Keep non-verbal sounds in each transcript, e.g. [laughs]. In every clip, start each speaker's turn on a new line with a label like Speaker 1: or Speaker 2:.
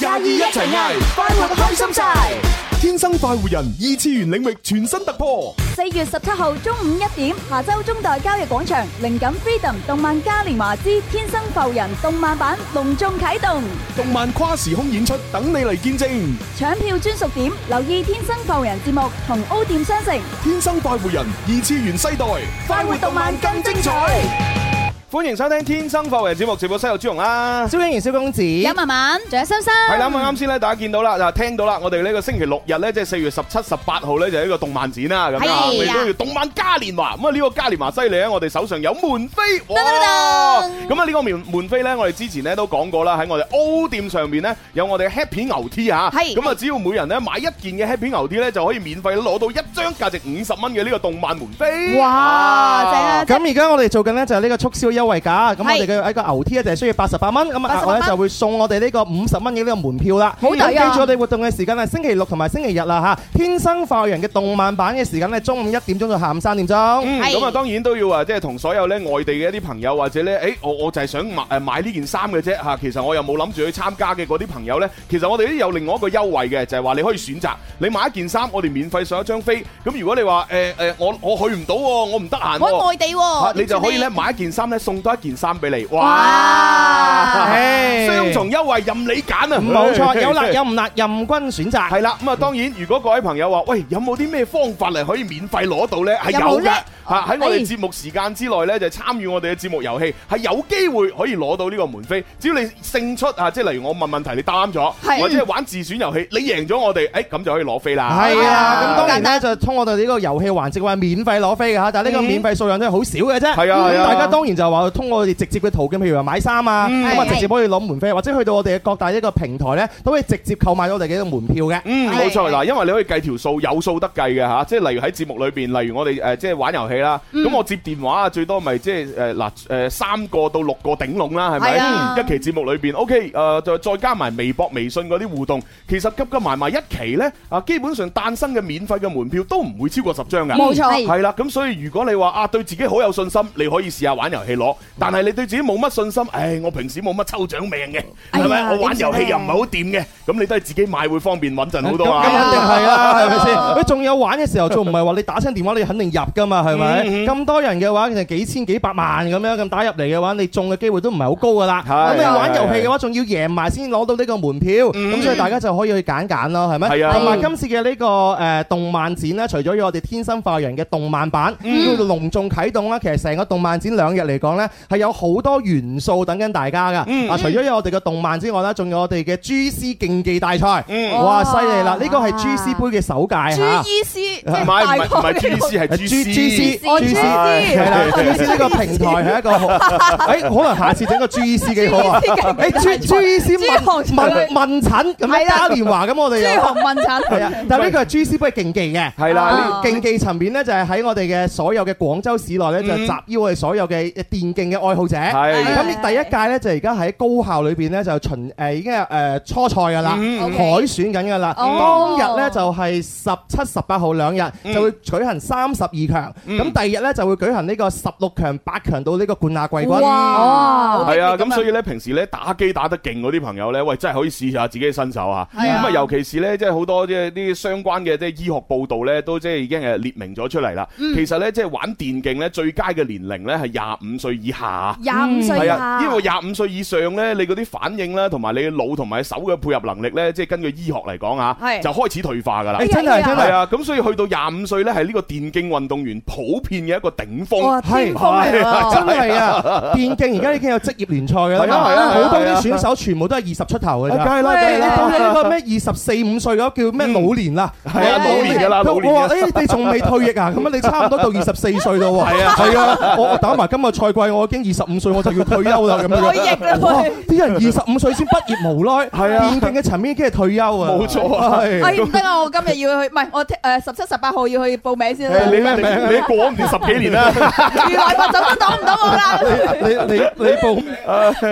Speaker 1: 齊藝快活開心晒！
Speaker 2: 天生快活人，二次元領域全新突破。
Speaker 3: 四月十七號中午一點，下周中代交易廣場靈感 Freedom 動漫嘉年華之《天生浮人》動漫版隆重啟動，
Speaker 2: 動漫跨時空演出等你嚟見證。
Speaker 3: 搶票專屬點，留意《天生浮人》節目同 O 店商城。
Speaker 2: 天生快活人，二次元世代，
Speaker 1: 快活動漫更精彩。
Speaker 4: 歡迎收聽《天生快活人》節目，直播室有朱紅啦，
Speaker 5: 蕭敬仁、蕭公子，
Speaker 3: 有文文，仲有心心。
Speaker 4: 係啦，咁啱先咧，大家見到啦，嗱，聽到啦，我哋呢個星期六日咧，即係四月十七、十八號咧，就係一個動漫展啦，咁啊，我哋都要動漫嘉年華。咁啊，呢個嘉年華犀利咧，我哋手上有門飛，哇！咁啊，呢個門門飛咧，我哋之前咧都講過啦，喺我哋 O 店上面咧有我哋 Happy 牛 T 嚇，咁啊，只要每人咧買一件嘅 Happy 牛 T 咧，就可以免費攞到一張價值五十蚊嘅呢個動漫門飛。
Speaker 3: 哇！正啊！
Speaker 5: 咁而家我哋做緊呢就係呢個促銷優惠價，咁我哋嘅一個牛 T 啊咧就係需要八十八蚊，咁啊我咧就會送我哋呢個五十蚊嘅呢個門票啦。
Speaker 3: 好抵啊
Speaker 5: 咁記住我哋活動嘅時間係星期六同埋星期日啦嚇，天生快活人嘅動漫版嘅時間咧中午一點鐘到下午三點鐘。
Speaker 4: 嗯，
Speaker 1: 係
Speaker 4: 咁啊，當然都要啊，即係同所有咧外地嘅一啲朋友或者咧，誒，我我就係想買誒買呢件衫嘅啫嚇，其實我又冇諗住去參加嘅嗰啲朋友咧，其實我哋都有另外一個優惠嘅，就係話你可以選擇你買一件衫，我哋免費上一張飛。咁如果你話誒誒，我我去唔到喎，我唔得閒喎，嚇你就可以咧買一件衫咧送多一件衫俾你，哇！
Speaker 5: 唉
Speaker 4: 雙重優惠任你揀啊，
Speaker 5: 冇錯，有辣有唔辣，任君選擇。
Speaker 4: 係啦，咁啊當然，如果各位朋友話，喂，有冇啲咩方法嚟可以免費攞到呢？係有嘅，
Speaker 5: 哦
Speaker 4: 嚇喺我
Speaker 5: 哎
Speaker 4: 哋節目時間之內呢，就參與我哋嘅節目遊戲，係有機會可以攞到呢個門飛。只要你勝出啊，即係例如我問問題你答啱咗，
Speaker 3: 係
Speaker 4: 或者係玩自選遊戲，你贏咗我哋，誒咁就可以攞飛啦。
Speaker 5: 係啊，咁當然
Speaker 3: 好
Speaker 5: 咧就通過我哋呢個遊戲環節話免費攞飛嘅嚇，但係呢個免費數量都係好少嘅啫。
Speaker 4: 係啊係啊
Speaker 5: 咁大家當然就話通過我哋直接嘅途徑，譬如話買衫啊，咁啊
Speaker 3: 係
Speaker 5: 直接可以攞門飛，或者去到我哋嘅各大一個平台咧，都可以直接購買到我哋嘅一個門票嘅。
Speaker 4: 嗯，
Speaker 1: 係
Speaker 4: 冇錯
Speaker 1: 係
Speaker 4: 嗱，因為你可以計條數，有數得計嘅嚇，即係例如喺節目裏邊，例如我哋誒即係玩遊戲啦，咁我接電話啊，最多咪即係誒嗱誒三個到六個頂籠啦，係咪
Speaker 3: 係啊？
Speaker 4: 一期節目裏邊，OK 誒，再再加埋微博、微信嗰啲互動，其實急急埋埋一期呢，啊，基本上誕生嘅免費嘅門票都唔會超過十張㗎。
Speaker 3: 冇錯
Speaker 4: 係啦，咁所以如果你話啊對自己好有信心，你可以試下玩遊戲攞，但係你對自己冇乜信心，唉，我平時冇乜抽獎命嘅，
Speaker 3: 哎
Speaker 4: 係咪？
Speaker 3: 呀
Speaker 4: 我玩
Speaker 3: 點算
Speaker 4: 遊戲
Speaker 3: 呢
Speaker 4: 又唔係好掂嘅，咁你都係自己買會方便穩陣好多
Speaker 5: 咁
Speaker 4: 啊。
Speaker 5: 肯定係
Speaker 4: [laughs]
Speaker 5: 啦，係咪先？佢仲有玩嘅時候，仲唔係話你打親電話你肯定入噶嘛，係咪？
Speaker 4: 嗯
Speaker 5: 咁多人嘅話，其實幾千幾百萬咁樣咁打入嚟嘅話，你中嘅機會都唔係好高噶啦。
Speaker 4: 係
Speaker 5: 咁你
Speaker 4: 係
Speaker 5: 玩遊戲嘅話，仲要贏埋先攞到呢個門票，咁所以大家就可以去揀揀咯，係咪？
Speaker 4: 係啊
Speaker 5: 同埋今次嘅呢個誒動漫展呢，除咗要我哋天生化人嘅動漫版
Speaker 4: 嗯
Speaker 5: 叫做隆重啟動啦，啊其實成個動漫展兩日嚟講呢，係有好多元素等緊大家噶。
Speaker 4: 嗯
Speaker 5: 啊，除咗有我哋嘅動漫之外啦，仲有我哋嘅 G.C 競技大賽。
Speaker 4: 嗯
Speaker 5: 哇，犀利啦！呢個係 G.C 杯嘅首屆
Speaker 4: 唔 [laughs]
Speaker 5: 嚇。
Speaker 4: 係唔係唔係 G C 係 G C
Speaker 5: G.C.
Speaker 3: 哦
Speaker 5: G.C.
Speaker 3: GC
Speaker 5: 係啦，G.C. 呢個平台係一個好，誒，可能下次整個 G.C. 幾好啊！誒，G.C. 問問問診咁樣嘉年華咁，我哋
Speaker 6: E
Speaker 5: 有。係
Speaker 4: [laughs]
Speaker 5: 啊，但係呢個係 G.C. 杯競技嘅。啊
Speaker 4: 係啦，
Speaker 5: 競技層面咧，就係喺我哋嘅所有嘅廣州市內咧，就集邀我哋所有嘅電競嘅愛好者。
Speaker 4: 嗯係
Speaker 5: 咁呢第一屆咧就而家喺高校裏邊咧就巡誒已經係誒初賽㗎啦，
Speaker 4: 嗯
Speaker 3: OK
Speaker 5: 海選緊㗎啦。
Speaker 3: 哦
Speaker 5: 當日咧就係十七、十八號兩
Speaker 4: 嗯
Speaker 5: 日就會舉行三十二強，咁第二日咧就會舉行呢個十六強、八強到呢個冠亞季軍。
Speaker 4: 係啊，咁所以咧，平時咧打機打得勁嗰啲朋友咧，喂，真係可以試下自己嘅身手啊！
Speaker 3: 係
Speaker 4: 咁
Speaker 3: 啊
Speaker 4: 啊，尤其是咧，即係好多即係啲相關嘅即係醫學報道咧，都即係已經係列明咗出嚟啦。其實咧，即係玩電競咧，最佳嘅年齡咧係廿五歲以下。係啊，因為廿五歲以上咧，你嗰啲反應啦，同埋你嘅腦同埋手嘅配合能力咧，即係根據醫學嚟講啊，
Speaker 1: 係
Speaker 4: 就開始退化㗎啦。
Speaker 5: 誒真係真
Speaker 4: 係
Speaker 5: 係，
Speaker 4: 啊，咁所以去到廿五歲咧，係呢個電競運動員普遍嘅一個頂峰。 [laughs]
Speaker 5: 真係啊！電競而家已經有職業聯賽㗎
Speaker 4: 係啊係
Speaker 5: 啦，
Speaker 4: 啊係啊
Speaker 5: 好多啲選手全部都係二十出頭㗎
Speaker 4: 啊
Speaker 5: 咋。
Speaker 4: 係啦嗯
Speaker 5: 你講起呢個咩二十四五歲嗰個叫咩老年啦，
Speaker 4: 係啊老年㗎啦老年㗎
Speaker 5: 我話誒你仲未退役啊？咁啊你差唔多到二十四歲
Speaker 4: [laughs]
Speaker 5: 咯喎。係啊係啊，我我打埋今個賽季我已經二十五歲我就要退休啦
Speaker 4: [laughs]
Speaker 5: 咁樣。哇！啲人二十五歲先畢業無耐，係啊，電競嘅層面已經係退休啊。
Speaker 4: 冇錯啊
Speaker 5: 係
Speaker 6: ờ,
Speaker 4: 誒你你你過唔掂十幾年啦。
Speaker 5: [laughs] 你你你
Speaker 4: [laughs]
Speaker 5: 報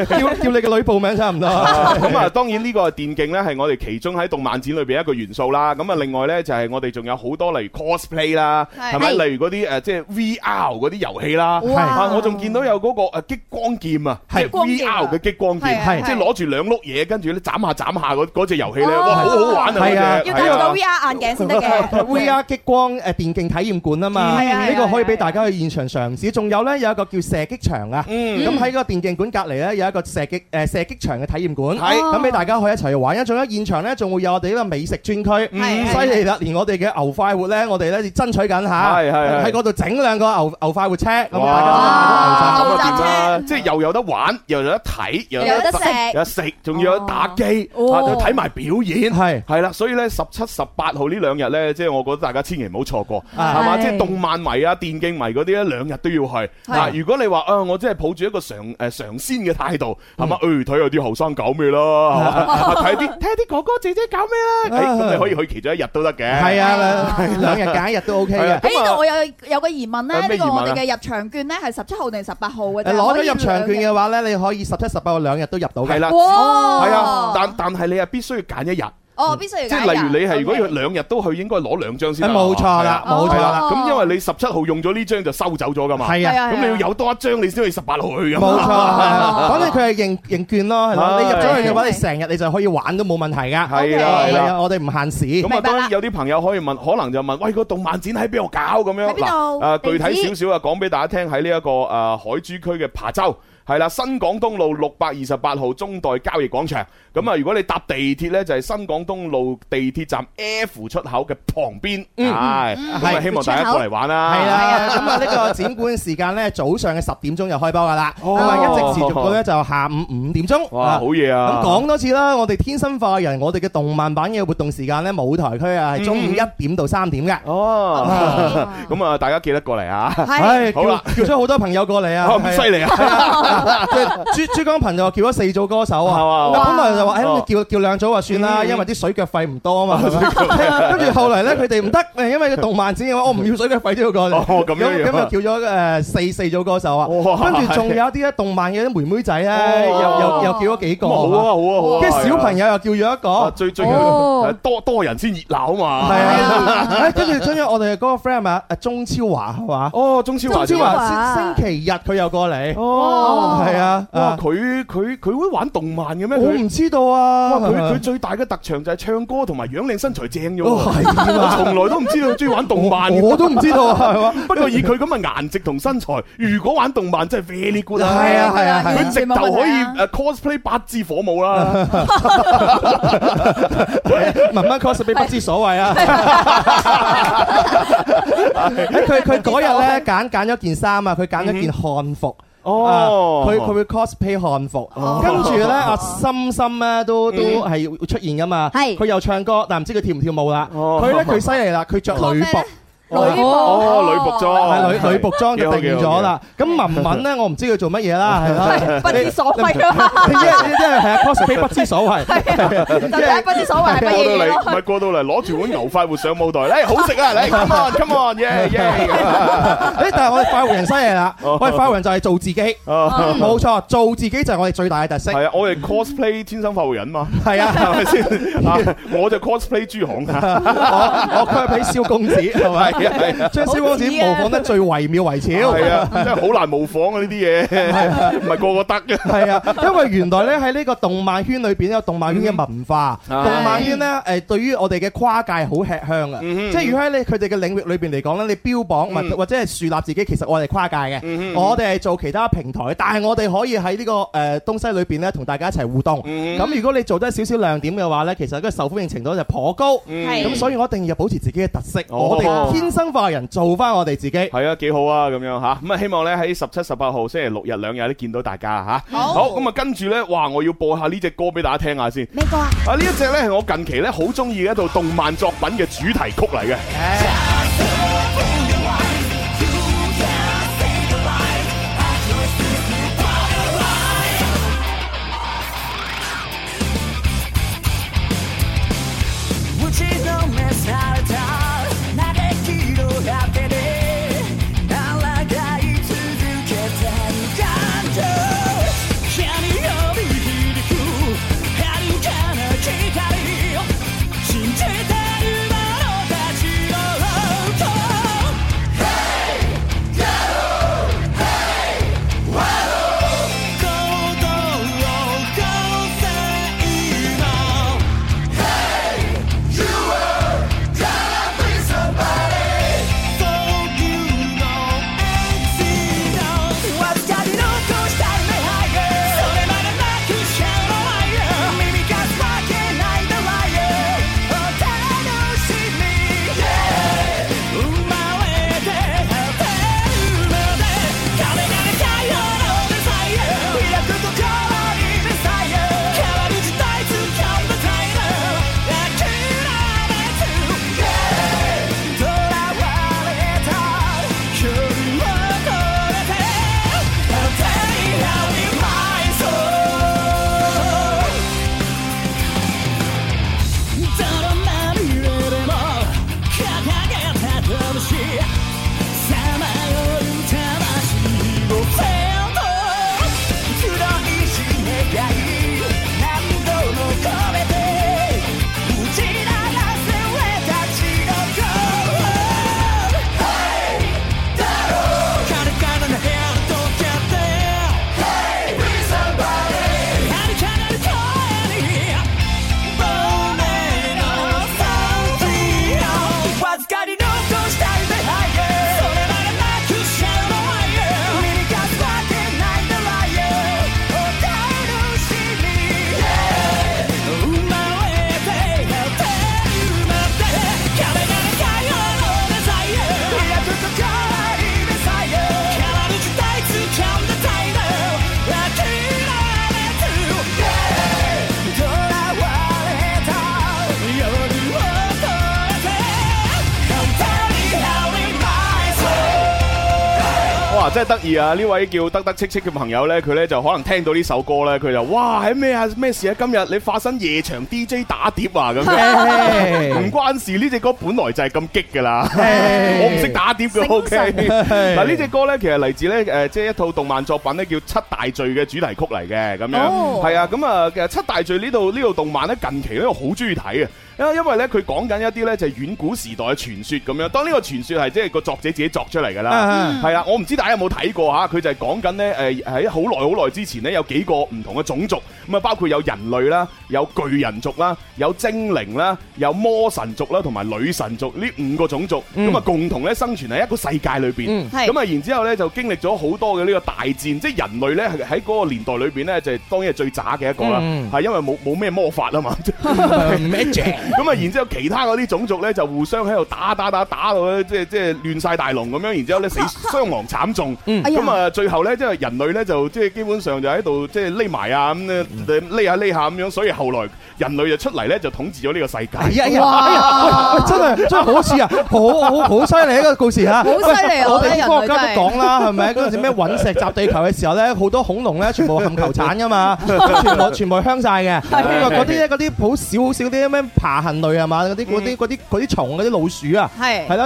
Speaker 5: 叫叫你嘅女報名差唔多。
Speaker 4: 咁啊，當然呢個電競呢係我哋其中喺動漫展裏邊一個元素啦。咁啊，另外呢，就係我哋仲有好多例如 cosplay 啦，
Speaker 6: 係
Speaker 4: 係咪？
Speaker 6: 係
Speaker 4: 例如嗰啲誒即係 VR 嗰啲遊戲啦。
Speaker 6: 哇
Speaker 4: 啊，我仲見到有嗰個誒激光劍啊，即係
Speaker 6: 光劍啊
Speaker 4: VR 嘅激光劍，
Speaker 6: 係係
Speaker 4: 即係攞住兩碌嘢，跟住咧斬下斬下嗰嗰隻遊戲呢，
Speaker 6: 哦
Speaker 4: 哇，好好玩啊！
Speaker 5: 係啊
Speaker 4: 嗰隻
Speaker 6: 要
Speaker 4: 係
Speaker 6: 戴
Speaker 4: 啊
Speaker 6: 到 VR
Speaker 5: [laughs]
Speaker 6: 眼鏡先得嘅。
Speaker 5: VR 激光誒電競體驗館啊嘛，
Speaker 6: 嗯係啊
Speaker 5: 呢
Speaker 6: 係
Speaker 5: 個
Speaker 6: 啊
Speaker 5: 可以俾大家去現場嘗試。仲有呢，有一個叫射擊場啊，
Speaker 4: 嗯
Speaker 5: 咁喺個電競館隔離呢，有一個射擊誒射擊場嘅體驗館，
Speaker 4: 係
Speaker 5: 咁俾大家去一齊去玩。仲有現場呢，仲會有我哋呢個美食專區，
Speaker 6: 嗯
Speaker 5: 犀利啦！連我哋嘅牛快活呢，我哋呢爭取緊下，
Speaker 4: 係係係
Speaker 5: 喺嗰度整兩個牛牛快活車，咁大家
Speaker 4: 哇！
Speaker 5: 都
Speaker 4: 咁啊
Speaker 5: 牛雜
Speaker 4: 掂啦，即係又有得玩，又有得睇，又
Speaker 6: 哦有得食
Speaker 4: 有得食，仲要有得打機，
Speaker 6: 哦
Speaker 4: 啊，仲要睇埋表演，
Speaker 5: 係
Speaker 4: 係啦。所以咧，十七、十八號呢兩日咧，即係我覺得大家千祈唔好錯過，
Speaker 5: 啊
Speaker 4: 係嘛？
Speaker 6: 係
Speaker 4: 即係動漫迷啊、電競迷嗰啲咧，兩日都要去。嗱，如果你話啊，我真係抱住一個嘗誒嘗鮮嘅態度，係
Speaker 5: 嗯
Speaker 4: 嘛？誒，睇下啲後生搞咩啦，
Speaker 5: [laughs]
Speaker 4: 係嘛啊睇啲睇下啲哥哥姐姐搞咩啦。誒咁你可以去其中一日都得嘅。
Speaker 5: 啊係啊，兩兩日揀一日都 OK
Speaker 4: 係啊
Speaker 5: 嘅。
Speaker 6: 喺呢度我有有個疑問
Speaker 4: 啊
Speaker 6: 咧，呢
Speaker 4: 咩
Speaker 6: 個我哋
Speaker 4: 疑問啊
Speaker 6: 嘅入場券咧係十七號定十八號嘅啫。
Speaker 5: 誒攞咗入場
Speaker 6: 場
Speaker 5: 券嘅話呢，你可以十七、十八兩日都入到嘅
Speaker 4: 係。啦，
Speaker 6: 哇！
Speaker 4: 係啊，但但係你啊必須要揀一日。
Speaker 6: 哦，必須要
Speaker 4: 即
Speaker 6: 揀
Speaker 4: 係例如你係
Speaker 6: OK
Speaker 4: 如果要兩日都去，應該攞兩張先得。
Speaker 5: 冇錯啦
Speaker 4: 係啊
Speaker 5: 冇錯啦
Speaker 4: 係咁因為你十七號用咗呢張就收走咗噶嘛。
Speaker 5: 係啊
Speaker 6: 係。啊
Speaker 4: 咁你要有多一張，你先可以十八號去噶
Speaker 5: 冇
Speaker 4: 嘛。
Speaker 5: 錯，係啊反正佢係認認券咯，係
Speaker 4: 係
Speaker 5: 咯。你入咗去嘅話，你成日你就可以玩都冇問題
Speaker 4: 係啦
Speaker 5: 㗎。
Speaker 6: OK
Speaker 4: 係
Speaker 5: 係
Speaker 4: 啦。
Speaker 5: 啊，我哋唔限時。
Speaker 4: 咁
Speaker 6: 明
Speaker 4: 啊，
Speaker 6: 白啦
Speaker 4: 當然有啲朋友可以問，可能就問，喂，個動漫展喺邊度搞咁樣？
Speaker 6: 喺邊度
Speaker 4: 誒，具
Speaker 6: 地
Speaker 4: 體少
Speaker 6: 址
Speaker 4: 少啊，講俾大家聽喺呢一個誒海珠區嘅琶洲。係啦，新港東路六百二十八號中代交易廣場。咁啊，如果你搭地鐵呢，就係新港東路地鐵站 F 出口嘅旁邊。係，咁啊，
Speaker 5: 係
Speaker 4: 希望大家過嚟玩啦。
Speaker 5: 係啦，咁啊呢個展館時間咧，早上嘅十點鐘就開波㗎啦，咁啊一直持續到咧就下午五點鐘。
Speaker 4: 哦哇，好嘢啊！
Speaker 5: 咁講多次啦，我哋天生化人，我哋嘅動漫版嘅活動時間咧，舞台區啊
Speaker 4: 嗯
Speaker 5: 係中午一點到三點嘅。
Speaker 4: 哦，咁啊，大家記得過嚟啊！
Speaker 6: 係
Speaker 5: 唉
Speaker 4: 好啦
Speaker 5: 叫叫咗好多朋友
Speaker 4: [laughs]
Speaker 5: 過嚟啊，
Speaker 4: 啊咁
Speaker 5: 係啊
Speaker 4: 犀利
Speaker 5: [laughs]
Speaker 4: 啊！
Speaker 5: 即係珠珠江朋友叫咗四組歌手啊，
Speaker 4: 係嘛
Speaker 5: 嗱本來就話
Speaker 4: 哦
Speaker 5: 誒叫叫兩組話算啦，
Speaker 4: 嗯哦
Speaker 5: 因為啲水腳費唔多
Speaker 4: [laughs]
Speaker 5: 啊嘛，係咪跟住後嚟咧佢哋唔得，因為動漫展嘅話我唔要水腳費都要過嚟，
Speaker 4: 哦咁樣樣哦
Speaker 5: 咁就叫咗誒四四組歌手啊，
Speaker 4: 哇
Speaker 5: 跟住仲有啲咧動漫嘅啲妹妹仔咧，又
Speaker 4: 哦
Speaker 5: 又又叫咗幾個，
Speaker 4: 咁啊好啊，好啊，好啊！
Speaker 5: 跟住小朋友又叫咗一
Speaker 4: 啊
Speaker 5: [laughs] 個。
Speaker 4: 最最緊
Speaker 6: 哦
Speaker 4: 要多多人先熱鬧啊
Speaker 5: 係
Speaker 4: 嘛！
Speaker 5: 啊，誒跟住將咗我哋嗰個 friend 係咪啊，誒鐘超華係嘛？
Speaker 4: 哦，鍾超華
Speaker 5: 鐘
Speaker 4: 先
Speaker 5: 超
Speaker 4: 話，
Speaker 5: 華星星期日佢又過嚟，
Speaker 4: 哦，
Speaker 5: 係啊，
Speaker 4: 哇！
Speaker 5: 啊
Speaker 4: 佢佢佢會玩動漫嘅咩？
Speaker 5: 我
Speaker 4: 佢
Speaker 5: 唔知道
Speaker 4: 哇！
Speaker 5: 啊，
Speaker 4: 佢佢最大嘅特長就係唱歌同埋樣靚身材正咗喎。
Speaker 5: 哦係
Speaker 4: 我
Speaker 5: 啊
Speaker 4: 從來都唔知道佢中意玩動漫嘅。
Speaker 5: 我都唔知道啊，
Speaker 4: [laughs]
Speaker 5: 係嘛？
Speaker 4: 不過以佢咁嘅顏值同身材，如果玩動漫真係 very good 啊！
Speaker 5: 係啊係啊係啊
Speaker 4: 佢直頭可以
Speaker 6: 完全冇問題啊
Speaker 4: 誒 cosplay 八支火
Speaker 5: [laughs]
Speaker 4: 舞啦。
Speaker 5: 慢慢 cos 俾不知所謂
Speaker 4: [laughs]
Speaker 5: 啊！誒佢佢嗰日咧揀揀咗件衫啊，佢揀咗件漢服。
Speaker 4: 哦
Speaker 5: 啊佢佢會 cosplay 漢服，跟住咧阿心心咧都都係會出現噶嘛，
Speaker 6: 係
Speaker 5: 佢又唱歌，但唔知佢跳唔跳舞啦。
Speaker 4: 哦
Speaker 5: 佢咧佢犀利啦，佢着女服
Speaker 6: 咩。女服
Speaker 4: 哦，女服裝，
Speaker 5: 係女女服裝就定
Speaker 4: 幾好
Speaker 5: 咗。啦，咁文文咧，我唔知佢做乜嘢
Speaker 4: [laughs]
Speaker 5: 啦，係啦，
Speaker 6: 不知所謂啊嘛，
Speaker 5: 因為因為係啊 cosplay 不知所謂，
Speaker 6: 就睇不知所謂係
Speaker 4: 幾
Speaker 6: 乜
Speaker 4: 好過到
Speaker 6: 嘢嘢
Speaker 4: 嚟，唔
Speaker 6: 咯。
Speaker 4: 係過到嚟攞住碗牛快活上舞台，嚟好
Speaker 6: [laughs]
Speaker 4: 食啊！嚟 come on come on，耶
Speaker 5: [laughs]
Speaker 4: 耶！
Speaker 5: 誒，但係我哋快活人犀利啦，
Speaker 4: [laughs] 哦
Speaker 5: 我哋快活人就係做自己，冇錯，做自己就係我哋最大嘅特色，
Speaker 4: 係啊，我哋 cosplay 天生發育人嘛，
Speaker 5: 係啊，
Speaker 4: 係咪先？啊我就 cosplay 朱紅啊，
Speaker 5: 我我佢俾蕭公子係咪？
Speaker 4: 係啊係啊
Speaker 5: 將蕭公子模仿得最惟妙惟肖。
Speaker 4: 係啊，真係好難模仿啊呢啲嘢，唔係個個得嘅。
Speaker 5: 係啊，因為原來咧喺呢個動漫圈裏邊有動漫圈嘅文化，啊
Speaker 4: 嗯
Speaker 5: 動漫圈咧誒對於我哋嘅跨界好吃香啊！
Speaker 4: 嗯
Speaker 5: 即係如果喺你佢哋嘅領域裏邊嚟講咧，你標榜或或者係樹立自己，其實我哋跨界
Speaker 4: 嗯
Speaker 5: 嘅，我哋係做其他平台，但係我哋可以喺呢個誒東西裏邊咧同大家一齊互動。
Speaker 4: 嗯
Speaker 5: 咁如果你做得少少亮點嘅話咧，其實嗰個受歡迎程度就頗高。
Speaker 6: 係
Speaker 5: 咁所以我一定要保持自己嘅特色，
Speaker 4: 嗯哦
Speaker 5: 我哋天生化人，做翻我哋自己。
Speaker 4: 係啊，幾好啊，咁樣吓，咁啊希望咧喺十七、十八號星期六日兩日都見到大家吓。
Speaker 6: 好
Speaker 4: 好，咁啊跟住咧，哇！我要播下呢只歌俾大家聽下先。
Speaker 6: 咩歌啊？
Speaker 4: 啊！呢一隻咧係我近期咧好中意嘅一套動漫作品嘅主題曲嚟嘅。
Speaker 1: 打ちのめされた嘆きの果てで抗い続けた感情 Oh,
Speaker 4: 嗱，真係得意啊！呢位叫得得戚戚嘅朋友呢，佢呢就可能聽到呢首歌呢，佢就哇，係咩啊咩事啊？今日你化身夜場 DJ 打碟啊咁樣。唔關事，呢只歌本來就係咁激噶啦，我唔識打碟嘅。O K，嗱呢只歌咧，其實嚟自咧誒，即係一套動漫作品咧，叫《七大罪》嘅主題曲嚟嘅，咁樣係啊。咁啊，其實《七大罪》呢度呢度動漫咧，近期咧我好中意睇嘅。因為因為咧，佢講緊一啲咧就係遠古時代嘅傳說咁樣。當呢個傳說係即係個作者自己作出嚟㗎啦，係啊。我唔知大家有冇睇過嚇，佢就係講緊咧誒喺好耐好耐之前咧，有幾個唔同嘅種族咁啊，包括有人類啦、有巨人族啦、有精靈啦、有魔神族啦，同埋女神族呢五個種族咁啊，共同咧生存喺一個世界裏邊。
Speaker 5: 嗯
Speaker 4: 咁啊，然之後咧就經歷咗好多嘅呢個大戰，即係人類咧係喺嗰個年代裏邊咧就係當然係最渣嘅一個啦，
Speaker 5: 嗯
Speaker 4: 係因為冇冇咩魔法
Speaker 6: [laughs]
Speaker 4: 啊嘛。
Speaker 6: 嗯
Speaker 4: 咁啊，然之後其他嗰啲種族咧就互相喺度打打打打到咧，即係即係亂晒大龍咁樣，然之後
Speaker 6: [laughs]
Speaker 4: 咧死傷亡慘重。
Speaker 6: 哎呀
Speaker 4: 咁啊，最後咧即係人類咧就即係基本上就喺度即係匿埋啊咁咧，
Speaker 6: 嗯
Speaker 4: 匿下匿下咁樣，所以後來人類就出嚟咧就統治咗呢個世
Speaker 5: 哎
Speaker 4: 界。
Speaker 5: 啊
Speaker 6: 係。
Speaker 5: [laughs] 啊係啦，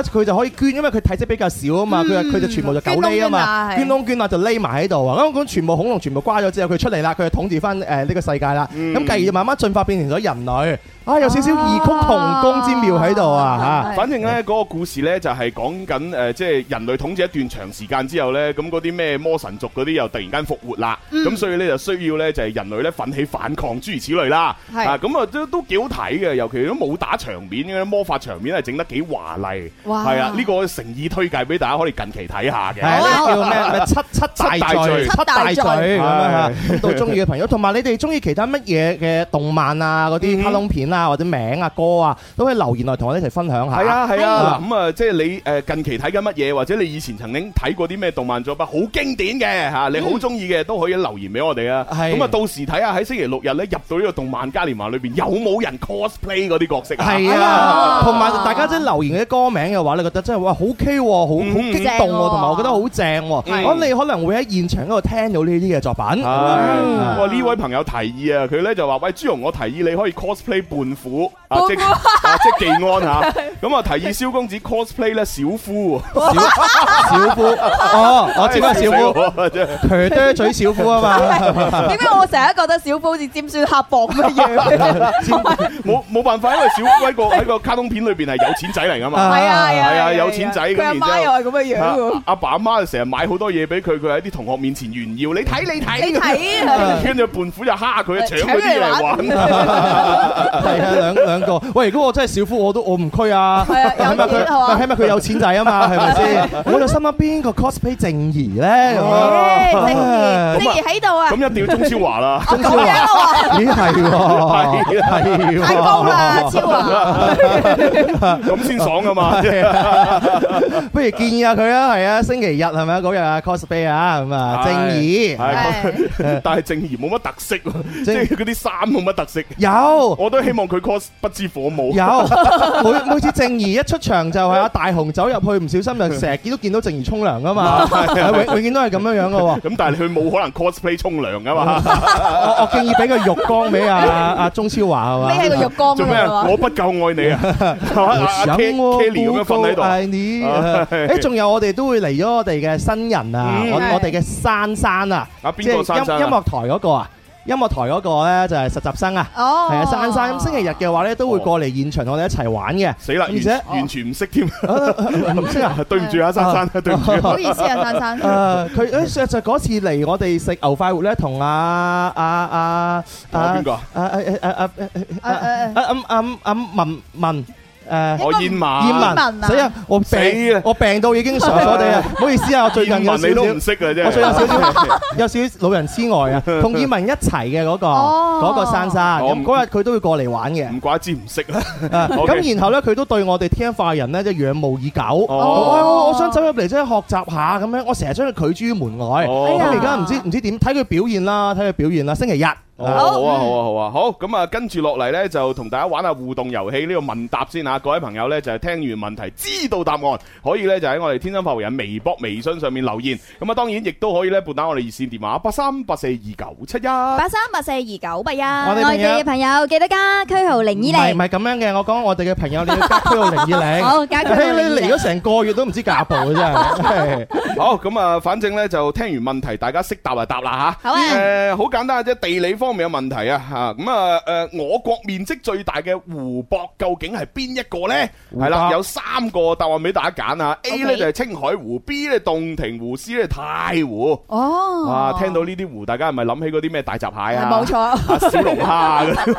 Speaker 5: 佢就可以捐，因為佢體積比較少啊嘛，佢就佢就全部就狗匿啊嘛，
Speaker 6: 捐
Speaker 5: 捐窿捐罅就匿埋喺度啊。咁咁全部恐龍全部瓜咗之後，佢出嚟啦，佢就統治翻誒呢個世界啦。
Speaker 4: 嗯
Speaker 5: 咁繼而慢慢進化變成咗人類，啊有少少異曲同工之妙喺度啊
Speaker 6: 係
Speaker 4: 反正咧嗰個故事咧就係講緊誒，即係人類統治一段長時間之後咧，咁嗰啲咩魔神族嗰啲又突然間復活啦，
Speaker 6: 嗯
Speaker 4: 咁所以咧就需要咧就係人類咧奮起反抗諸如此類啦。
Speaker 6: 係
Speaker 4: 啊，咁啊都都幾好睇嘅，尤其都武打場面嘅魔法場面係整得幾華麗，
Speaker 6: 哇
Speaker 4: 係啊，呢個誠意推介俾大家可以近期睇下
Speaker 5: 嚇。係
Speaker 4: 嘅。
Speaker 5: 呢個叫咩咩七七大罪，
Speaker 6: 七
Speaker 5: 七
Speaker 6: 大
Speaker 5: 大
Speaker 6: 罪
Speaker 5: 罪咁樣嚇。咁到中意嘅朋友，同埋你哋中意其他乜嘢嘅動漫啊、嗰啲卡通片啊、或者名啊、歌啊，都可以留言來同我哋一齊分享下。
Speaker 4: 係啊係啊，嗱
Speaker 5: 嗯
Speaker 4: 咁啊，即係你誒近期睇緊乜嘢，或者你以前曾經睇過啲咩動漫作品，好經典嘅嚇，你好中意嘅都可以留言俾我哋啊。
Speaker 5: 係
Speaker 4: 咁啊，到時睇下喺星期六日咧入到呢個動漫嘉年華裏邊有冇人 cosplay 嗰啲角色啊？
Speaker 5: 係啊，同埋大家即係留言嗰啲歌名嘅話，你覺得真係哇好 K 喎，好
Speaker 4: 嗯
Speaker 5: 好激動
Speaker 6: 正喎
Speaker 5: 喎，同埋我覺得好正
Speaker 4: 係
Speaker 5: 喎。我諗你可能會喺現場嗰度聽到呢啲嘅作品。
Speaker 4: 唉啊哇！呢位朋友提議啊，佢咧就話：喂，朱容，我提議你可以 cosplay 胖虎啊，即啊即技安嚇。咁啊，提議蕭公子 cosplay 咧小夫，
Speaker 5: 小小夫，哦，我知啦，小夫，
Speaker 4: 啊夫 [laughs] 真係
Speaker 5: 佢嗲嘴小夫啊嘛，
Speaker 6: 哦點解我成日覺得小夫好似尖酸刻薄咁嘅樣？
Speaker 4: 冇冇辦法，因為小夫喺個
Speaker 6: [laughs]
Speaker 4: 喺個卡通片裏邊係有錢仔嚟噶嘛。
Speaker 5: 啊
Speaker 6: 係啊係啊
Speaker 4: [laughs] 係啊有錢仔咁
Speaker 6: 佢阿
Speaker 4: 然之後
Speaker 6: 媽又係咁嘅樣喎
Speaker 4: 啊。阿爸阿媽成日買好多嘢俾佢，佢喺啲同學面前炫耀，你睇你睇，
Speaker 6: 你睇啊
Speaker 4: [laughs] 跟住胖虎就蝦佢，搶
Speaker 6: [laughs] 搶
Speaker 4: 佢啲
Speaker 6: 嚟
Speaker 4: 嚟
Speaker 6: 玩
Speaker 4: 玩。啊
Speaker 5: 係啊，兩兩個。喂，如果我真係小夫，我都我唔拘啊，
Speaker 6: 係啊有
Speaker 5: 起碼
Speaker 6: 錢係嘛
Speaker 5: 佢，起碼佢有錢仔
Speaker 6: [laughs]
Speaker 5: 啊嘛，係咪先？我就心諗邊個 cosplay 正義咧？咁
Speaker 6: 唉
Speaker 5: 啊
Speaker 6: 正義
Speaker 5: 唉 [laughs]
Speaker 6: 正義喺度啊！
Speaker 4: 咁一定要鍾超
Speaker 6: [laughs]
Speaker 4: 華啦，
Speaker 5: 鍾超
Speaker 6: 咁樣
Speaker 5: 華，
Speaker 6: 啊
Speaker 5: 咦係喎，
Speaker 4: 係啊
Speaker 5: 係喎，
Speaker 6: 太高啦，超啊！
Speaker 4: 咁先爽
Speaker 6: [laughs]
Speaker 4: 啊嘛。
Speaker 5: 係啊 [laughs] 不如建議下佢啊，係啊，星期日係咪啊？嗰日啊 cosplay 啊，咁啊
Speaker 4: 係
Speaker 5: 正義
Speaker 4: 係但係正義冇乜特色喎，
Speaker 5: [laughs]
Speaker 4: 即係嗰啲衫冇乜特色。
Speaker 5: 有。
Speaker 4: 我都希望佢 cos 不知火舞。
Speaker 5: 有每每次正義一出場就係阿大雄走入去，唔小心就成日見都見到正義沖涼噶
Speaker 4: [laughs]
Speaker 5: 啊嘛，
Speaker 4: 啊
Speaker 5: 係永永遠都係咁樣樣噶喎。
Speaker 4: 咁但係佢冇可能 cosplay 沖涼
Speaker 5: [laughs]
Speaker 4: 噶
Speaker 5: 啊
Speaker 4: 嘛？ [laughs]
Speaker 5: 我我建議俾個浴缸俾阿阿鍾超華係嘛？
Speaker 6: 匿喺個浴缸
Speaker 4: 做
Speaker 6: 咁
Speaker 4: 咩
Speaker 6: 樣
Speaker 4: 啊？
Speaker 6: 啊！
Speaker 4: 我不夠愛你啊！係嘛阿
Speaker 5: 有
Speaker 4: à, Ke- Kelly 咁樣瞓喺度。
Speaker 5: 係你。誒，仲有我哋都會嚟咗我哋嘅新人啊，
Speaker 4: 嗯
Speaker 5: 我我哋嘅珊珊啊，
Speaker 4: 啊
Speaker 5: 即
Speaker 4: 邊
Speaker 5: 係
Speaker 4: 個珊
Speaker 5: 音
Speaker 4: 珊
Speaker 5: 音
Speaker 4: 啊？
Speaker 5: 樂台嗰個啊，音樂台嗰個咧就係實習生啊。
Speaker 6: 哦，
Speaker 5: 係啊，珊珊咁星期日嘅話咧，都會過嚟現場同我哋一齊玩嘅。
Speaker 4: 死啦！
Speaker 5: 而且
Speaker 4: 完完全唔識 [laughs] 添，
Speaker 5: 唔識啊？
Speaker 4: 對唔住啊，珊珊，對唔住
Speaker 6: 唔
Speaker 4: 啊。
Speaker 6: 好意思啊，珊珊。
Speaker 5: 誒，佢誒就就嗰次嚟我哋食牛快活咧，同阿阿阿
Speaker 4: 同邊個
Speaker 5: 啊？啊誒誒誒誒誒誒誒文文誒。
Speaker 4: 我燕馬，
Speaker 5: 燕
Speaker 6: 燕文
Speaker 5: 文，
Speaker 6: 啊
Speaker 5: 死啊！我
Speaker 4: 死
Speaker 5: 病
Speaker 4: 啊，
Speaker 5: 我病到已經傻咗哋啊！
Speaker 4: [laughs]
Speaker 5: 唔好意思啊，我最近
Speaker 4: 燕
Speaker 5: 有
Speaker 4: 文你都唔
Speaker 5: 少
Speaker 4: 識嘅啫。
Speaker 5: 我最近
Speaker 4: [laughs]
Speaker 5: 有少少有少少老人痴呆啊，同燕文一齊嘅嗰個
Speaker 6: 哦
Speaker 5: 嗰個珊珊，
Speaker 4: 哦
Speaker 5: 咁嗰日佢都會過嚟玩
Speaker 4: [laughs]
Speaker 5: 嘅。
Speaker 4: 唔怪之唔識啦。
Speaker 5: 啊
Speaker 4: OK
Speaker 5: 咁然後咧，佢都對我哋天化人咧，即係仰慕已久。
Speaker 4: 哦
Speaker 5: 我我想走入嚟即係學習下咁樣，我成日將佢拒諸於門外。
Speaker 4: 哦
Speaker 5: 咁而家唔知唔知點睇佢表現啦，睇佢表現啦。星期日
Speaker 4: 好啊，好啊，好啊，好啊，好！咁啊，跟住落嚟呢，就同大家玩下互動遊戲呢個問答先吓，各位朋友呢，就係聽完問題知道答案，可以呢，就喺我哋天生發福人微博、微信上面留言。咁啊，當然亦都可以呢，撥打我哋熱線電話八三八四二九七一。
Speaker 7: 八三八四二九八一，
Speaker 5: 哋朋友
Speaker 7: 外地嘅朋友記得加區號零
Speaker 5: 唔
Speaker 7: 二
Speaker 5: 係唔
Speaker 7: 零，
Speaker 5: 係咁樣嘅，我講我哋嘅朋友你要加區號零二零，
Speaker 7: 好加區號
Speaker 5: 嘿你
Speaker 7: 020
Speaker 5: 嚟咗成個月都唔知嫁步嘅真係。
Speaker 4: 好，咁啊，反正呢，就聽完問題，大家識答就答啦吓。
Speaker 7: 好啊
Speaker 4: 誒好簡單嘅啫，地理方面嘅問題啊吓，咁啊誒，我國面積最大嘅湖泊究竟係邊一個呢？
Speaker 5: 湖
Speaker 4: 係啦，
Speaker 5: 泊
Speaker 4: 有三個答案俾大家揀啊。A 呢
Speaker 7: OK
Speaker 4: 就係青海湖，B 呢洞庭湖，C 呢太湖。
Speaker 6: 哦，
Speaker 4: 啊，聽到呢啲湖，大家係咪諗起嗰啲咩大閘蟹啊？
Speaker 6: 冇錯，
Speaker 4: 啊，小龍蝦啊嗰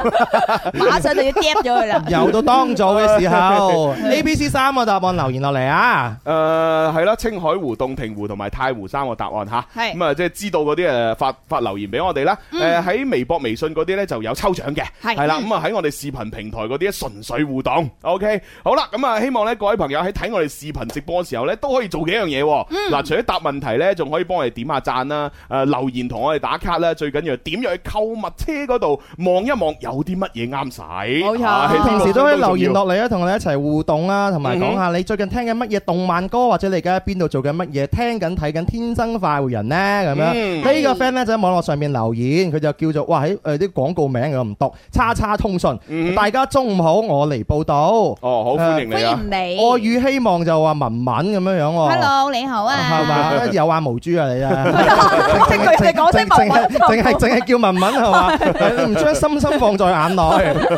Speaker 4: 啲
Speaker 6: 馬上就要 d 咗佢啦。
Speaker 5: 又到當早嘅
Speaker 4: [laughs]
Speaker 5: 時候，A、B、C 三個答案留言落嚟啊！
Speaker 4: 誒呃係啦，青海湖、洞庭湖同埋太湖三個答案嚇，
Speaker 6: 係嗯
Speaker 4: 咁啊，即係知道嗰啲誒發發留言俾我哋啦。誒喺微博、微信嗰啲呢就有抽獎嘅，
Speaker 6: 係嗯
Speaker 4: 係啦。咁啊喺我哋視頻平台嗰啲純粹互動。OK，好啦，咁啊希望呢各位朋友喺睇我哋視頻直播嘅時候呢，都可以做幾樣嘢喎。
Speaker 6: 嗯
Speaker 4: 嗱，除咗答問題呢，仲可以幫我哋點下讚啦，誒留言同我哋打卡啦，最緊要係點入去購物車嗰度望一望有啲乜嘢啱使。
Speaker 6: 冇錯
Speaker 4: 啊呢個
Speaker 5: 平時都可以
Speaker 4: 重要
Speaker 5: 留言落嚟啊，同我哋一齊互動啦，同埋
Speaker 4: 嗯哼
Speaker 5: 講下你最近聽緊乜嘢動漫歌，或者你而家喺邊度做緊乜嘢，聽緊睇緊《天生快活人》呢？咁樣。
Speaker 4: 嗯
Speaker 5: 呢個 friend 咧就喺網絡上面留言，佢就叫做哇喺誒啲廣告名佢唔讀，叉叉通
Speaker 4: 嗯
Speaker 5: 訊，大家中午好，我嚟報道。
Speaker 4: 哦，好歡迎你啊！
Speaker 6: 嗯歡迎你。
Speaker 5: 愛與希望就話文文咁樣樣喎。
Speaker 6: Hello，你好啊。
Speaker 4: [laughs]
Speaker 5: 係嘛？有眼無珠啊你啊！
Speaker 6: 即係佢哋講聲文文
Speaker 5: 淨淨係淨係叫文文係嘛？你唔將心心放在眼內。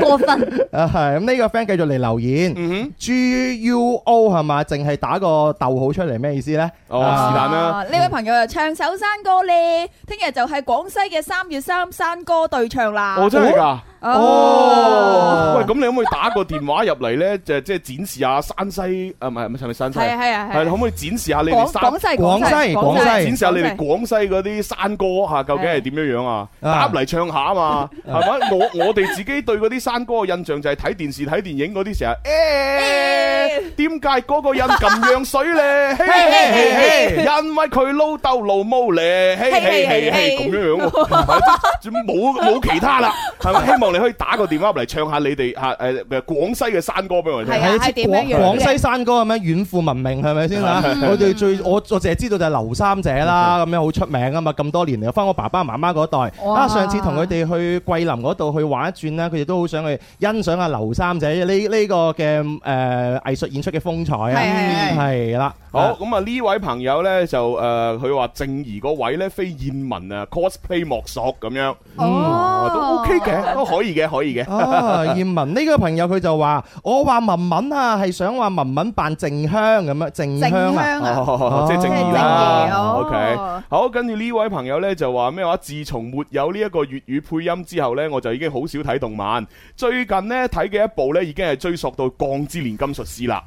Speaker 7: 過分，
Speaker 5: 啊，係咁呢個 friend 繼續嚟留言、g
Speaker 4: 嗯
Speaker 5: U O 係嘛？淨係打個逗號出嚟咩意思呢？
Speaker 4: 哦，
Speaker 5: 啊
Speaker 4: 是但啦。
Speaker 6: 呢位朋友就唱首山歌咧，聽日就係廣西嘅三月三山歌對唱啦。
Speaker 4: 哦，真係㗎！
Speaker 5: 哦
Speaker 4: 喂，咁你可唔可以打個電話入嚟咧？就即係展示下山西啊，唔係唔係係咪山西？
Speaker 6: 係啊，係啊，係啊。
Speaker 4: 係可唔可以展示下你哋
Speaker 6: 廣-
Speaker 4: 山？
Speaker 6: 廣西，
Speaker 5: 廣西，
Speaker 6: 廣西，
Speaker 5: 廣西。
Speaker 4: 展示下你
Speaker 6: 廣
Speaker 4: 哋
Speaker 6: 西。
Speaker 4: 廣西嗰啲山歌嚇，究竟係點樣樣啊？
Speaker 5: 啊
Speaker 4: 打入嚟唱下啊嘛，係咪？我我哋自己對嗰啲山歌嘅印象就係睇電視、睇電影嗰啲 [laughs] 成日，誒點解嗰個人咁樣水咧？嘿嘿嘿嘿因為佢老豆老母咧，嘿嘿嘿嘿咁樣 [laughs] 樣喎，係即係冇冇其他啦，係咪？希望你可以打個電話入嚟唱下你哋嚇誒誒廣西嘅山歌俾我哋
Speaker 6: 係
Speaker 4: 聽。
Speaker 6: 啊
Speaker 5: 係
Speaker 6: 點樣樣嗯
Speaker 5: 廣廣西山歌咁樣遠赴聞名係咪先啊？我哋最我我淨係知道就係劉三姐啦，咁樣好出名啊嘛！咁多年嚟，翻我爸爸媽媽嗰代
Speaker 6: 哇
Speaker 5: 啊，上次同佢哋去桂林嗰度去玩一轉啦，佢哋都好想去欣賞下劉三姐呢呢個嘅嗯誒藝術演出嘅風
Speaker 6: 係係
Speaker 5: 采啊！係啦，
Speaker 4: 好咁啊！呢位朋友咧就誒，佢話正義嗰位咧非燕文啊 cosplay 莫屬咁樣，啊
Speaker 6: 哦。
Speaker 4: 都 OK 嘅，都可以嘅，可以嘅。
Speaker 5: 啊，葉文呢個朋友佢就話：我話文文啊，係想話文文扮靜香咁樣，靜香啊，
Speaker 6: 靜香啊。
Speaker 4: 哦，即係正
Speaker 6: 即
Speaker 4: 義
Speaker 6: 係正義
Speaker 4: 啦
Speaker 6: 哦。
Speaker 4: OK，好，跟住呢位朋友呢就話咩話？自從沒有呢一個粵語配音之後呢，我就已經好少睇動漫。最近呢，睇嘅一部呢已經係追溯到《鋼之煉金術師》啦。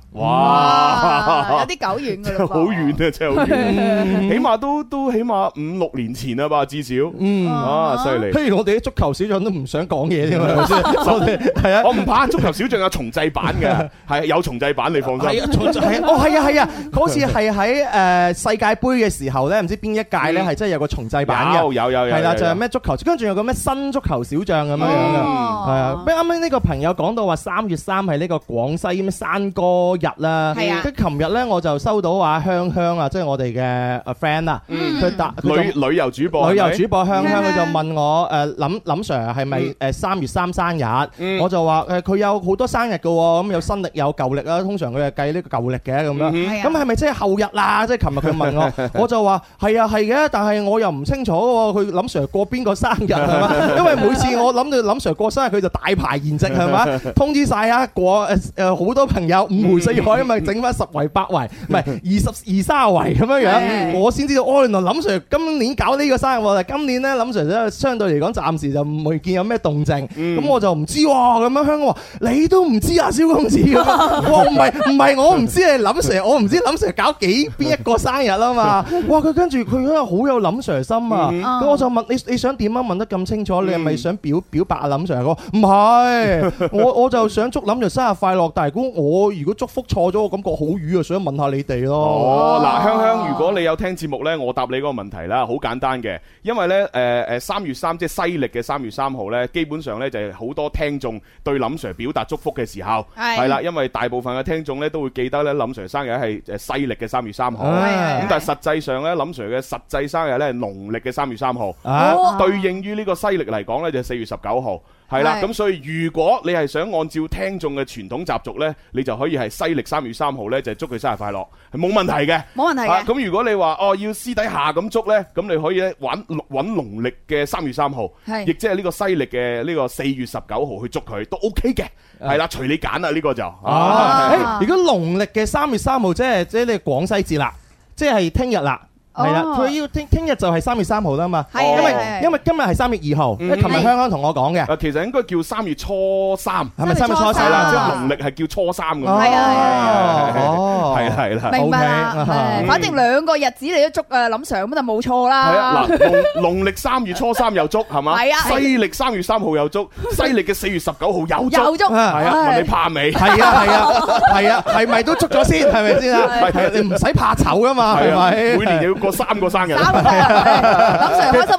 Speaker 4: 哇！真
Speaker 6: 哇，有啲久遠㗎嘞噃。
Speaker 4: 係好遠啊！真係好遠，起碼都都起碼五六年前啦吧，至少。嗯，啊，犀利！
Speaker 5: 譬如我哋啲足球小將都唔想講嘢添啊，係咪先我哋係啊。
Speaker 4: 我唔怕足球小將有重製版
Speaker 5: [laughs]
Speaker 4: 嘅，係有重製版，你放
Speaker 5: 係
Speaker 4: 心。
Speaker 5: 啊，從係啊哦，係啊，係啊，嗰次係喺誒世界盃嘅時候咧，唔知邊一屆咧
Speaker 4: 嗯
Speaker 5: 係真係有個重製版嘅
Speaker 4: 有，有有有，
Speaker 5: 係啦，
Speaker 4: 有
Speaker 5: 就係咩足球，跟住有個咩新足球小將咁樣樣嘅。
Speaker 4: 哦
Speaker 5: 係啊，咩啱啱呢個朋友講到話三月三係呢個廣西咩山歌日啦，
Speaker 6: 係啊
Speaker 5: 跟住琴日咧我就收到話香香啊，即係我哋嘅誒 friend 啊，
Speaker 4: 嗯
Speaker 5: 佢答佢就
Speaker 4: 旅旅遊主播，
Speaker 5: 旅遊主播香香，
Speaker 6: 香香
Speaker 5: 佢就問我誒林林 Sir 係咪誒三月三生日？我就話誒佢有好多生日嘅喎，咁有新歷有舊歷啦，通常佢係計呢個舊歷嘅咁
Speaker 4: 嗯
Speaker 5: 樣。
Speaker 6: 係啊。
Speaker 5: 咁係咪即係後日啦？即係琴日佢問我，我就話係啊係嘅，但係我又唔清楚喎。佢林 Sir 過邊個生日係嘛？因為每次我諗到林 Sir 過生日，佢就大排筵席係嘛，通知晒啊，過誒誒好多朋友五湖四海咁咪整翻十圍八圍，唔係二十二三圍咁樣樣，
Speaker 6: 係
Speaker 5: 我先知道哦，原來林 Sir 今年搞呢個生日喎。但係今年咧，林 Sir 咧相對嚟講暫時就就未見有咩動靜。
Speaker 4: 嗯
Speaker 5: 咁我就唔知喎，咁樣香港話你都唔知啊，蕭公子
Speaker 4: [laughs]
Speaker 5: 咁樣。哇，唔係唔係，我唔知你林 Sir，我唔知林 Sir 搞幾邊一個生
Speaker 4: [laughs]
Speaker 5: 日啊嘛。哇，佢跟住佢嗰個好有林 Sir 心啊。咁我就問你你想點啊？問得咁清楚，你係咪想表表白啊？林 Sir 我唔係，我 [laughs] 我就想祝林 Sir 生日快樂。但係如果我如果祝福錯咗，我感覺好瘀啊，想問下你哋咯。
Speaker 4: 哦，嗱，香香，如果你有聽節目呢，我答你嗰個問題啦，好簡單嘅，因為呢，誒誒三月三即係西歷嘅三月三號呢，基本上呢就係好多聽眾對林 Sir 表達祝福嘅時候，
Speaker 6: 係
Speaker 4: 係啦，因為大部分嘅聽眾呢都會記得呢林 Sir 生日係誒西歷嘅三月三號，
Speaker 5: 啊
Speaker 4: 咁但係實際上呢，林 Sir 嘅實際生日呢係農曆嘅三月三號。
Speaker 5: 啊！
Speaker 4: 對應於呢個西歷嚟講呢，就四月十九號。係啦，
Speaker 6: 係
Speaker 4: 咁所以如果你係想按照聽眾嘅傳統習俗呢，你就可以係西歷三月三號呢，就祝佢生日快樂，係冇問題嘅。
Speaker 6: 冇問題
Speaker 4: 啊
Speaker 6: 嘅。
Speaker 4: 咁如果你話哦要私底下咁祝呢，咁你可以咧揾揾農曆嘅三月三號，
Speaker 6: 係
Speaker 4: 亦即係呢個西歷嘅呢個四月十九號去祝佢都 OK 嘅，係啦，隨你揀啦呢個就。
Speaker 5: 啊！誒如果農曆嘅三月三號，即係即係你廣西節啦，即係聽日啦。係啦，
Speaker 6: 哦
Speaker 5: 佢要聽聽日就係三月三號啦嘛，
Speaker 6: 係
Speaker 4: 係
Speaker 5: 因為
Speaker 6: 係
Speaker 5: 因為今日係三月二號，因為琴日香港同我講嘅，
Speaker 4: 啊，其實應該叫三月初三，
Speaker 5: 係咪三月初四
Speaker 4: 係啦，
Speaker 5: 啦？
Speaker 4: 即係
Speaker 5: 即係
Speaker 4: 農曆係叫初三咁。
Speaker 5: 哦
Speaker 6: 係啊
Speaker 4: 係啊
Speaker 5: 哦
Speaker 4: 係啦係啦。
Speaker 6: 明白啦
Speaker 5: OK，啊
Speaker 6: 係反正兩個日子你都捉啊林 Sir 咁就冇錯
Speaker 4: 系啊，
Speaker 6: 啦。
Speaker 4: 嗱，農农历三月初三又捉係嘛，
Speaker 6: 係啊係
Speaker 4: 西歷三月三號
Speaker 6: [laughs]
Speaker 4: 又捉，西歷嘅四月十九號又捉，
Speaker 6: 有捉
Speaker 4: 係啊，問你怕未？
Speaker 5: 係啊係啊係啊，係咪都捉咗先？係咪先啊？係啊你唔使怕醜噶嘛，
Speaker 4: 係
Speaker 5: 係
Speaker 4: 啊，
Speaker 5: 咪？
Speaker 4: 每年要過三個生日，
Speaker 6: 打個突林 Sir 開心到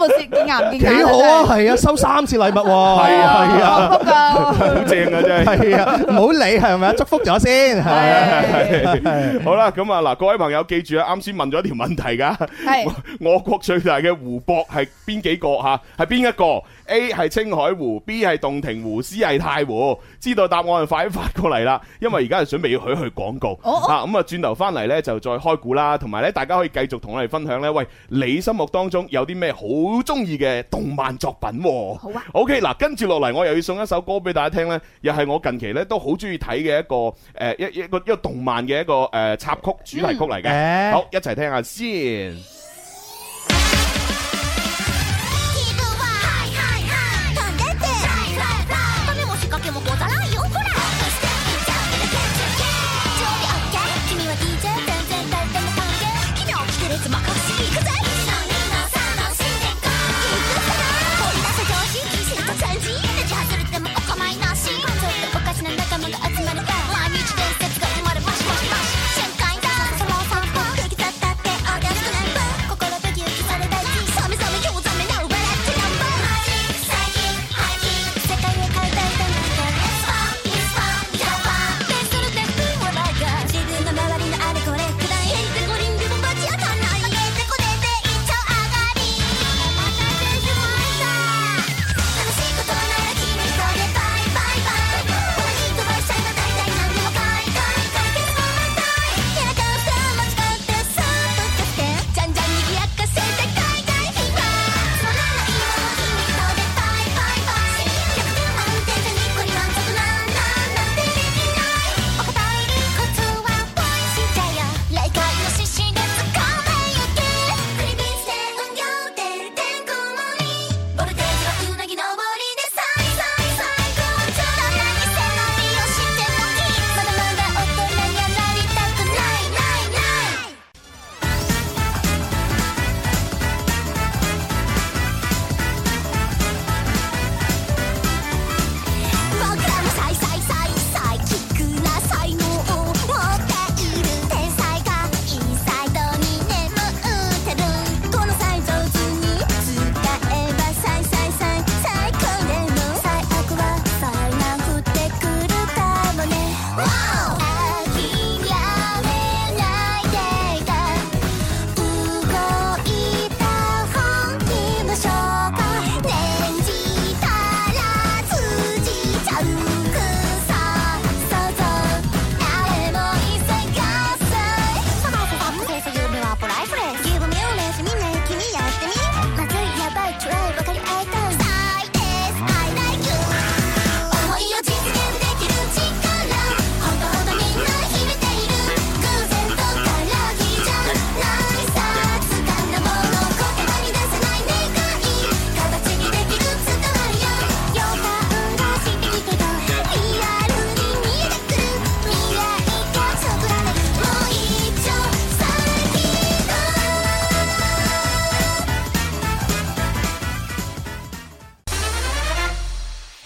Speaker 6: 見見牙唔見眼
Speaker 5: 幾好啊！！係啊，收三次禮物喎，係
Speaker 4: 啊
Speaker 5: 係啊
Speaker 6: 真係幸福㗎
Speaker 4: 好正啊真係。
Speaker 5: 係啊，唔好理係咪啊？祝福咗先，係
Speaker 4: à.
Speaker 5: 啊
Speaker 6: à.
Speaker 4: 係 [laughs] 好啦，咁啊嗱，各位朋友記住啊，啱先問咗一條問題㗎。
Speaker 6: 係
Speaker 4: [laughs] 我國最大嘅湖泊係邊幾個吓？係邊一個？A 係青海湖，B 係洞庭湖，C 係太湖。知道答案就快啲發過嚟啦，因為而家係準備要去去廣告。
Speaker 6: 哦哦
Speaker 4: 啊，咁啊轉頭翻嚟呢，就再開估啦，同埋呢，大家可以繼續同我哋分享呢。喂，你心目當中有啲咩好中意嘅動漫作品喎？
Speaker 6: 好啊
Speaker 4: OK，嗱，跟住落嚟，我又要送一首歌俾大家聽呢，又係我近期呢都好中意睇嘅一個誒、呃一一個一個動漫嘅一個誒、呃插曲主題曲嚟嘅。
Speaker 5: 嗯
Speaker 4: 好，一齊聽下先。
Speaker 8: 瞬間だ空を散歩吹き立ったって踊る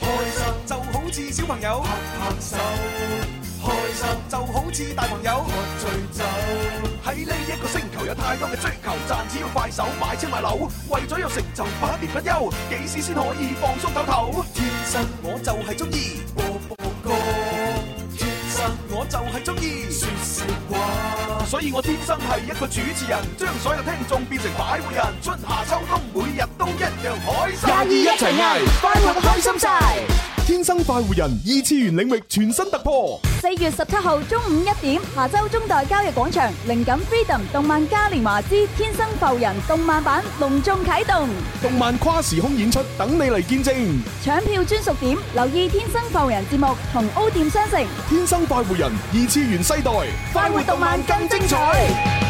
Speaker 8: 小朋友拍拍手，開心就好似大朋友喝醉酒。喺呢一個星球有太多嘅追求，賺錢要快手，買車買樓，為咗有成就百變不休，幾時先可以放鬆唞唞？天生我就係中意播播歌，天生我就係中意説笑話，所以我天生係一個主持人，將所有聽眾變成擺活人，春夏秋冬每日都一樣開心。
Speaker 4: 一齊嗌，
Speaker 1: 快活開心晒。
Speaker 2: 天生快活人，二次元領域全新突破。
Speaker 3: 四月十七號中午一點，下周中代交易廣場靈感 Freedom 動漫嘉年華之天生浮人動漫版隆重啟動，
Speaker 2: 動漫跨時空演出，等你嚟見證。
Speaker 3: 搶票專屬點留意天生浮人節目同 O 店商城。
Speaker 2: 天生快活人，二次元世代，
Speaker 1: 快活動漫更精彩，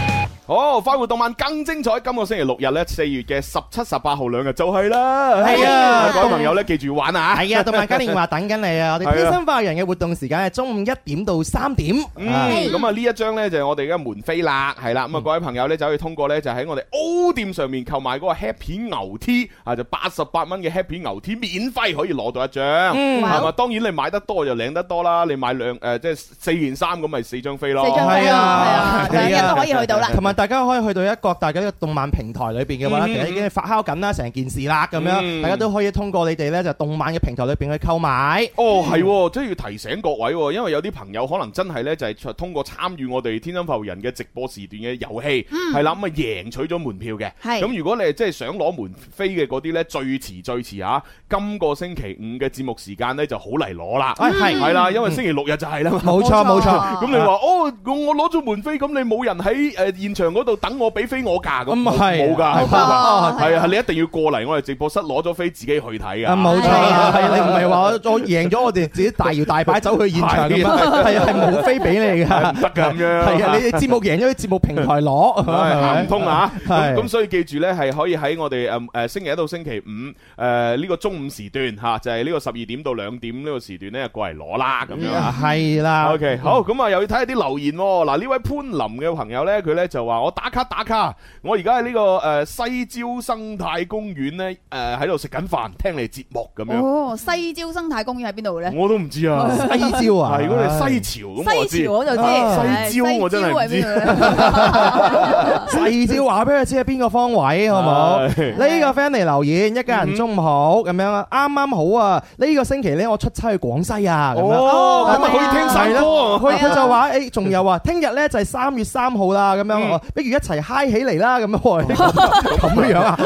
Speaker 4: 好快活動漫更精彩！今個星期六日咧，四月嘅十七、十八號兩日就係啦。
Speaker 5: 係啊
Speaker 4: 各位朋友咧，記住玩啊！
Speaker 5: 係啊，動漫嘉年華等緊你啊！我
Speaker 4: 係啊
Speaker 5: 哋天生化人嘅活動時間係中午一點到三點。啊
Speaker 4: 嗯，咁啊呢一張呢，就係我哋嘅門飛啦，係啦，咁啊各位朋友呢，就可以通過呢，就喺我哋 O 店上面購買嗰個 Happy 牛 T 啊，就八十八蚊嘅 Happy 牛 T 免費可以攞到一張，係嘛？當然你買得多就領得多啦，你買兩誒即係四件衫咁咪四張飛咯，
Speaker 6: 四張
Speaker 5: 係啊
Speaker 6: 飛啊，係
Speaker 5: 係啊
Speaker 6: 啊，兩日都可以去到啦。
Speaker 5: 同埋大家可以去到一各大嘅一個動漫平台裏邊嘅話
Speaker 4: 嗯
Speaker 5: 咧，其實已經係發酵緊啦，成件事啦咁
Speaker 4: 嗯
Speaker 5: 樣，大家都可以通過你哋咧就動漫嘅平台裏邊去購買。
Speaker 4: 哦，係喎，即係要提醒各位喎，因為有啲朋友可能真係呢，就係通過參與我哋天生浮人嘅直播時段嘅遊戲，
Speaker 5: 嗯
Speaker 4: 係啦，咁啊贏取咗門票嘅。
Speaker 6: 係
Speaker 4: 咁如果你係即係想攞門飛嘅嗰啲呢，最遲最遲啊，今個星期五嘅節目時間呢，就好嚟攞啦。
Speaker 5: 哎係
Speaker 4: 係啦，因為星期六日就係啦嘛。
Speaker 5: [laughs] 冇錯冇錯。
Speaker 4: 咁你話哦，我我攞咗門飛，咁你冇人喺誒現場嗰度等我俾飛我㗎，咁
Speaker 5: 咁
Speaker 4: 冇
Speaker 5: 嗯係
Speaker 4: 冇㗎，冇
Speaker 5: 係啊
Speaker 4: 㗎，係啊，你一定要過嚟我哋直播室攞咗飛自己去睇㗎。
Speaker 5: 啊，冇錯
Speaker 6: 係
Speaker 5: 啦
Speaker 6: 啊，
Speaker 5: 係啊，你唔係話我我贏咗，我哋自己大搖大擺走去現場咁啊，係啊，係冇飛俾你
Speaker 4: 係
Speaker 5: 㗎，
Speaker 4: 唔得㗎咁樣
Speaker 5: 係啊，你哋節目贏咗，啲節目平台攞，
Speaker 4: 唉行唔
Speaker 5: 係咪
Speaker 4: 通啊！咁
Speaker 5: 係
Speaker 4: 咁所以記住呢，係可以喺我哋誒誒星期一到星期五誒呢個中午時段嚇，就係呢個十二點到兩點呢個時段呢，過嚟攞啦咁樣啊。
Speaker 5: 哎係啦
Speaker 4: OK，好，咁啊又要睇下啲留言喎。嗱，呢位潘林嘅朋友呢，佢呢就話：我打卡打卡，我而家喺呢個誒西郊生態公園呢，誒喺度食緊飯，聽你節目咁樣，
Speaker 6: 哦，西郊生態公園喺邊度咧？
Speaker 4: 我都唔知啊。
Speaker 5: 西招啊，
Speaker 4: 係 [laughs] 如果你西樵咁，我
Speaker 6: 西樵
Speaker 4: 知。
Speaker 6: 我就知，
Speaker 4: 啊西樵我真係
Speaker 6: 西樵喺
Speaker 4: 唔知
Speaker 6: 邊度呢
Speaker 5: 細啊招話俾佢知係邊個方位，好冇？
Speaker 4: 係
Speaker 5: 呢個 friend 嚟留言，一家人中午好
Speaker 4: 嗯
Speaker 5: 咁樣啊，啱啱好啊！呢個星期咧，我出差去廣西啊，咁樣。
Speaker 4: 哦，咁咪可以聽晒歌啊。
Speaker 5: 佢佢就話：誒，仲有啊，聽日咧就係三月三號啦，咁樣，
Speaker 4: 嗯
Speaker 5: 我不如一齊嗨起嚟啦，咁樣喎，
Speaker 4: [laughs]
Speaker 5: 咁樣啊？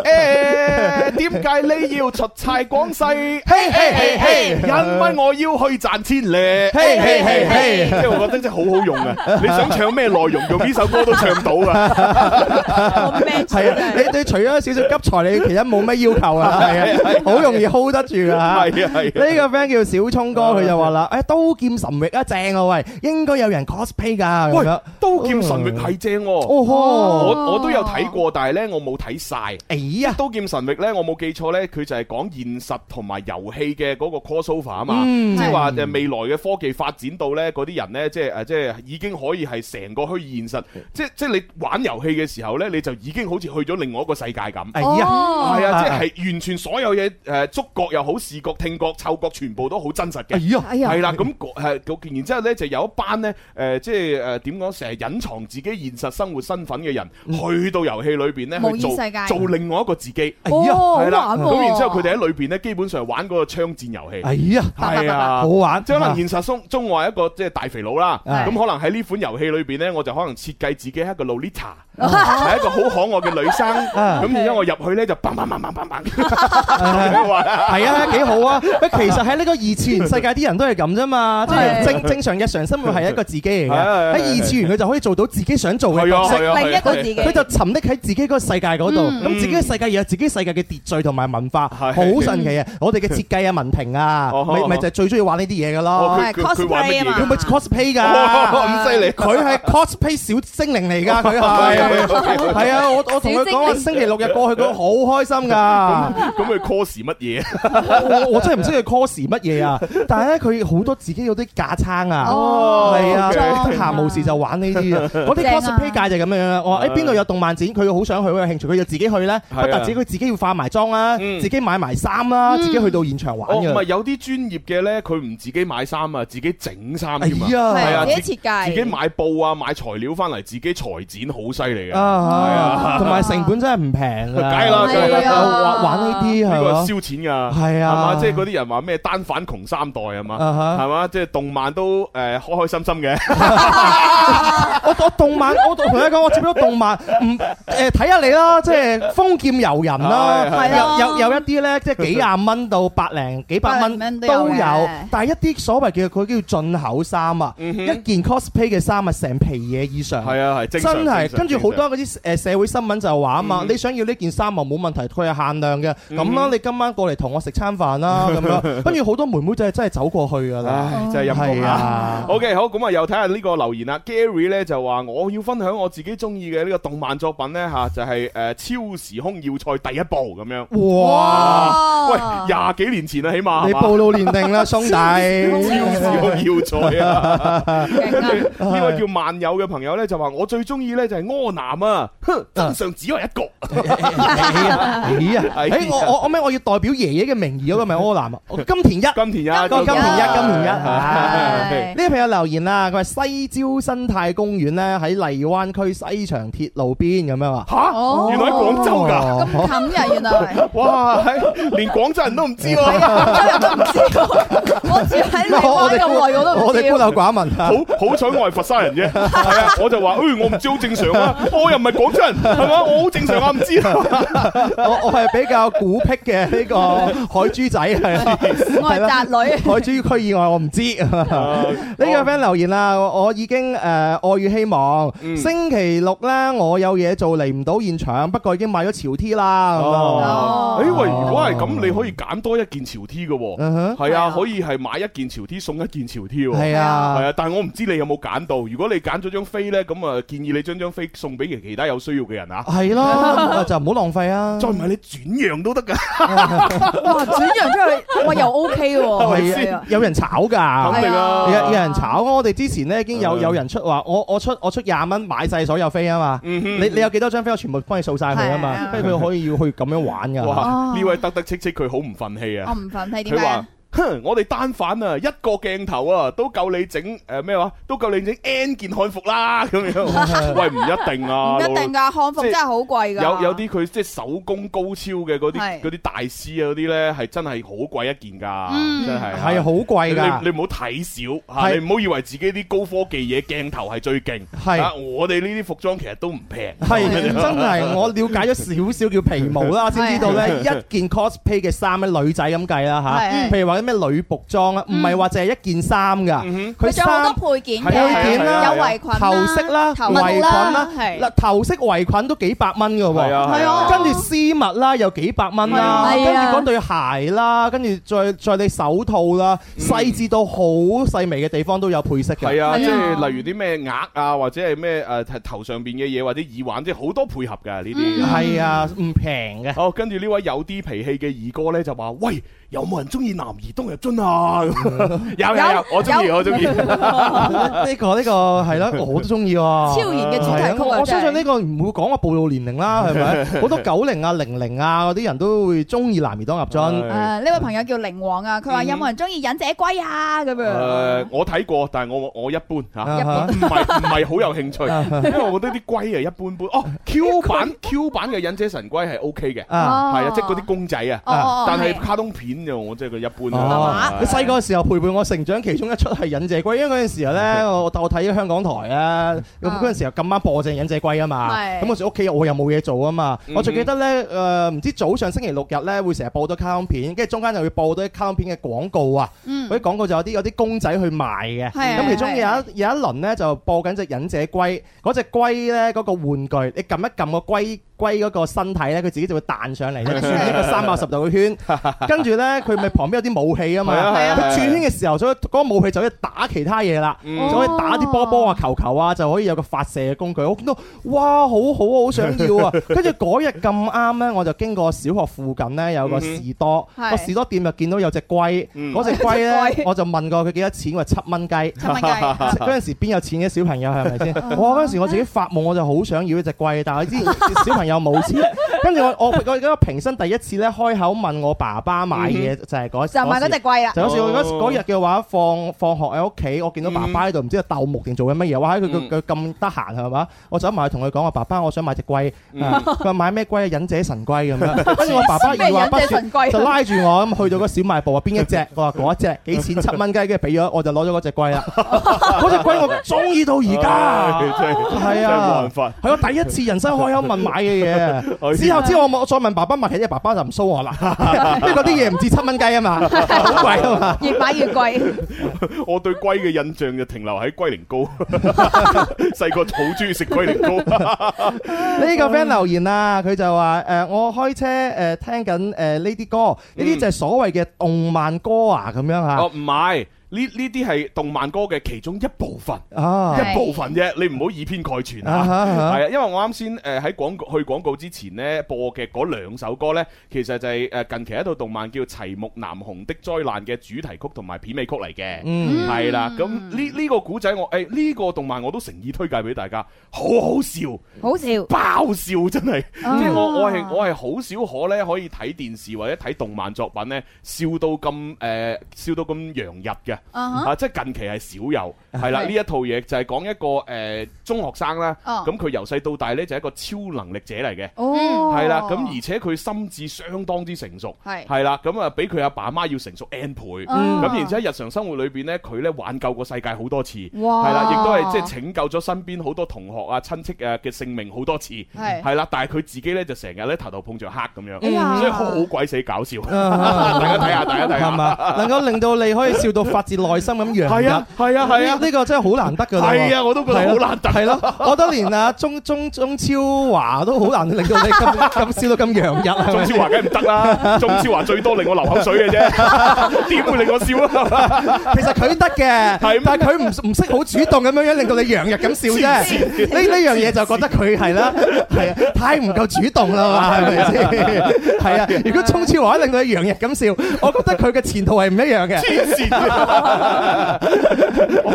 Speaker 4: 诶，點解你要出差廣西？
Speaker 5: 嘿嘿嘿嘿，
Speaker 4: 因為我要去賺錢咧。
Speaker 5: 嘿嘿嘿嘿
Speaker 4: 即係我覺得真係好好用啊！你想唱咩內容，用呢首歌都唱到
Speaker 5: [laughs]
Speaker 4: 啊！
Speaker 5: 係啊，你對除咗少少急才，你其實冇乜要求啊，
Speaker 4: [laughs]
Speaker 5: 係啊，好容易 hold 得住啊。
Speaker 4: 係啊係啊，
Speaker 5: 呢個 friend 叫小聰哥，佢就話啦：，誒刀劍神域啊，正啊喂，應該有人 cosplay 㗎咁
Speaker 4: 喂
Speaker 5: 樣。，
Speaker 4: 刀劍神域係正喎。
Speaker 5: 哦吼，
Speaker 4: 我我都有睇過，但係咧我冇睇晒。
Speaker 5: 哎呀，
Speaker 4: 刀劍神域咧，我冇記錯咧，佢就係講現實同埋遊戲嘅嗰個 crossover 啊嘛，
Speaker 5: 嗯
Speaker 4: 即係話誒未來嘅科技發展到咧，嗰啲人咧即係誒即係已經可以係成個虛擬現實，即即係你玩遊戲嘅時候咧，你就已經好似去咗另外一個世界咁。
Speaker 5: 哎呀，
Speaker 4: 係啊，即
Speaker 5: 啊
Speaker 4: 係完全所有嘢誒觸覺又好，視覺、聽覺、嗅覺，全部都好真實
Speaker 5: 哎
Speaker 4: 嘅。
Speaker 5: 呀，
Speaker 4: 係啦，咁嗰係嗰然之後咧，就有一班咧，誒、即係誒點講，成日隱藏自己現實生活身份嘅人，去到遊戲裏邊咧
Speaker 6: 模
Speaker 4: 去
Speaker 6: 擬
Speaker 4: 做
Speaker 6: 世界
Speaker 4: 做另外一個自己。
Speaker 5: 哎呀，
Speaker 6: 哦，好
Speaker 4: 係啦，
Speaker 6: 玩喎。
Speaker 4: 咁然之後佢哋喺裏邊咧，基本上玩嗰個槍戰遊戲。
Speaker 5: 哎呀，
Speaker 4: 係啊
Speaker 6: [laughs]
Speaker 5: 好。玩，
Speaker 4: 即係可能現實中中我係一個即係大肥佬啦，咁
Speaker 6: 啊
Speaker 5: 係
Speaker 4: 可能喺呢款遊戲裏邊呢，我就可能設計自己係一個 Lolita，係一
Speaker 6: 哦
Speaker 4: 個好可愛嘅女
Speaker 6: [laughs]
Speaker 4: 生，
Speaker 6: 啊
Speaker 4: 咁然之後我入去呢，就砰砰砰砰砰砰，
Speaker 5: 係啊，幾好啊！喂，其實喺呢個二次元世界啲人都係咁啫嘛，即係
Speaker 6: 係
Speaker 5: 正正常日常生活係一個自己嚟嘅，
Speaker 4: 係啊係啊
Speaker 5: 喺二次元佢就可以做到自己想做嘅
Speaker 4: 係
Speaker 5: 角
Speaker 4: 啊
Speaker 5: 色。
Speaker 4: 係啊，
Speaker 6: 另一個自己
Speaker 5: 佢就沉溺喺自己嗰個世界嗰度，咁自己嘅世界又有自己世界嘅秩序同埋文化，
Speaker 4: 嗯係嗯
Speaker 5: 好神奇啊！我哋嘅設計啊、文婷啊
Speaker 4: 哦，
Speaker 5: 咪咪就係最中意玩呢啲嘢噶
Speaker 4: 哦
Speaker 5: 咯。
Speaker 4: 佢佢佢玩乜嘢哦
Speaker 5: 佢咪
Speaker 4: 㗎？ [laughs] 啊
Speaker 5: cosplay 㗎，
Speaker 4: 哇咁犀利
Speaker 5: 佢係 cosplay 小精靈嚟㗎，佢係
Speaker 4: 哦
Speaker 6: 啊
Speaker 4: 係
Speaker 5: 係啊，我我同佢講話星期六日過去，佢好開心㗎。
Speaker 4: 咁佢 cos 乜嘢？
Speaker 5: 我我真係唔識佢 cos 乜嘢啊！但係咧，佢好多自己有啲架撐啊，
Speaker 7: 哦
Speaker 5: 係啊，
Speaker 7: 裝啊
Speaker 5: 得閒無事就玩呢
Speaker 4: [laughs]
Speaker 5: 啲啊。我啲
Speaker 7: 正啊
Speaker 5: cosplay 界就係咁樣啦。我話誒哎邊度有動漫展，佢好想去，好有興趣，佢就自己去咧。
Speaker 4: 係
Speaker 5: 不
Speaker 4: 啊
Speaker 5: 特止佢自己要化埋妝啦，
Speaker 4: 嗯
Speaker 5: 自己買埋衫啦，自己去到現場玩
Speaker 4: 哦，唔係
Speaker 5: 嘅。
Speaker 4: 有啲專業嘅咧，佢唔自己買衫啊，自己整衫
Speaker 5: 哎
Speaker 4: 添啊。係啊
Speaker 5: 呀！
Speaker 6: 自己設計，
Speaker 4: 自己買布啊，買材料翻嚟，自己裁剪好犀利嘅，
Speaker 5: 啊，同埋成本真係唔平
Speaker 4: 梗
Speaker 5: 啊！
Speaker 4: 係啦，梗係
Speaker 6: 係啊
Speaker 4: 啦，
Speaker 5: 玩玩呢啲
Speaker 4: 呢
Speaker 5: 係
Speaker 4: 個係
Speaker 5: 嘛？
Speaker 4: 燒錢㗎，
Speaker 5: 係啊
Speaker 4: 係嘛，即係嗰啲人話咩單反窮三代係嘛，
Speaker 5: 啊哈
Speaker 4: 係嘛，即係動漫都呃誒開開心心嘅，
Speaker 5: 我我動漫，我同你講，我接咗動漫，唔誒睇下你啦，即係封劍遊人啦，
Speaker 4: 係
Speaker 6: 係啊
Speaker 5: 有有有一啲咧，即係幾廿蚊到百零幾百
Speaker 6: 百零
Speaker 5: 蚊
Speaker 6: 蚊都
Speaker 5: 都
Speaker 6: 有
Speaker 5: 有
Speaker 6: 嘅，
Speaker 5: 但係一啲所謂嘅佢叫進口衫啊，
Speaker 4: 嗯哼
Speaker 5: 一件 cosplay 嘅衫啊，成皮嘢以上。
Speaker 4: 係啊係，正
Speaker 5: 真
Speaker 4: 常
Speaker 5: 係，
Speaker 4: 正常
Speaker 5: 跟住好
Speaker 4: 正常
Speaker 5: 多嗰啲誒社會新聞就話啊嘛，
Speaker 4: 嗯
Speaker 5: 你想要呢件衫啊冇問題，佢係限量嘅。咁啦
Speaker 4: 嗯，
Speaker 5: 你今晚過嚟同我食餐
Speaker 4: [laughs]
Speaker 5: 飯啦，咁樣。跟住好多妹妹仔係真係走過去㗎啦，
Speaker 4: 唉，真係陰公啊！
Speaker 5: 啊
Speaker 4: O、k 好，咁啊又睇下呢個留言啦。Gary 咧就話我要分享我自己中意嘅呢個動漫作品咧吓、就係、呃超時空要塞第一部咁樣。
Speaker 5: 哇！
Speaker 4: 喂，廿幾年前啦，起碼
Speaker 5: 啊你
Speaker 4: 係嘛？
Speaker 5: 暴露年齡啦，兄弟。
Speaker 4: 超時空要塞
Speaker 5: [laughs]
Speaker 4: 啊！ [laughs]
Speaker 6: 勁啊
Speaker 4: 呢位叫萬友嘅朋友咧就話我最中意咧就係柯南啊，哼，真相只有一
Speaker 5: [laughs]
Speaker 4: 個。
Speaker 5: 咦啊！
Speaker 4: 哎呀
Speaker 5: 哎，我我我咩？我要代表爺爺嘅名義嗰個咪柯南啊！我金田一，
Speaker 4: 金田一，
Speaker 5: 個金田一，金田一。
Speaker 4: 係
Speaker 5: 呢位朋友留言啦，佢話西樵生態公園咧喺荔灣區西長鐵路邊
Speaker 4: [laughs]
Speaker 5: 咁樣啊。
Speaker 4: 吓，原來喺廣州㗎，
Speaker 5: 哦
Speaker 6: 咁近嘅原來，
Speaker 4: 哇，係連廣州人都唔
Speaker 5: [laughs]
Speaker 4: 知喎，
Speaker 5: 啊
Speaker 6: 我住喺你
Speaker 5: 我
Speaker 6: 灣
Speaker 5: 哋
Speaker 6: 咁耐我都唔
Speaker 5: 我
Speaker 6: 知
Speaker 5: 哋孤
Speaker 6: 喎。
Speaker 5: 陋寡聞啊
Speaker 4: 好！好彩我係佛山人啫，係啊，我就話，誒，我唔知好正常
Speaker 5: [laughs]
Speaker 4: 啊，我又唔係廣州人，係嘛，我好正常啊，唔知啊，
Speaker 5: 我我係比較古僻嘅呢個 [laughs] 海珠仔係啊。
Speaker 6: 我係宅女，
Speaker 5: 海珠區以外我唔知。 [laughs]
Speaker 4: 哦
Speaker 5: 呢個 friend 留言啦，我我已經誒呃愛與希望。
Speaker 4: 嗯
Speaker 5: 星期六呢，我有嘢做嚟唔到現場，不過已經買咗潮 T 啦。咁樣啊
Speaker 4: 哦，
Speaker 6: 哦
Speaker 4: 誒喂，如果係咁，你可以減多一件潮 T 嘅喎，
Speaker 5: 嗯哼，
Speaker 4: 係
Speaker 6: 係
Speaker 4: 啊，
Speaker 6: 啊
Speaker 4: 可以係買一件潮 T 送一件潮 T 喎。
Speaker 5: 係
Speaker 4: 係
Speaker 5: 啊，
Speaker 4: 啊，但係我唔知你有冇揀到。如果你揀咗張飛呢，咁啊建議你將張飛送俾其其他有需要嘅人啊。
Speaker 5: 係咯， [laughs] 就唔好浪費啊。
Speaker 4: 再唔係你轉讓都得㗎，
Speaker 6: 哇！轉讓出去，哇又 OK 喎，
Speaker 4: 咪
Speaker 6: 係
Speaker 4: 先
Speaker 6: 啊
Speaker 5: 有人炒㗎。
Speaker 4: 肯定啊
Speaker 5: 有
Speaker 6: 係啊
Speaker 5: 有人炒我哋之前呢已經有
Speaker 4: 嗯
Speaker 5: 有人出話，我我出我出廿蚊買晒所有飛啊嘛，
Speaker 4: 嗯哼
Speaker 5: 你你有幾多張飛我全部幫你掃晒佢啊
Speaker 6: 係
Speaker 5: 嘛，
Speaker 6: 啊
Speaker 5: 跟住佢可以要去咁樣玩㗎。
Speaker 4: 哇！
Speaker 6: 哦
Speaker 4: 呢位得得戚戚佢好唔忿氣
Speaker 6: 我
Speaker 4: 啊！
Speaker 6: 唔忿氣點
Speaker 4: 佢
Speaker 6: 解
Speaker 4: 話
Speaker 6: 啊？：
Speaker 4: 哼，我哋單反啊，一個鏡頭啊，都夠你整誒咩話？都夠你整 N 件漢服啦
Speaker 6: [laughs]
Speaker 4: 咁樣。喂，唔一定啊，
Speaker 6: 唔一
Speaker 4: 老
Speaker 6: 定㗎，漢服
Speaker 4: 即係
Speaker 6: 真係好貴㗎。
Speaker 4: 有有啲佢即係手工高超嘅嗰啲
Speaker 6: 係
Speaker 4: 嗰啲大師啊，嗰啲咧係真係好貴一件㗎，
Speaker 7: 嗯
Speaker 4: 真係啊
Speaker 5: 係好貴㗎。
Speaker 4: 你你唔好睇少嚇，
Speaker 5: 係
Speaker 4: 你唔好以為自己啲高科技嘢鏡頭係最勁。
Speaker 5: 係
Speaker 4: 啊我哋呢啲服裝其實都唔平。
Speaker 5: 係真係，我了解咗少少叫皮毛
Speaker 6: [laughs]
Speaker 5: 啦，先知道咧一件 cosplay 嘅衫咧，女仔咁計啦
Speaker 6: 係嗯
Speaker 5: 嚇，譬如話啲咩女仆裝啊，唔係話淨係一件衫噶
Speaker 4: 嗯，
Speaker 5: 佢
Speaker 6: 佢仲有好
Speaker 5: 衫。
Speaker 6: 多配件嘅，
Speaker 5: 係啊配件啦
Speaker 6: 有圍裙啦、
Speaker 5: 頭飾啦、
Speaker 6: 頭
Speaker 5: 圍裙啦，
Speaker 6: 係
Speaker 5: 嗱頭飾圍裙都幾百蚊嘅
Speaker 4: 係
Speaker 5: 喎，
Speaker 4: 啊係
Speaker 6: 係啊
Speaker 5: 跟住絲襪啦又幾百蚊啦，跟
Speaker 6: 係
Speaker 5: 住
Speaker 6: 啊
Speaker 5: 嗰對鞋啦，跟住再再你手套啦，細緻到好細微嘅地方都有配飾
Speaker 4: 嗯
Speaker 5: 嘅。
Speaker 4: 係啊，
Speaker 6: 係啊
Speaker 4: 即係例如啲咩額啊，或者係咩誒頭上邊嘅嘢，或者耳環，即係好多配合㗎呢啲。
Speaker 5: 係啊，唔平
Speaker 4: [laughs]
Speaker 5: 嘅。
Speaker 4: 好，跟住呢位有啲脾氣嘅二哥咧就話：，喂，有冇人中意男兒當入樽
Speaker 5: [laughs]
Speaker 4: 啊？有有有，啊我中意，我中意。
Speaker 5: 呢個呢個
Speaker 4: [laughs]
Speaker 5: 係啦，我都中意喎。
Speaker 6: [laughs] 超然嘅主題曲啊
Speaker 5: 哦係我我
Speaker 6: 真
Speaker 5: 相
Speaker 6: 係
Speaker 5: 信呢個唔會講我暴露年齡啦，係
Speaker 4: [laughs]
Speaker 5: 咪？好多九零啊、零零啊嗰啲人都會中意男兒當入
Speaker 4: 係嗯
Speaker 5: 樽。
Speaker 6: 誒呢位朋友叫靈王啊，佢話有冇人中意忍者龜啊？咁
Speaker 4: 誒
Speaker 6: 樣，
Speaker 4: 我睇過，但係我我一般嚇，
Speaker 5: 啊哈
Speaker 4: 唔係唔係好有興
Speaker 5: [laughs] 啊
Speaker 4: 趣，因為我覺得啲龜啊一般般。哦，Q 版 Q 版嘅忍者神龜係 OK 嘅，係
Speaker 5: 啊！
Speaker 4: 啊，即係嗰啲公仔啊。
Speaker 6: 哦哦，
Speaker 4: 但係
Speaker 6: 係
Speaker 4: 卡通片就我真係佢一般
Speaker 5: 哦
Speaker 4: 啊。
Speaker 5: 你細個嘅時候陪伴我成長，其中一出係《忍者龜》，因為嗰陣時候咧，我我睇香港台啊，咁
Speaker 6: 啊
Speaker 5: 嗰陣時候咁啱播正《忍者龜》啊嘛，
Speaker 6: 係
Speaker 5: 咁嗰時屋企我又冇嘢做啊嘛，
Speaker 4: 嗯哼
Speaker 5: 我最記得呃咧誒，唔知早上星期六日咧會成日播好多卡通片，跟住中間又會播好多啲卡通片嘅廣告啊，嗰啲廣告就有啲有啲公仔去賣嘅。
Speaker 6: 嗯係啊
Speaker 5: 咁其中有
Speaker 6: 係啊
Speaker 5: 一有一輪咧就播緊只忍者龜，嗰只龜咧嗰個玩具，你撳一撳個龜龜嗰個身體咧，佢自己就會彈上嚟，就轉一個三百六十度
Speaker 4: [laughs]
Speaker 5: 嘅圈。跟住咧，佢咪旁邊有啲武器啊嘛。
Speaker 4: 係啊係啊
Speaker 5: 佢
Speaker 4: 係啊嗯
Speaker 5: 轉圈嘅時候，所以嗰個武器就可以打其他嘢啦，就可以打啲
Speaker 6: 哦
Speaker 5: 波波啊、球球啊，就可以有個發射嘅工具。我見到哇，好好啊好想
Speaker 6: [laughs]
Speaker 5: 要啊！跟住嗰日咁啱咧，我就經過小學附近咧有個士多，
Speaker 6: 嗯哼
Speaker 5: 個士多店就見到有隻龜，
Speaker 4: 嗯
Speaker 5: 嗰只
Speaker 6: [laughs]
Speaker 5: 龜
Speaker 6: 有隻龜
Speaker 5: 咧我就問過佢幾多錢，佢話七
Speaker 6: [laughs]
Speaker 5: 蚊雞。
Speaker 6: 七蚊雞，
Speaker 5: 嗰陣時邊有錢嘅小朋友係咪先？
Speaker 6: [laughs]
Speaker 5: 我嗰陣時我自己發夢，我就好想要一隻龜，但係我知
Speaker 6: [laughs]
Speaker 5: 小朋友冇錢。跟住我我我而家平生第一次咧開口問我爸爸買嘢就係嗰
Speaker 6: 嗯就買嗰
Speaker 5: 時
Speaker 6: 只貴啦。
Speaker 5: 就嗰時我嗰
Speaker 4: 哦
Speaker 5: 嗰日嘅話，放放學喺屋企，我見到爸爸喺度，唔知係鬥木定做緊乜嘢。哇！佢
Speaker 6: 嗯
Speaker 5: 佢佢咁得閒係嘛？我走埋去同佢講：我爸爸，我想買隻龜。
Speaker 6: 嗯
Speaker 5: 啊佢話買咩龜啊？忍者神龜
Speaker 6: [laughs]
Speaker 5: 咁樣。跟住我爸爸
Speaker 6: 咩
Speaker 5: 二話
Speaker 6: 忍
Speaker 5: 不
Speaker 6: 者
Speaker 5: 說
Speaker 6: 神龜
Speaker 5: 就拉住我咁去到嗰小賣部啊，邊一隻？
Speaker 6: [laughs]
Speaker 5: 我話嗰一隻幾錢？七蚊雞，跟住俾咗，我就攞咗嗰隻龜啦。嗰隻龜我中意到而家。
Speaker 4: 真
Speaker 5: 係
Speaker 4: 真係冇
Speaker 5: 啊
Speaker 4: 辦，法。
Speaker 5: 係我第一次人生開口問買嘅
Speaker 6: [laughs]
Speaker 4: 哎
Speaker 5: 嘢，之後之後我我再問爸爸買，其實爸爸就唔騷我啦， [laughs] 因為嗰啲嘢唔止七蚊雞啊嘛，好貴
Speaker 6: [laughs]
Speaker 5: 啊嘛。
Speaker 6: 越買越貴，
Speaker 4: 我對龜嘅印象就停留喺龜苓
Speaker 5: [laughs]
Speaker 4: 膏，細個好中意食龜苓
Speaker 5: [laughs]
Speaker 4: 膏。
Speaker 5: 呢
Speaker 4: 嗯
Speaker 5: 個 friend 留言啊，佢就話：誒，我開車誒聽緊誒呢啲歌，呢啲就係所謂嘅動漫歌啊，咁樣
Speaker 4: 嗯哦，
Speaker 5: 嚇。
Speaker 4: 唔係，呢呢啲係動漫歌嘅其中一部分。
Speaker 5: 啊，
Speaker 4: 一部分啫，你唔好以偏概全
Speaker 5: 啊
Speaker 4: 啊！
Speaker 5: 哈啊哈
Speaker 4: 係啊，因為我啱先誒喺廣告去廣告之前呢播嘅嗰兩首歌呢，其實就係誒近期一套動漫叫《齊木楠雄的災難》嘅主題曲同埋片尾曲嚟嘅，
Speaker 5: 嗯
Speaker 4: 係啦。咁呢呢個古仔我誒呢個動漫我都誠意推介俾大家，好好笑。
Speaker 6: 好笑。
Speaker 4: 爆笑真係，
Speaker 6: 啊
Speaker 4: 即係我我係我係好少可咧可以睇電視或者睇動漫作品咧笑到咁誒笑到咁洋溢嘅，
Speaker 6: Uh-huh
Speaker 4: 啊即係近期係少有，係啦
Speaker 6: 係
Speaker 4: 呢一套嘢就係講一個誒中學生啦，
Speaker 6: 哦
Speaker 4: 咁佢由細到大咧就係一個超能力者嚟嘅。
Speaker 6: 哦，
Speaker 4: 係啦，咁而且佢心智相當之成熟，
Speaker 6: 係
Speaker 4: 係啦，咁啊比佢阿爸媽要成熟 N 倍，
Speaker 6: 嗯
Speaker 4: 咁然之後喺日常生活裏邊呢，佢呢挽救過世界好多次，
Speaker 6: 哇
Speaker 4: 係啦，亦都係即係拯救咗身邊好多同學啊親戚啊嘅性命好多次，
Speaker 6: 係
Speaker 4: 係啦，但係佢自己呢，就成日呢頭頭碰着黑咁樣，
Speaker 6: 哎呀
Speaker 4: 所以好鬼死搞笑，
Speaker 5: 啊哈
Speaker 4: 大家睇下，大家睇
Speaker 5: 係
Speaker 4: 下，
Speaker 5: 嘛？能夠令到你可以笑到發自內心咁洋溢
Speaker 4: [laughs] 係啊，係啊，係啊
Speaker 5: 呢。呢個真係好難得㗎啦。
Speaker 4: 係啊，我都覺得好難得。
Speaker 5: 係咯，我覺得連啊鐘鐘鐘超華都好難令到
Speaker 4: [laughs]
Speaker 5: 你咁咁笑到咁洋溢，係咪
Speaker 4: 鐘超華梗係唔得 [laughs] 啦，鐘超華最多令我流口水
Speaker 6: [laughs]
Speaker 4: 嘅啫，點會令我笑啊？
Speaker 5: 其實佢得
Speaker 4: [laughs]
Speaker 5: 嘅，
Speaker 4: 係咩
Speaker 5: 但係佢唔唔識好主動咁樣樣令到你洋溢咁笑
Speaker 4: 黐
Speaker 5: 啫。
Speaker 4: 線
Speaker 5: 呢呢樣嘢就覺得佢係啦，係啊，太唔夠主動啦嘛，係
Speaker 4: [laughs]
Speaker 5: 咪先？係啊，如果衝超華令到你洋溢咁笑，我覺得佢嘅前途係唔一樣嘅。
Speaker 4: 黐線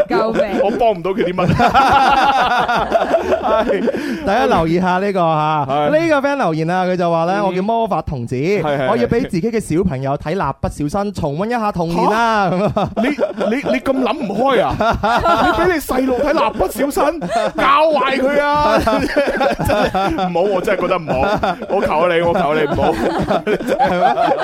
Speaker 6: 救命！
Speaker 4: 我幫唔到佢啲乜。
Speaker 5: 大家留意下呢個
Speaker 4: 係
Speaker 5: 嚇，
Speaker 4: 嗯
Speaker 5: 呢個 friend 留言啊，佢就話咧：我叫魔法童子，
Speaker 4: 係
Speaker 5: 我要俾自己嘅小朋友睇《蠟筆小新》，重温一下童年啦。咁啊，
Speaker 4: 你你你咁諗唔
Speaker 6: [laughs]
Speaker 4: 開啊？你俾你細路睇蠟筆小新，教壞佢啊！ [laughs] 真係唔好，我真係覺得唔好。我求你，我求你唔好。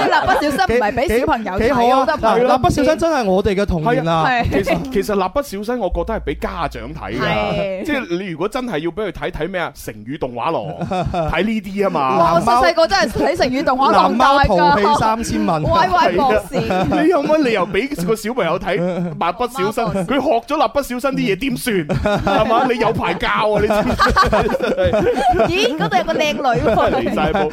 Speaker 6: 啲蠟筆小新唔係俾小朋友
Speaker 5: 幾
Speaker 6: 睇，
Speaker 5: 幾好
Speaker 6: 我
Speaker 5: 啊！
Speaker 6: 覺得
Speaker 5: 嗱，
Speaker 6: 係
Speaker 5: 蠟筆小新真係我哋嘅童年啊！
Speaker 6: 係
Speaker 4: 其
Speaker 6: [laughs]
Speaker 4: 實其實蠟筆小新，我覺得係俾家長睇㗎。
Speaker 6: 係
Speaker 4: 即係你如果真係要俾佢睇睇咩啊？成語動畫廊
Speaker 6: [laughs]
Speaker 4: 睇呢啲啊嘛。
Speaker 6: 哇！我
Speaker 5: 藍貓
Speaker 6: 細細個真係睇成語動畫
Speaker 5: 藍
Speaker 6: 當
Speaker 5: 貓
Speaker 6: 大
Speaker 5: 淘氣
Speaker 6: [laughs] 㗎，
Speaker 5: 三千問，
Speaker 6: 歪歪博士，
Speaker 4: [laughs] 你有乜理由俾個小朋
Speaker 6: [laughs]
Speaker 4: 友睇蠟筆小新？佢學咗蠟筆小新啲嘢點算？
Speaker 6: [laughs]
Speaker 4: 係嘛？你有排教啊！你知唔知？
Speaker 6: 咦？嗰度有個靚女
Speaker 4: 離
Speaker 6: 喎，[laughs]
Speaker 4: 晒譜。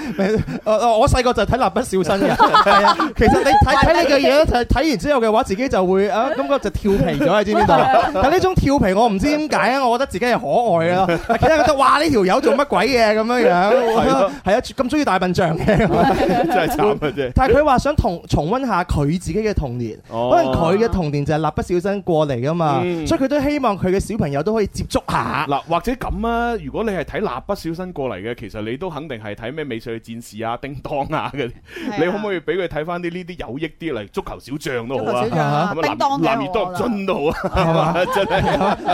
Speaker 5: 我哦我我細個就睇蠟筆
Speaker 4: [laughs]
Speaker 5: 小新嘅，係啊。其實你睇睇你嘅嘢，睇睇完之後嘅話，自己就會啊，
Speaker 4: [laughs]
Speaker 5: 感覺就調皮咗，你知唔知道？ [laughs] 但呢種調皮，我唔知點解啊，我覺得自己係可愛
Speaker 4: [laughs]
Speaker 5: 嘅咯。其他人覺得哇，呢條友做乜鬼嘢啊咁樣
Speaker 4: 咯，
Speaker 5: 樣 [laughs] 係啊，咁中意大笨象嘅。
Speaker 4: [laughs] 真係慘啊！真係。
Speaker 5: 但係佢話想同重温下佢自己嘅童年，
Speaker 4: 哦
Speaker 5: 可能佢嘅童年就係蠟筆小新過嚟噶嘛，
Speaker 4: 嗯
Speaker 5: 所以佢都希望佢嘅小朋友都可以接觸下。
Speaker 4: 嗱，或者咁啊，如果你係睇蠟筆小新過嚟嘅，其實你都肯定係睇咩美少女戰士啊、叮當啊嗰啲，你可唔可以俾佢睇翻啲呢啲有益啲嚟足球小將都好
Speaker 6: 足球
Speaker 4: 啊
Speaker 6: 小將啊，
Speaker 4: 咁啊
Speaker 6: 叮當
Speaker 4: 男
Speaker 6: 嘅
Speaker 4: 男兒當入
Speaker 6: 我覺得
Speaker 4: 樽都 [laughs] 好啊，真係。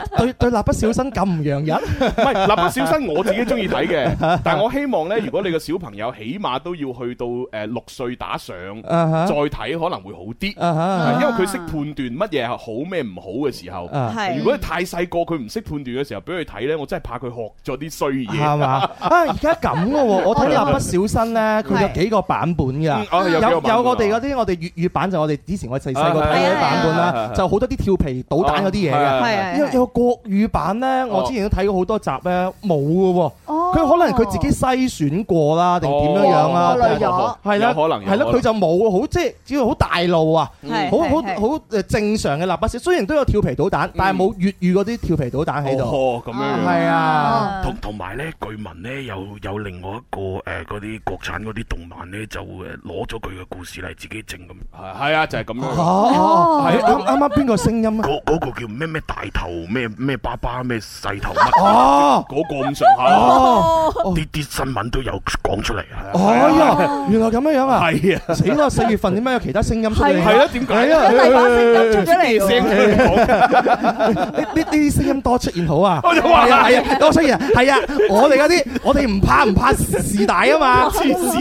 Speaker 5: [laughs] 對對，蠟筆小新咁唔
Speaker 4: [laughs]
Speaker 5: 讓人，
Speaker 4: 唔係蠟筆小新我自己中意睇嘅，但我希望呢，如果你個小朋友起碼都要去到誒六歲打上，
Speaker 5: 啊哈
Speaker 4: 再睇可能會好啲，
Speaker 5: 啊哈
Speaker 4: 因為佢識判斷乜嘢係好咩唔好嘅時候。
Speaker 5: 啊
Speaker 6: 係
Speaker 4: 如果太細個佢唔識判斷嘅時候，俾佢睇呢，我真係怕佢學咗啲衰嘢。
Speaker 5: 係嘛？啊，而家咁嘅
Speaker 6: [laughs]
Speaker 5: 喎，我睇蠟筆小新咧，佢有幾個版本
Speaker 4: 嗯
Speaker 5: 㗎。
Speaker 4: 哦有幾個版本啊
Speaker 6: 啊
Speaker 5: 有我哋嗰啲，我哋粵語版就我哋之前我哋細細個睇嗰啲版本啦，就好多啲跳皮搗
Speaker 4: 哦
Speaker 5: 蛋嗰啲嘢
Speaker 4: 啊
Speaker 5: 嘅。
Speaker 6: 係，係，係。
Speaker 5: 有有個國語版呢，我之前都睇過好多集呢，冇嘅喎。
Speaker 3: 哦
Speaker 5: 佢可能佢自己篩選過啦，定點樣樣啦
Speaker 6: 哦，過濾咗
Speaker 5: 係啦，
Speaker 4: 有可能有
Speaker 5: 係
Speaker 4: 可
Speaker 5: 啦，
Speaker 4: 能
Speaker 5: 佢就冇好即係只要好大路啊，
Speaker 6: 係嗯
Speaker 5: 好
Speaker 6: 係
Speaker 5: 好
Speaker 6: 係
Speaker 5: 好誒正常嘅立筆小，雖然都有跳皮搗蛋，但係冇粵語嗰啲跳皮搗蛋喺度，
Speaker 4: 哦，咁樣樣。
Speaker 5: 係
Speaker 6: 哦
Speaker 5: 啊。
Speaker 6: Ờ.
Speaker 9: 同
Speaker 10: À.
Speaker 9: 同埋咧，據聞咧有有另外一個誒嗰啲國產嗰啲動漫咧，就誒攞咗佢嘅故事嚟自己整咁。
Speaker 4: 係係啊，就係咁樣樣。
Speaker 5: 哦，係啱啱啱邊個聲音啊？
Speaker 9: 嗰嗰個叫咩咩大頭咩咩爸爸咩細頭乜
Speaker 5: 哦，
Speaker 4: 嗰個咁上下，
Speaker 5: 哦，
Speaker 9: 啲啲新聞都有講出嚟啊！
Speaker 5: 哎呀，原來咁樣樣啊！
Speaker 4: 係啊，
Speaker 5: 死啦！四月份點解有其他聲音出嚟？
Speaker 4: 係啊，點解
Speaker 5: 係啊，
Speaker 6: 一大把聲音出咗嚟喎
Speaker 4: 聲都唔講
Speaker 5: 呢呢啲聲音多出現好啊！
Speaker 4: 我就話
Speaker 5: 係啊係啊，多出現係啊！我哋嗰啲我哋唔怕唔怕事大啊嘛，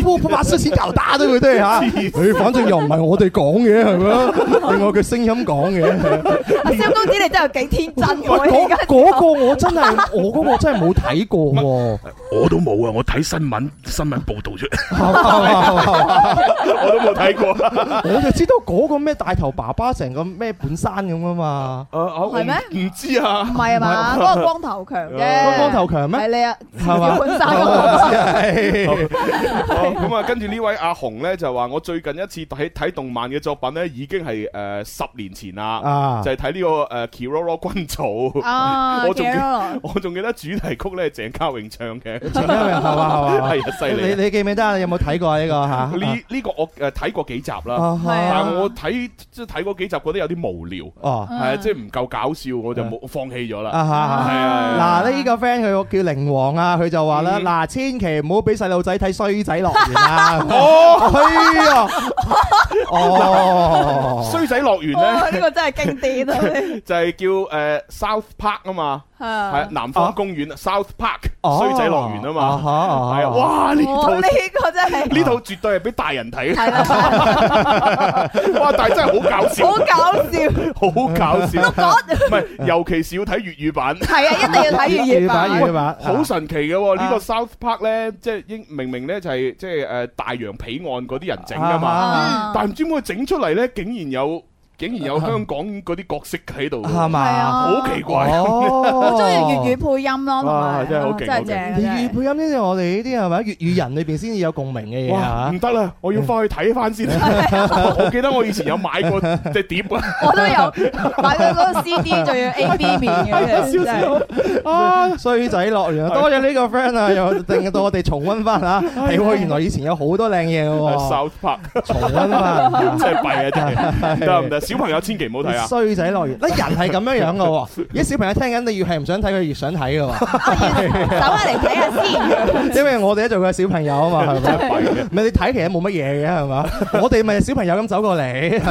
Speaker 5: 不不怕輸錢搞打都佢哋嚇。佢反正又唔係我哋講嘅係咪？另外佢聲音講嘅。
Speaker 6: 阿蕭公子你真係有幾天真
Speaker 5: 喂，
Speaker 6: 喎！
Speaker 5: 嗰嗰個我真係我嗰個真係冇睇過喎。
Speaker 9: 我都冇啊，我睇新聞新聞報導出嚟。
Speaker 4: 我都冇睇過。
Speaker 5: [laughs] 我就知道嗰個咩大頭爸爸成個咩本山咁啊嘛，
Speaker 4: 係
Speaker 6: 係咩
Speaker 4: 唔知啊
Speaker 6: 唔。係啊嘛，嗰個光頭強
Speaker 5: 嗰個
Speaker 6: 啫，
Speaker 5: 光頭強咩
Speaker 6: 係你啊，
Speaker 5: 係嘛
Speaker 6: 要本山嗰 [laughs] 個
Speaker 5: [laughs]
Speaker 4: 哦咁啊，跟住呢位阿紅呢，就話：我最近一次睇睇動漫嘅作品呢，已經係誒十年前啦，
Speaker 5: 啊 [laughs]
Speaker 4: 就係睇呢個誒 Kiroro 軍曹。
Speaker 6: 啊，
Speaker 4: 我仲記
Speaker 6: Gerald
Speaker 4: 我仲記得主題曲呢，係鄭嘉穎唱嘅，
Speaker 5: 係
Speaker 4: [laughs]
Speaker 5: 嘛係嘛，
Speaker 4: 係啊，犀利
Speaker 5: 哎你。你記唔記得啊？你有冇睇過
Speaker 4: [laughs]
Speaker 5: 呢個嚇？
Speaker 4: 呢呢個我誒睇過幾集啦，
Speaker 5: 啊
Speaker 6: 係
Speaker 4: 但
Speaker 6: 啊
Speaker 4: 係我睇即係睇嗰幾集覺得有啲無聊，
Speaker 5: 哦
Speaker 4: 係啊即係唔夠搞笑，我就冇放棄咗啦。
Speaker 5: 啊嚇。
Speaker 4: 係啊，
Speaker 5: 嗱呢個 friend 佢叫靈王啊，佢就話啦：
Speaker 4: 嗯
Speaker 5: 嗱，千祈唔好俾細路仔睇衰仔樂園啊！
Speaker 4: 哦，
Speaker 5: 哎呀，
Speaker 4: [laughs]
Speaker 5: 哦，
Speaker 4: 衰仔樂園
Speaker 6: 哇呢
Speaker 4: 咧
Speaker 6: 個真係經典啊！
Speaker 4: [laughs] 就係叫誒 South Park 啊嘛，
Speaker 6: 係啊
Speaker 4: 係南方公園 South Park
Speaker 5: 哦
Speaker 4: 衰仔樂園啊
Speaker 5: 啊哈
Speaker 4: 嘛，
Speaker 5: 啊哈
Speaker 4: 係啊，哇呢
Speaker 6: 哇
Speaker 4: 套
Speaker 6: 哦呢個真係
Speaker 4: 呢套絕對係俾大人睇，
Speaker 6: 係啊啦，
Speaker 4: [laughs] 哇！但係真係好搞笑，
Speaker 6: 好搞笑。
Speaker 4: 好搞笑，唔係尤其是要睇粵語版。
Speaker 6: 係啊，一定要睇粵語版。
Speaker 5: 粵語版
Speaker 4: 好神奇嘅喎，呢個 South Park 咧，即係英明明咧就係即係誒大洋彼岸嗰啲人整噶嘛，
Speaker 6: À.
Speaker 5: 嘛，
Speaker 4: 但唔知點解整出嚟咧，竟然有竟然有香港嗰啲角色喺度，
Speaker 5: 係
Speaker 6: 係
Speaker 5: 嘛？
Speaker 6: 啊，
Speaker 4: 好奇怪。
Speaker 5: 哦，
Speaker 6: 我中意粵語配音咯，同
Speaker 4: 哇
Speaker 6: 埋
Speaker 4: 真係好勁
Speaker 6: 真係正
Speaker 5: 粵
Speaker 6: 真
Speaker 5: 語
Speaker 6: 係。
Speaker 5: 配音呢啲我哋呢啲係咪粵語人裏邊先至有共鳴嘅嘢
Speaker 4: 哇！
Speaker 5: 啊
Speaker 4: 唔？得啦，我要翻去睇翻先。 [laughs] 我記得我以前有買 [laughs] 過隻碟啊，
Speaker 6: 我都有買到嗰個 CD，仲要 A B 面嘅，真係
Speaker 4: 嗯
Speaker 5: 啊，衰仔樂園啊，多謝呢個 friend 啊，又令到我哋重温
Speaker 4: [laughs]
Speaker 5: 翻嚇。係喎，原來以前有好多靚嘢嘅喎，
Speaker 4: South Park
Speaker 5: 重温翻
Speaker 4: [laughs] 真。係弊啊！真係得唔得？小朋友千祈唔好睇啊！
Speaker 5: 衰仔樂園，嗱人係咁樣樣嘅喎，
Speaker 4: [laughs]
Speaker 5: 而家小朋友聽緊，你越係唔想睇佢，越想睇嘅喎，
Speaker 6: 走下嚟睇下先。
Speaker 5: 因為我哋都做過小朋友啊嘛，係
Speaker 4: 真
Speaker 5: 咪？
Speaker 4: 係弊 [laughs]
Speaker 5: [laughs]
Speaker 4: 啊！
Speaker 5: 唔係你睇其實冇乜嘢嘅係嘛？我哋咪小朋友咁走過 [laughs] 嚟，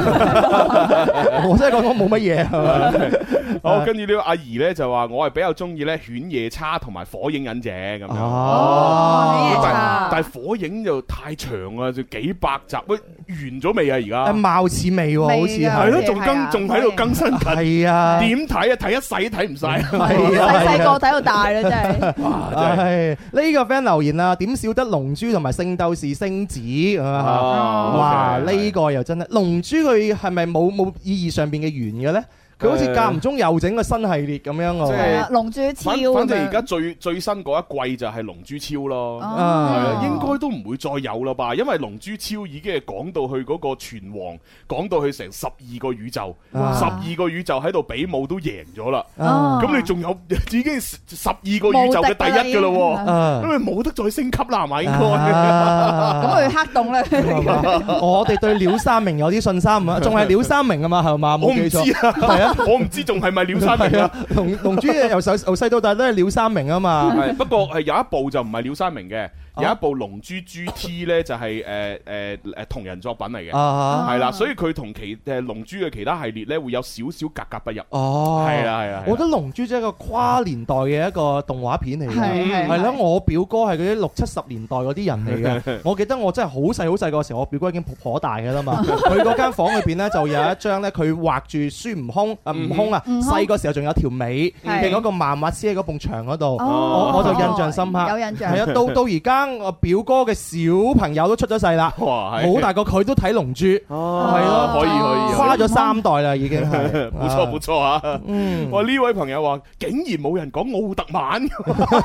Speaker 5: 我真係講講冇乜嘢係嘛？
Speaker 4: 好，跟住呢個阿姨咧就話：我係比較中意咧《犬夜叉》同埋《火影忍者》咁樣。
Speaker 5: 哦 Ờ.
Speaker 6: 哦
Speaker 4: 但
Speaker 6: 啊
Speaker 4: 但係火影就太長啊啦，就幾百集，喂，完咗未
Speaker 5: 誒
Speaker 4: 啊？
Speaker 5: 貌似未喎，好似
Speaker 6: 未㗎
Speaker 4: 而家係
Speaker 5: 係
Speaker 4: 咯，
Speaker 6: 嗯係
Speaker 4: 仲
Speaker 6: 係
Speaker 4: 更
Speaker 6: 啊
Speaker 4: 仲喺度更新緊，
Speaker 5: 係啊，
Speaker 4: 點睇啊？睇一世都睇唔晒，
Speaker 6: 嗯
Speaker 5: 係啊
Speaker 6: 細細
Speaker 5: 係啊
Speaker 6: 個睇到大啦，真係。
Speaker 4: [laughs] 哇！真係
Speaker 5: 係呢個 friend 留言啊，點少得龍珠同埋聖鬥士星矢咁啊？
Speaker 4: 哦
Speaker 5: 哇！
Speaker 4: Ờ, OK
Speaker 5: 呢個又真係龍珠佢係咪冇冇意義上邊嘅圓嘅咧？佢好似間唔中又整個新系列咁樣嘅
Speaker 4: 即
Speaker 5: 喎。
Speaker 4: 係
Speaker 6: 係啊龍珠超
Speaker 4: 反
Speaker 6: 咁樣。
Speaker 4: 反正而家最最新嗰一季就係《龍珠超》
Speaker 6: 哦 Ờ.
Speaker 4: 咯。係
Speaker 5: 啊
Speaker 4: 啊，應該都唔會再有啦吧？因為《龍珠超》已經係講到去嗰個拳王，講到去成十二個宇宙，十
Speaker 5: 哇
Speaker 4: 二個宇宙喺度比武都贏咗啦。
Speaker 5: 啊
Speaker 4: 咁你仲有 [laughs] 已經十二個宇宙嘅第
Speaker 6: 哦冇敵
Speaker 4: 一㗎
Speaker 6: 㗎
Speaker 4: 啦
Speaker 6: 啦
Speaker 4: 喎，
Speaker 5: 啊
Speaker 4: 咁你冇得再升級啦，係咪應該？
Speaker 5: 啊
Speaker 6: 咁去黑洞啦。
Speaker 5: Ờ. 我哋對廖三明有啲信心啊，仲係廖三明啊嘛，係嘛？
Speaker 4: [laughs] 我
Speaker 5: 冇
Speaker 4: 唔
Speaker 5: 記
Speaker 4: 知
Speaker 5: 錯。
Speaker 4: 啊， [laughs] 我唔知仲係咪廖山明
Speaker 5: [laughs] 係
Speaker 4: 啊
Speaker 5: 啊。，龍龍珠由細由細到大都係廖三明啊嘛。
Speaker 4: 係不過係有一部就唔係廖山明嘅，有一部《龍珠 GT》咧就係誒誒誒同人作品嚟嘅，
Speaker 5: 啊，
Speaker 4: 係啦，所以佢同其誒龍珠嘅其他系列咧會有少少格格不入，
Speaker 5: 哦，
Speaker 4: 係啊啦係啦，
Speaker 5: 我覺得《龍珠》即係一個跨年代嘅一個動畫片嚟嘅，
Speaker 6: 係係
Speaker 5: 係啦。我表哥係嗰啲六七十年代嗰啲人嚟
Speaker 4: [laughs]
Speaker 5: 嘅。我記得我真係好細好細個時候，我表哥已經頗大嘅
Speaker 6: [laughs]
Speaker 5: 啦嘛。佢嗰間房裏邊咧就有一張咧，佢畫住孫悟空啊，悟空啊，
Speaker 6: 嗯哼
Speaker 5: 細個時候仲有條尾
Speaker 6: 係
Speaker 5: 嘅嗰個漫畫師喺嗰埲牆嗰度，
Speaker 6: 哦
Speaker 5: 我我就印象深刻。
Speaker 6: 有印象
Speaker 4: [laughs]
Speaker 5: [laughs] 係。啊，到到而家生我表哥嘅小朋友都出咗世啦，
Speaker 4: 哇係
Speaker 5: 好大個佢都睇《龍珠》，係
Speaker 4: 啊
Speaker 5: 咯，
Speaker 4: 可以可以
Speaker 5: 跨
Speaker 6: [laughs]
Speaker 5: 咗三代啦，已經
Speaker 4: [laughs]
Speaker 5: 係，
Speaker 4: 不錯不錯啊！
Speaker 5: 嗯
Speaker 4: 哇，呢位朋友話，竟然冇人講奧特曼， [laughs]
Speaker 6: 誒，
Speaker 4: 即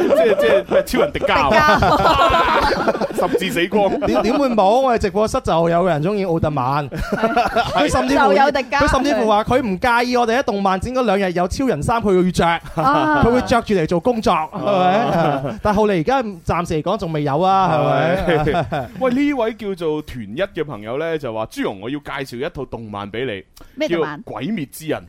Speaker 4: 係即係超人迪迦啊， [laughs] 十字死光。
Speaker 5: 點點會冇？我哋直播室就有人中意奧特
Speaker 4: [laughs]
Speaker 5: 曼，佢甚至
Speaker 6: 就
Speaker 5: 乎
Speaker 6: 有迪迦
Speaker 5: 佢甚至乎話佢唔介意我哋喺動漫展嗰兩日有超人衫，佢會着，
Speaker 6: [laughs] 啊
Speaker 5: 佢會着住嚟做工作，
Speaker 4: 啊
Speaker 5: 係咪？ [laughs] 但係後嚟而家暫時嚟講仲未有啊，係咪？
Speaker 4: 係咪？ [laughs] 喂，呢位叫做團一嘅朋友呢，就話朱容，我要介紹一套動漫俾你，
Speaker 7: 咩
Speaker 4: 叫
Speaker 7: 動
Speaker 4: 《
Speaker 7: 漫
Speaker 4: 鬼滅之刃》。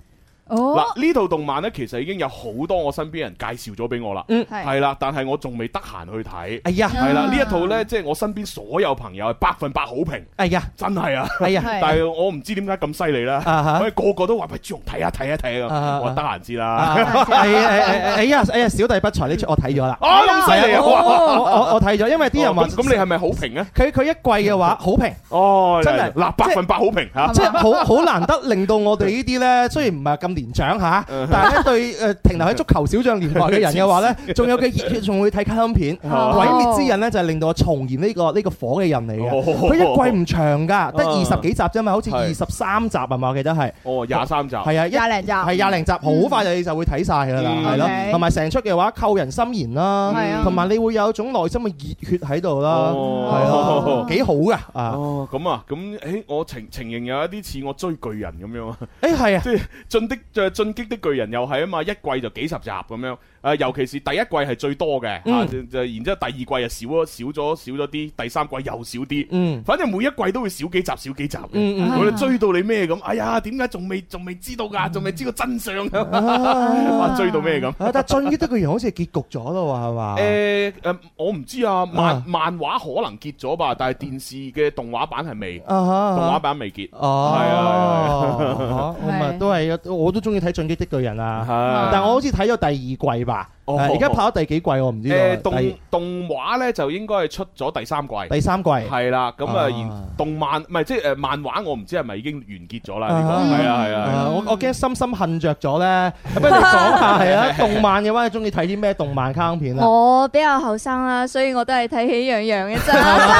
Speaker 6: 哦，
Speaker 4: 嗱，呢套動漫呢，其實已經有好多我身邊人介紹咗俾我啦，
Speaker 5: 嗯
Speaker 6: 係
Speaker 4: 係啦，但係我仲未得閒去睇。
Speaker 5: 哎呀，
Speaker 4: 係啦，呢一套呢，即係我身邊所有朋友係百分百好評，
Speaker 5: 哎呀，
Speaker 4: 真係啊！
Speaker 5: 哎呀！
Speaker 6: 係
Speaker 4: 但係我唔知點解咁犀利啦，
Speaker 5: 啊哈
Speaker 4: 喂個個都話喂朱紅睇下睇下睇
Speaker 5: 啊
Speaker 4: 下，
Speaker 5: 哈
Speaker 4: 我話得閒知啦。
Speaker 5: 啊哎呀哎呀哎呀哎呀！小弟不才呢出我睇咗啦，
Speaker 4: 啊咁犀利啊！
Speaker 5: 我
Speaker 4: 哇哦
Speaker 5: 我我我睇咗，因為啲人話
Speaker 4: 咁咁你係咪好評啊？
Speaker 5: 佢佢一季嘅話好評。
Speaker 4: 哦，
Speaker 5: 真係
Speaker 4: 嗱，百分百好評嚇。
Speaker 5: 即係好好難得令到我哋呢啲咧，雖然唔係咁年長嚇，
Speaker 4: 嗯
Speaker 5: [laughs] 但係咧對誒停留喺足球小將年代嘅人嘅
Speaker 4: [laughs]
Speaker 5: 話咧，仲有嘅熱血，仲會睇卡通片，《
Speaker 4: 哦
Speaker 5: 鬼滅之刃》咧就係令到我重燃呢個呢個火嘅人嚟嘅。
Speaker 4: 哦
Speaker 5: 啊佢一季唔長㗎，得二十幾集啫嘛，好似
Speaker 4: 係
Speaker 5: 二十三集係嘛？我記得係
Speaker 4: 哦，廿三集。
Speaker 5: 係啊，一
Speaker 6: 廿零集，嗯
Speaker 5: 係廿零集，好快你就會睇晒㗎啦，
Speaker 4: 嗯
Speaker 5: 係咯
Speaker 6: OK。
Speaker 5: 同埋成出嘅話扣人心弦
Speaker 6: 係
Speaker 5: 啦
Speaker 6: 啊，
Speaker 5: 同埋你會有一種內心嘅熱血喺度啦，係
Speaker 4: 哦
Speaker 5: 啊，幾好㗎啊！
Speaker 4: [laughs] 哦，咁啊，咁誒，我情情形有一啲似我追巨人咁樣啊， [laughs]
Speaker 5: 誒係啊。
Speaker 4: 即係進的誒進擊的巨人又係啊嘛，一季就幾十集咁樣，誒，尤其是第一季係最多嘅，
Speaker 5: 嗯
Speaker 4: 啊就就然之後第二季又少咗少咗少咗啲，第三季又少啲，
Speaker 5: 嗯
Speaker 4: 反正每一季都會少幾集少幾集嘅。
Speaker 5: 嗯嗯。
Speaker 4: 我哋追到你咩咁？哎呀，點解仲未仲未知道
Speaker 5: 嗯
Speaker 4: 㗎？仲未知道真相 [laughs] 啊！
Speaker 5: 啊
Speaker 4: 哇追到咩咁？
Speaker 5: 啊！但係進擊得個樣好似係結局咗咯喎，係嘛？
Speaker 4: 誒誒，我唔知啊，漫
Speaker 5: 啊
Speaker 4: 漫畫可能結咗吧，但係電視嘅動畫版係未，
Speaker 5: 啊哈
Speaker 4: 動畫版未結。係啊
Speaker 5: 哦，咁啊
Speaker 6: 係
Speaker 5: 都係，我都中意睇《進擊的巨人》啊，
Speaker 4: 係
Speaker 5: 但我好似睇咗第二季吧，
Speaker 4: 哦
Speaker 5: 誒而家拍咗第幾季我唔知
Speaker 4: 誒
Speaker 5: 道，啊
Speaker 4: 動
Speaker 5: 第
Speaker 4: 動畫咧就應該係出咗第三季，
Speaker 5: 第三季
Speaker 4: 係啦。咁
Speaker 5: 啊
Speaker 4: 啊，然動漫唔係即係誒漫畫，我唔知係咪已經完結咗啦？呢個
Speaker 5: 啊哈
Speaker 4: 係啊係
Speaker 5: [laughs]
Speaker 4: 啊。
Speaker 5: 啊我我驚深深恨着咗咧，不如你講下
Speaker 4: [laughs]
Speaker 5: 係啊，動漫嘅話你中意睇啲咩動漫卡通片啊？
Speaker 7: 我比較後生啦，所以我都係睇喜洋洋嘅咋，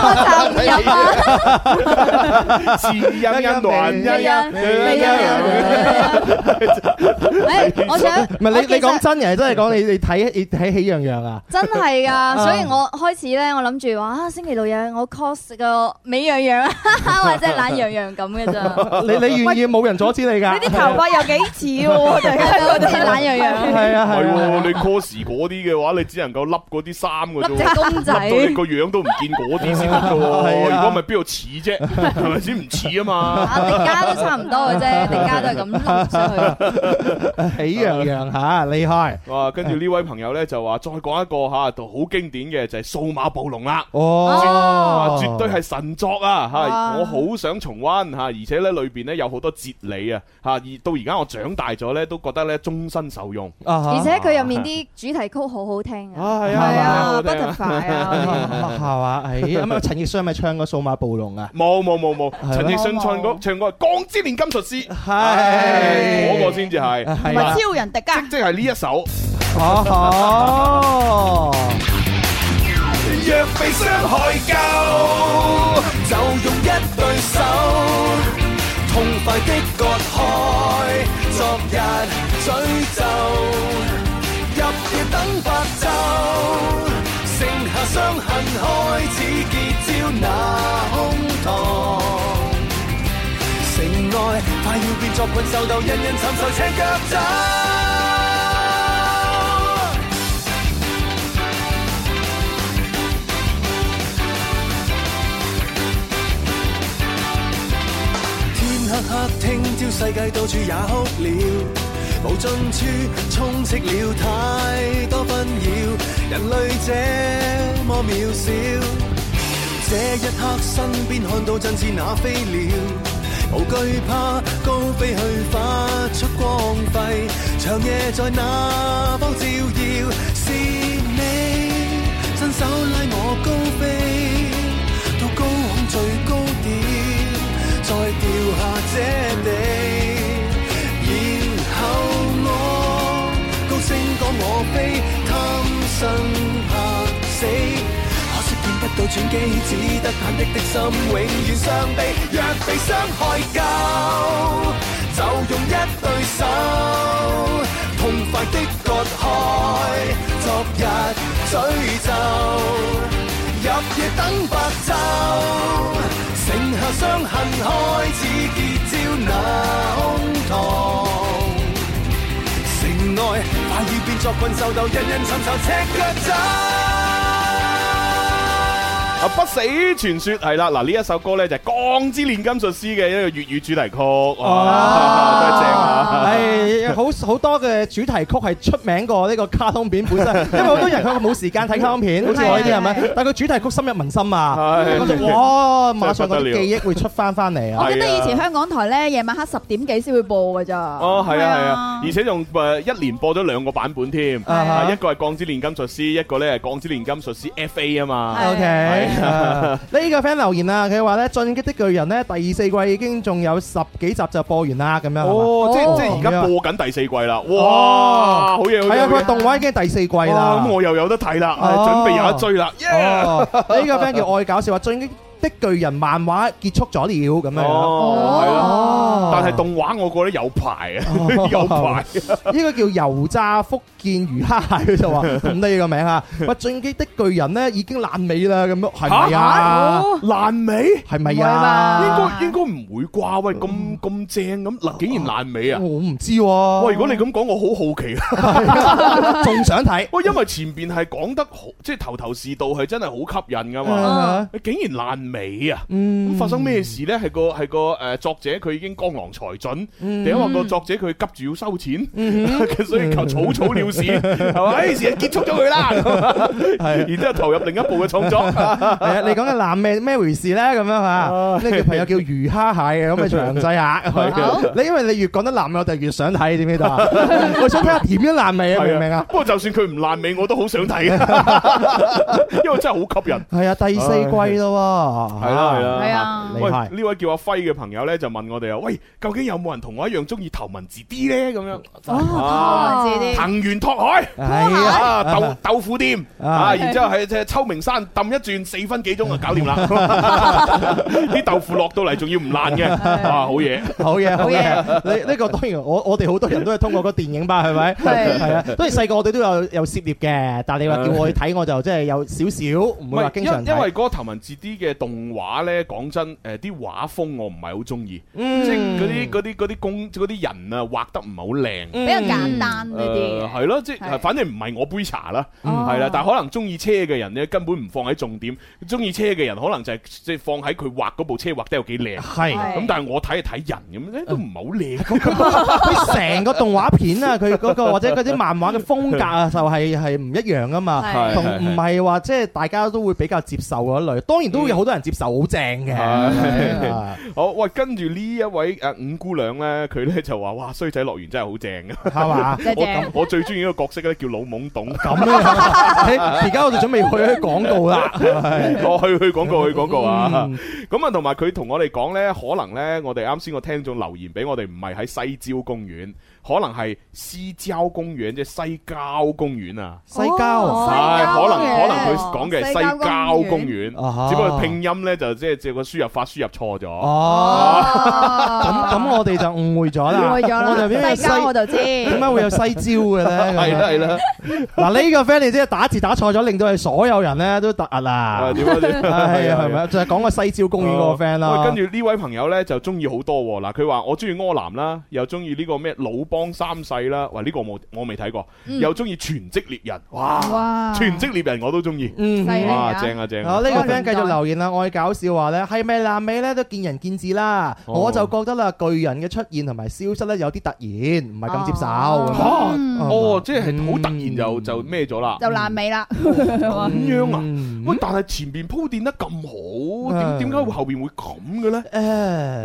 Speaker 7: 我就唔入啊。
Speaker 4: 是因因暖因
Speaker 7: 一樣
Speaker 6: [laughs]
Speaker 4: 一
Speaker 7: 一樣。哎我想
Speaker 5: 唔係
Speaker 7: 我
Speaker 5: 你
Speaker 7: 其實
Speaker 5: 你講真嘅，真係講你你睇你睇喜洋洋啊？
Speaker 7: [laughs] 真係 [laughs] 噶，所以我開始咧，我諗住話啊，星期六日我 cos 個美羊羊啊， [laughs] 或者懶羊羊咁嘅咋。 [laughs]
Speaker 5: [laughs] 你你願意冇人阻止你㗎？啊
Speaker 6: 你啲頭髮又幾似 [laughs] 喎，突然間
Speaker 7: 我
Speaker 6: 覺
Speaker 7: 哋
Speaker 6: 得
Speaker 7: 懶羊羊，
Speaker 5: 係啊
Speaker 4: 係
Speaker 5: 係啊。
Speaker 4: 喎，你 cos 嗰啲嘅話，你只能夠笠嗰啲衫嘅啫
Speaker 7: 笠
Speaker 4: 喎
Speaker 7: 隻。公
Speaker 4: 笠
Speaker 7: 仔
Speaker 4: 到。你個樣都唔見嗰啲先得嘅喎，如
Speaker 5: [laughs] 係啊
Speaker 4: 果唔係邊度似
Speaker 5: [laughs]
Speaker 4: 啫？係咪先唔似啊嘛？
Speaker 7: [laughs] 啊，迪迦都差唔多嘅啫，迪迦都係咁碌出去。
Speaker 5: 啊喜洋洋嚇，厲害！
Speaker 4: 哇！跟住呢位朋友咧就話，再講一個嚇，就好經典嘅就係數碼暴龍啦。啊，
Speaker 5: 哦，
Speaker 4: 絕對係神作啊！嚇、
Speaker 6: 啊
Speaker 4: 我好想重温嚇、而且咧裏邊咧有好多哲理啊！嚇、而到而家我長大咗咧，都覺得咧終身受用。
Speaker 5: 啊哈，
Speaker 7: 而且佢入面啲主題曲好好聽啊。
Speaker 4: 啊，係
Speaker 5: 啊
Speaker 6: 係啊
Speaker 4: 好聽啊
Speaker 6: ，butterfly 啊，
Speaker 5: 係嘛？哎咁啊，陳奕迅咪唱過《數碼暴龍》啊？
Speaker 4: 冇冇冇冇，
Speaker 5: 係
Speaker 4: 陳奕迅
Speaker 6: 冇
Speaker 4: 唱歌
Speaker 6: 冇
Speaker 4: 唱歌係《鋼之煉金術師》，
Speaker 5: 係
Speaker 4: 嗰個先至係，
Speaker 6: 同
Speaker 5: 係
Speaker 6: 埋
Speaker 5: 啊，
Speaker 6: 超人迪迦。
Speaker 4: 即係呢一首。
Speaker 5: 哦，
Speaker 8: 若被傷害夠，就用一對手，痛快的割開昨日詛咒。入夜等白晝，剩下傷痕開始結焦那胸膛。城外快要變作困獸鬥，人人尋仇赤腳走。天黑黑，聽朝世界到處也哭了，無盡處充斥了太多紛擾，人類這麼渺小。這一刻身邊看到真是那飛鳥，無懼怕高飛去發出光輝，長夜在那方照耀，是你伸手拉我高飛到高空最高點。再掉下這地，然後我高聲講我飛，貪生怕死，轉機，只得忐忑的心永遠傷悲。若被傷害夠，就用一對手，痛快的割開昨日詛咒。入夜等白晝，剩下傷痕開始結焦那胸膛。城內快已變作困獸鬥，人人尋仇赤腳走。
Speaker 4: 啊！不死傳說係啦，嗱呢一首歌咧就係《鋼之煉金術師》嘅一個粵語主題曲，哇，真係正啊！
Speaker 5: 係好好多嘅主題曲係出名過呢個卡通
Speaker 4: [laughs]
Speaker 5: 片本身，因為好多人佢冇時間睇卡通片，好似我呢啲係咪？但係佢主題曲深入民心啊，
Speaker 4: 係
Speaker 5: 咁就哇，馬上嗰啲記憶會出翻翻嚟啊！
Speaker 6: 我記得
Speaker 4: 係啊
Speaker 6: 以前香港台咧，夜晚黑十點幾先會播㗎咋。
Speaker 4: 哦，係啊，係啊，而
Speaker 6: 係啊
Speaker 4: 且仲誒一連播咗兩個版本添，
Speaker 5: 啊哈
Speaker 4: 啊一個係《鋼之煉金術師》，一個咧係《鋼之煉金術師 F.A.》啊嘛。
Speaker 5: O K，呢 [laughs] 個 friend 留言啊，佢話咧《進擊的巨人》咧第四季已經仲有十幾集就播完啦，咁樣係嘛
Speaker 4: 哦，即係
Speaker 6: 哦
Speaker 4: 即係而家
Speaker 5: 咁樣
Speaker 4: 播緊第四季啦！哇，
Speaker 5: 哦
Speaker 4: 好嘢，好
Speaker 5: 係
Speaker 4: 嘢
Speaker 5: 啊，，
Speaker 4: 好
Speaker 5: 佢
Speaker 4: 嘢
Speaker 5: 動畫已經係第四季
Speaker 4: 哇
Speaker 5: 啦
Speaker 4: 咁。我又有得睇啦，唉準
Speaker 5: 哦
Speaker 4: 備有得追啦，yeah！ [laughs]
Speaker 5: 哦，呢個 friend 叫愛搞笑話，《進擊的巨人》漫畫結束咗了咁樣樣。
Speaker 4: 哦，係咯。
Speaker 5: 哦
Speaker 4: 但係動畫我覺得有排啊，有
Speaker 5: [laughs]
Speaker 4: 排。
Speaker 5: 呢個叫油炸福建魚蝦蟹，佢
Speaker 4: [laughs]
Speaker 5: 就話咁得呢個名啊！喂，《進擊的巨人》咧已經爛尾啦，咁樣係咪啊？
Speaker 4: 爛尾？
Speaker 5: 係咪
Speaker 4: 應
Speaker 5: 啊？
Speaker 4: 該應該唔會啩？喂，咁咁正咁，嗱，竟然爛尾啊！
Speaker 5: 我唔知喎。
Speaker 4: 喂，如果你咁講，我好好奇啊！
Speaker 5: 仲
Speaker 4: [laughs]
Speaker 5: 想睇，
Speaker 4: 喂，因為前邊係講得好，即係頭頭是道，係真係好吸引噶嘛。
Speaker 5: 嗯
Speaker 4: 竟然爛尾啊！
Speaker 5: 嗯
Speaker 4: 咁發生咩事呢？係個係個誒作者佢已經江郎才盡，
Speaker 5: 嗯
Speaker 4: 定係話個作者佢急住要收錢， [laughs] 所以求草草了事，係
Speaker 5: 嗯
Speaker 4: 嘛？哎，時間結束咗佢啦，咁啊然之後投入另一部嘅創
Speaker 5: [laughs]
Speaker 4: 作。
Speaker 5: 係啊，你講嘅爛咩咩回事咧？咁樣嚇，呢個朋友叫魚蝦蟹嘅，咁咪
Speaker 4: [laughs]
Speaker 5: 詳細下。你因為你越講得爛尾，我就越想睇，知唔
Speaker 4: [laughs]
Speaker 5: 知道啊？我想睇下點樣爛尾啊？明唔明啊？
Speaker 4: 不過就算佢唔爛尾，我都好想
Speaker 5: [laughs]
Speaker 4: 睇嘅，因為真係好吸引。
Speaker 5: 係啊，第四季咯喎。
Speaker 4: 係啦係啦
Speaker 6: 係啊
Speaker 5: 厲
Speaker 4: 喂，
Speaker 5: 害
Speaker 4: 呢位叫阿輝嘅朋友呢，就問我哋啊，喂，究竟有冇人同我一樣中意頭文字 D 呢？咁樣
Speaker 5: 嗯
Speaker 6: 哦
Speaker 4: 啊
Speaker 6: 文字 D
Speaker 4: 藤原拓海。
Speaker 5: 係
Speaker 4: 啊，
Speaker 5: 啊，
Speaker 4: 豆豆腐店
Speaker 5: 啊
Speaker 4: 啊，然之後喺只秋名山揼一轉四分幾鐘就
Speaker 5: [laughs]
Speaker 4: 搞掂啦，啲豆腐落到嚟仲要唔爛
Speaker 5: [laughs]
Speaker 4: 嘅，啊好嘢！
Speaker 5: 好嘢，好嘢
Speaker 6: 嘢！
Speaker 5: 你呢個當然，我我哋好多人都係通過個電影吧， [laughs] 係咪？
Speaker 6: 係
Speaker 5: 係啊，當然細個我哋都有有涉獵嘅，但係你話叫我去睇，我就真係有少少，唔
Speaker 4: 唔
Speaker 5: 會話
Speaker 4: 係
Speaker 5: 經
Speaker 4: 因
Speaker 5: 常
Speaker 4: 因為
Speaker 5: 睇。
Speaker 4: 嗰個頭文字 D 嘅動畫咧，講真誒啲畫風我唔係好中意，
Speaker 5: 嗯
Speaker 4: 即係嗰啲嗰啲嗰啲公嗰啲人啊畫得唔係好靚。
Speaker 6: 比
Speaker 5: 比
Speaker 6: 較簡單嗯呢
Speaker 4: 誒
Speaker 7: 嗯
Speaker 6: 啲。
Speaker 4: 係咯，即係
Speaker 6: 係
Speaker 4: 反正唔係我杯茶啦，
Speaker 6: 哦
Speaker 4: 係啦，但係可能中意車嘅人咧根本唔放喺重點，中意車嘅人可能就係即係放喺佢畫嗰部車畫得有幾靚，
Speaker 5: 係。
Speaker 6: 係嗯
Speaker 4: 咁但係我睇係睇人咁咧都唔係好靚。
Speaker 5: 佢成個動畫片啊，佢嗰個或者嗰啲漫畫嘅風格啊，就係係唔一樣噶嘛，
Speaker 6: [laughs] 係
Speaker 5: 同唔係話即係大家都會比較接受嗰類。當然都有好多人接受，好正嘅。
Speaker 4: 係
Speaker 5: 啊
Speaker 4: 好喂，跟住呢一位诶五姑娘咧，佢咧就話：哇，衰仔樂園真係好正啊！
Speaker 5: 係嘛？
Speaker 4: [laughs]
Speaker 6: 真係
Speaker 4: 我
Speaker 6: 正
Speaker 4: 咁我最中意一個角色咧，叫老懵
Speaker 6: [laughs]
Speaker 4: 懂。
Speaker 5: 咁樣，你而家我就準備去廣告啦。係
Speaker 4: 我哦去去廣告，去廣告啊
Speaker 5: 嗯！
Speaker 4: 咁啊，同埋佢同我哋講咧，可能咧，我哋啱先個聽眾留言俾我哋，唔係喺西郊公園，可能係西郊公園，即係西郊公園啊！
Speaker 5: 西郊啊。
Speaker 6: 哦
Speaker 4: 係可能可能佢
Speaker 6: 西郊
Speaker 4: 講嘅係
Speaker 6: 西郊
Speaker 4: 西郊公
Speaker 6: 公
Speaker 4: 園，
Speaker 5: 啊
Speaker 4: 只不過拼音咧就即係即係個輸入法輸入錯咗。
Speaker 5: 哦。咁
Speaker 6: 咁
Speaker 5: 咁，我哋就誤會咗啦。
Speaker 6: 會咗
Speaker 5: 我就
Speaker 6: 啦，
Speaker 5: 邊
Speaker 6: 西郊我
Speaker 5: 西
Speaker 6: 就知。
Speaker 5: 點解會有西招嘅
Speaker 4: [laughs]
Speaker 5: 咧？
Speaker 4: 係啦係啦，
Speaker 5: 嗱呢個 friend 你真係打字打錯咗，令到係所有人咧都突兀
Speaker 4: 啊
Speaker 5: [laughs] 啦。
Speaker 4: 點啊點啊哦
Speaker 5: 係啊係咪？就係講個西招公園嗰個 friend 啊
Speaker 4: 喂
Speaker 5: 啦。
Speaker 4: 跟住呢位朋友呢，就中意好多喎嗱，佢話我中意柯南啦，又中意呢個咩魯邦三世啦，喂呢、個冇我未睇過，
Speaker 5: 嗯
Speaker 4: 又中意全職獵人，哇！
Speaker 6: 哇！
Speaker 4: 全職獵人我都中意，
Speaker 5: 嗯
Speaker 6: 犀利啊
Speaker 4: 哇正啊正啊
Speaker 5: 好！呢個 friend
Speaker 6: 年
Speaker 5: 繼
Speaker 6: 代
Speaker 5: 續留言啦，愛搞笑話咧，係咪爛尾咧都見仁見智啦。
Speaker 4: 哦
Speaker 5: 我就覺得啦，巨人嘅出現同埋消失咧有啲突然，唔係咁接受。
Speaker 6: 哦
Speaker 5: 咁
Speaker 4: 嚇
Speaker 5: 嗯
Speaker 4: 哦，即係好突然就
Speaker 5: 嗯
Speaker 4: 就咩咗啦，
Speaker 6: 就爛尾啦。
Speaker 4: 咁樣啊！
Speaker 5: 嗯
Speaker 4: 喂，但係前邊鋪墊得咁好，點
Speaker 5: 嗯
Speaker 4: 點解會後邊會咁嘅呢？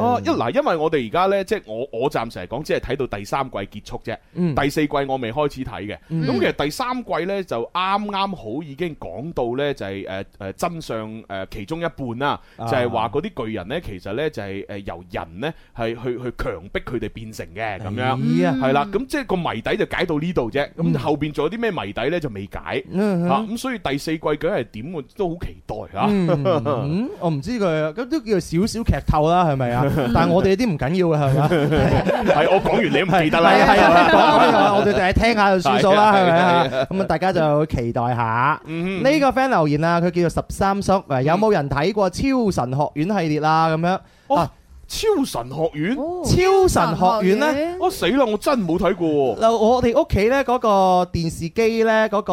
Speaker 4: 哦，一
Speaker 5: 誒，
Speaker 4: 嗱，因為我哋而家呢，即係我我暫時嚟講，只係睇到第三季結束啫。
Speaker 5: 嗯
Speaker 4: 第四季我未開始睇嘅，咁、
Speaker 5: 嗯
Speaker 4: 其實第三季呢，就啱啱好已經講到呢，就係誒誒真相誒、呃其中一半啦，
Speaker 5: 啊
Speaker 4: 就係話嗰啲巨人呢，其實呢，就係、誒由人呢，係去去強迫佢哋變成嘅咁樣。
Speaker 5: 咦啊
Speaker 4: 係啦，咁即係個謎底就解到呢度啫，咁後邊仲有啲咩謎底咧就未解。
Speaker 5: 嗯
Speaker 4: 吓咁，所以第四季究竟係點，我都好期待啊吓。
Speaker 5: 嗯，我唔知佢，咁都叫少少劇透啦，係
Speaker 4: [laughs]
Speaker 5: 咪啊？但係我哋啲唔緊要嘅，係咪啊？
Speaker 4: 係我講完你都唔記得啦。
Speaker 5: 係啊係啊，講開話我哋就係聽下就算數啦，
Speaker 4: 係啊
Speaker 5: 係咪啊
Speaker 4: 係啊？
Speaker 5: 咁啊，大家就期待下。
Speaker 4: 嗯
Speaker 5: 呢個 friend 留言啊，佢叫做十三叔，誒有冇人睇過《超神學院》系列啊？咁樣
Speaker 4: 哦
Speaker 5: 啊，
Speaker 4: 超神學院，
Speaker 5: 哦《超神學院》呢？
Speaker 4: 我死啦！我真冇睇過喎。
Speaker 5: 嗱，我哋屋企咧嗰個電視機咧嗰個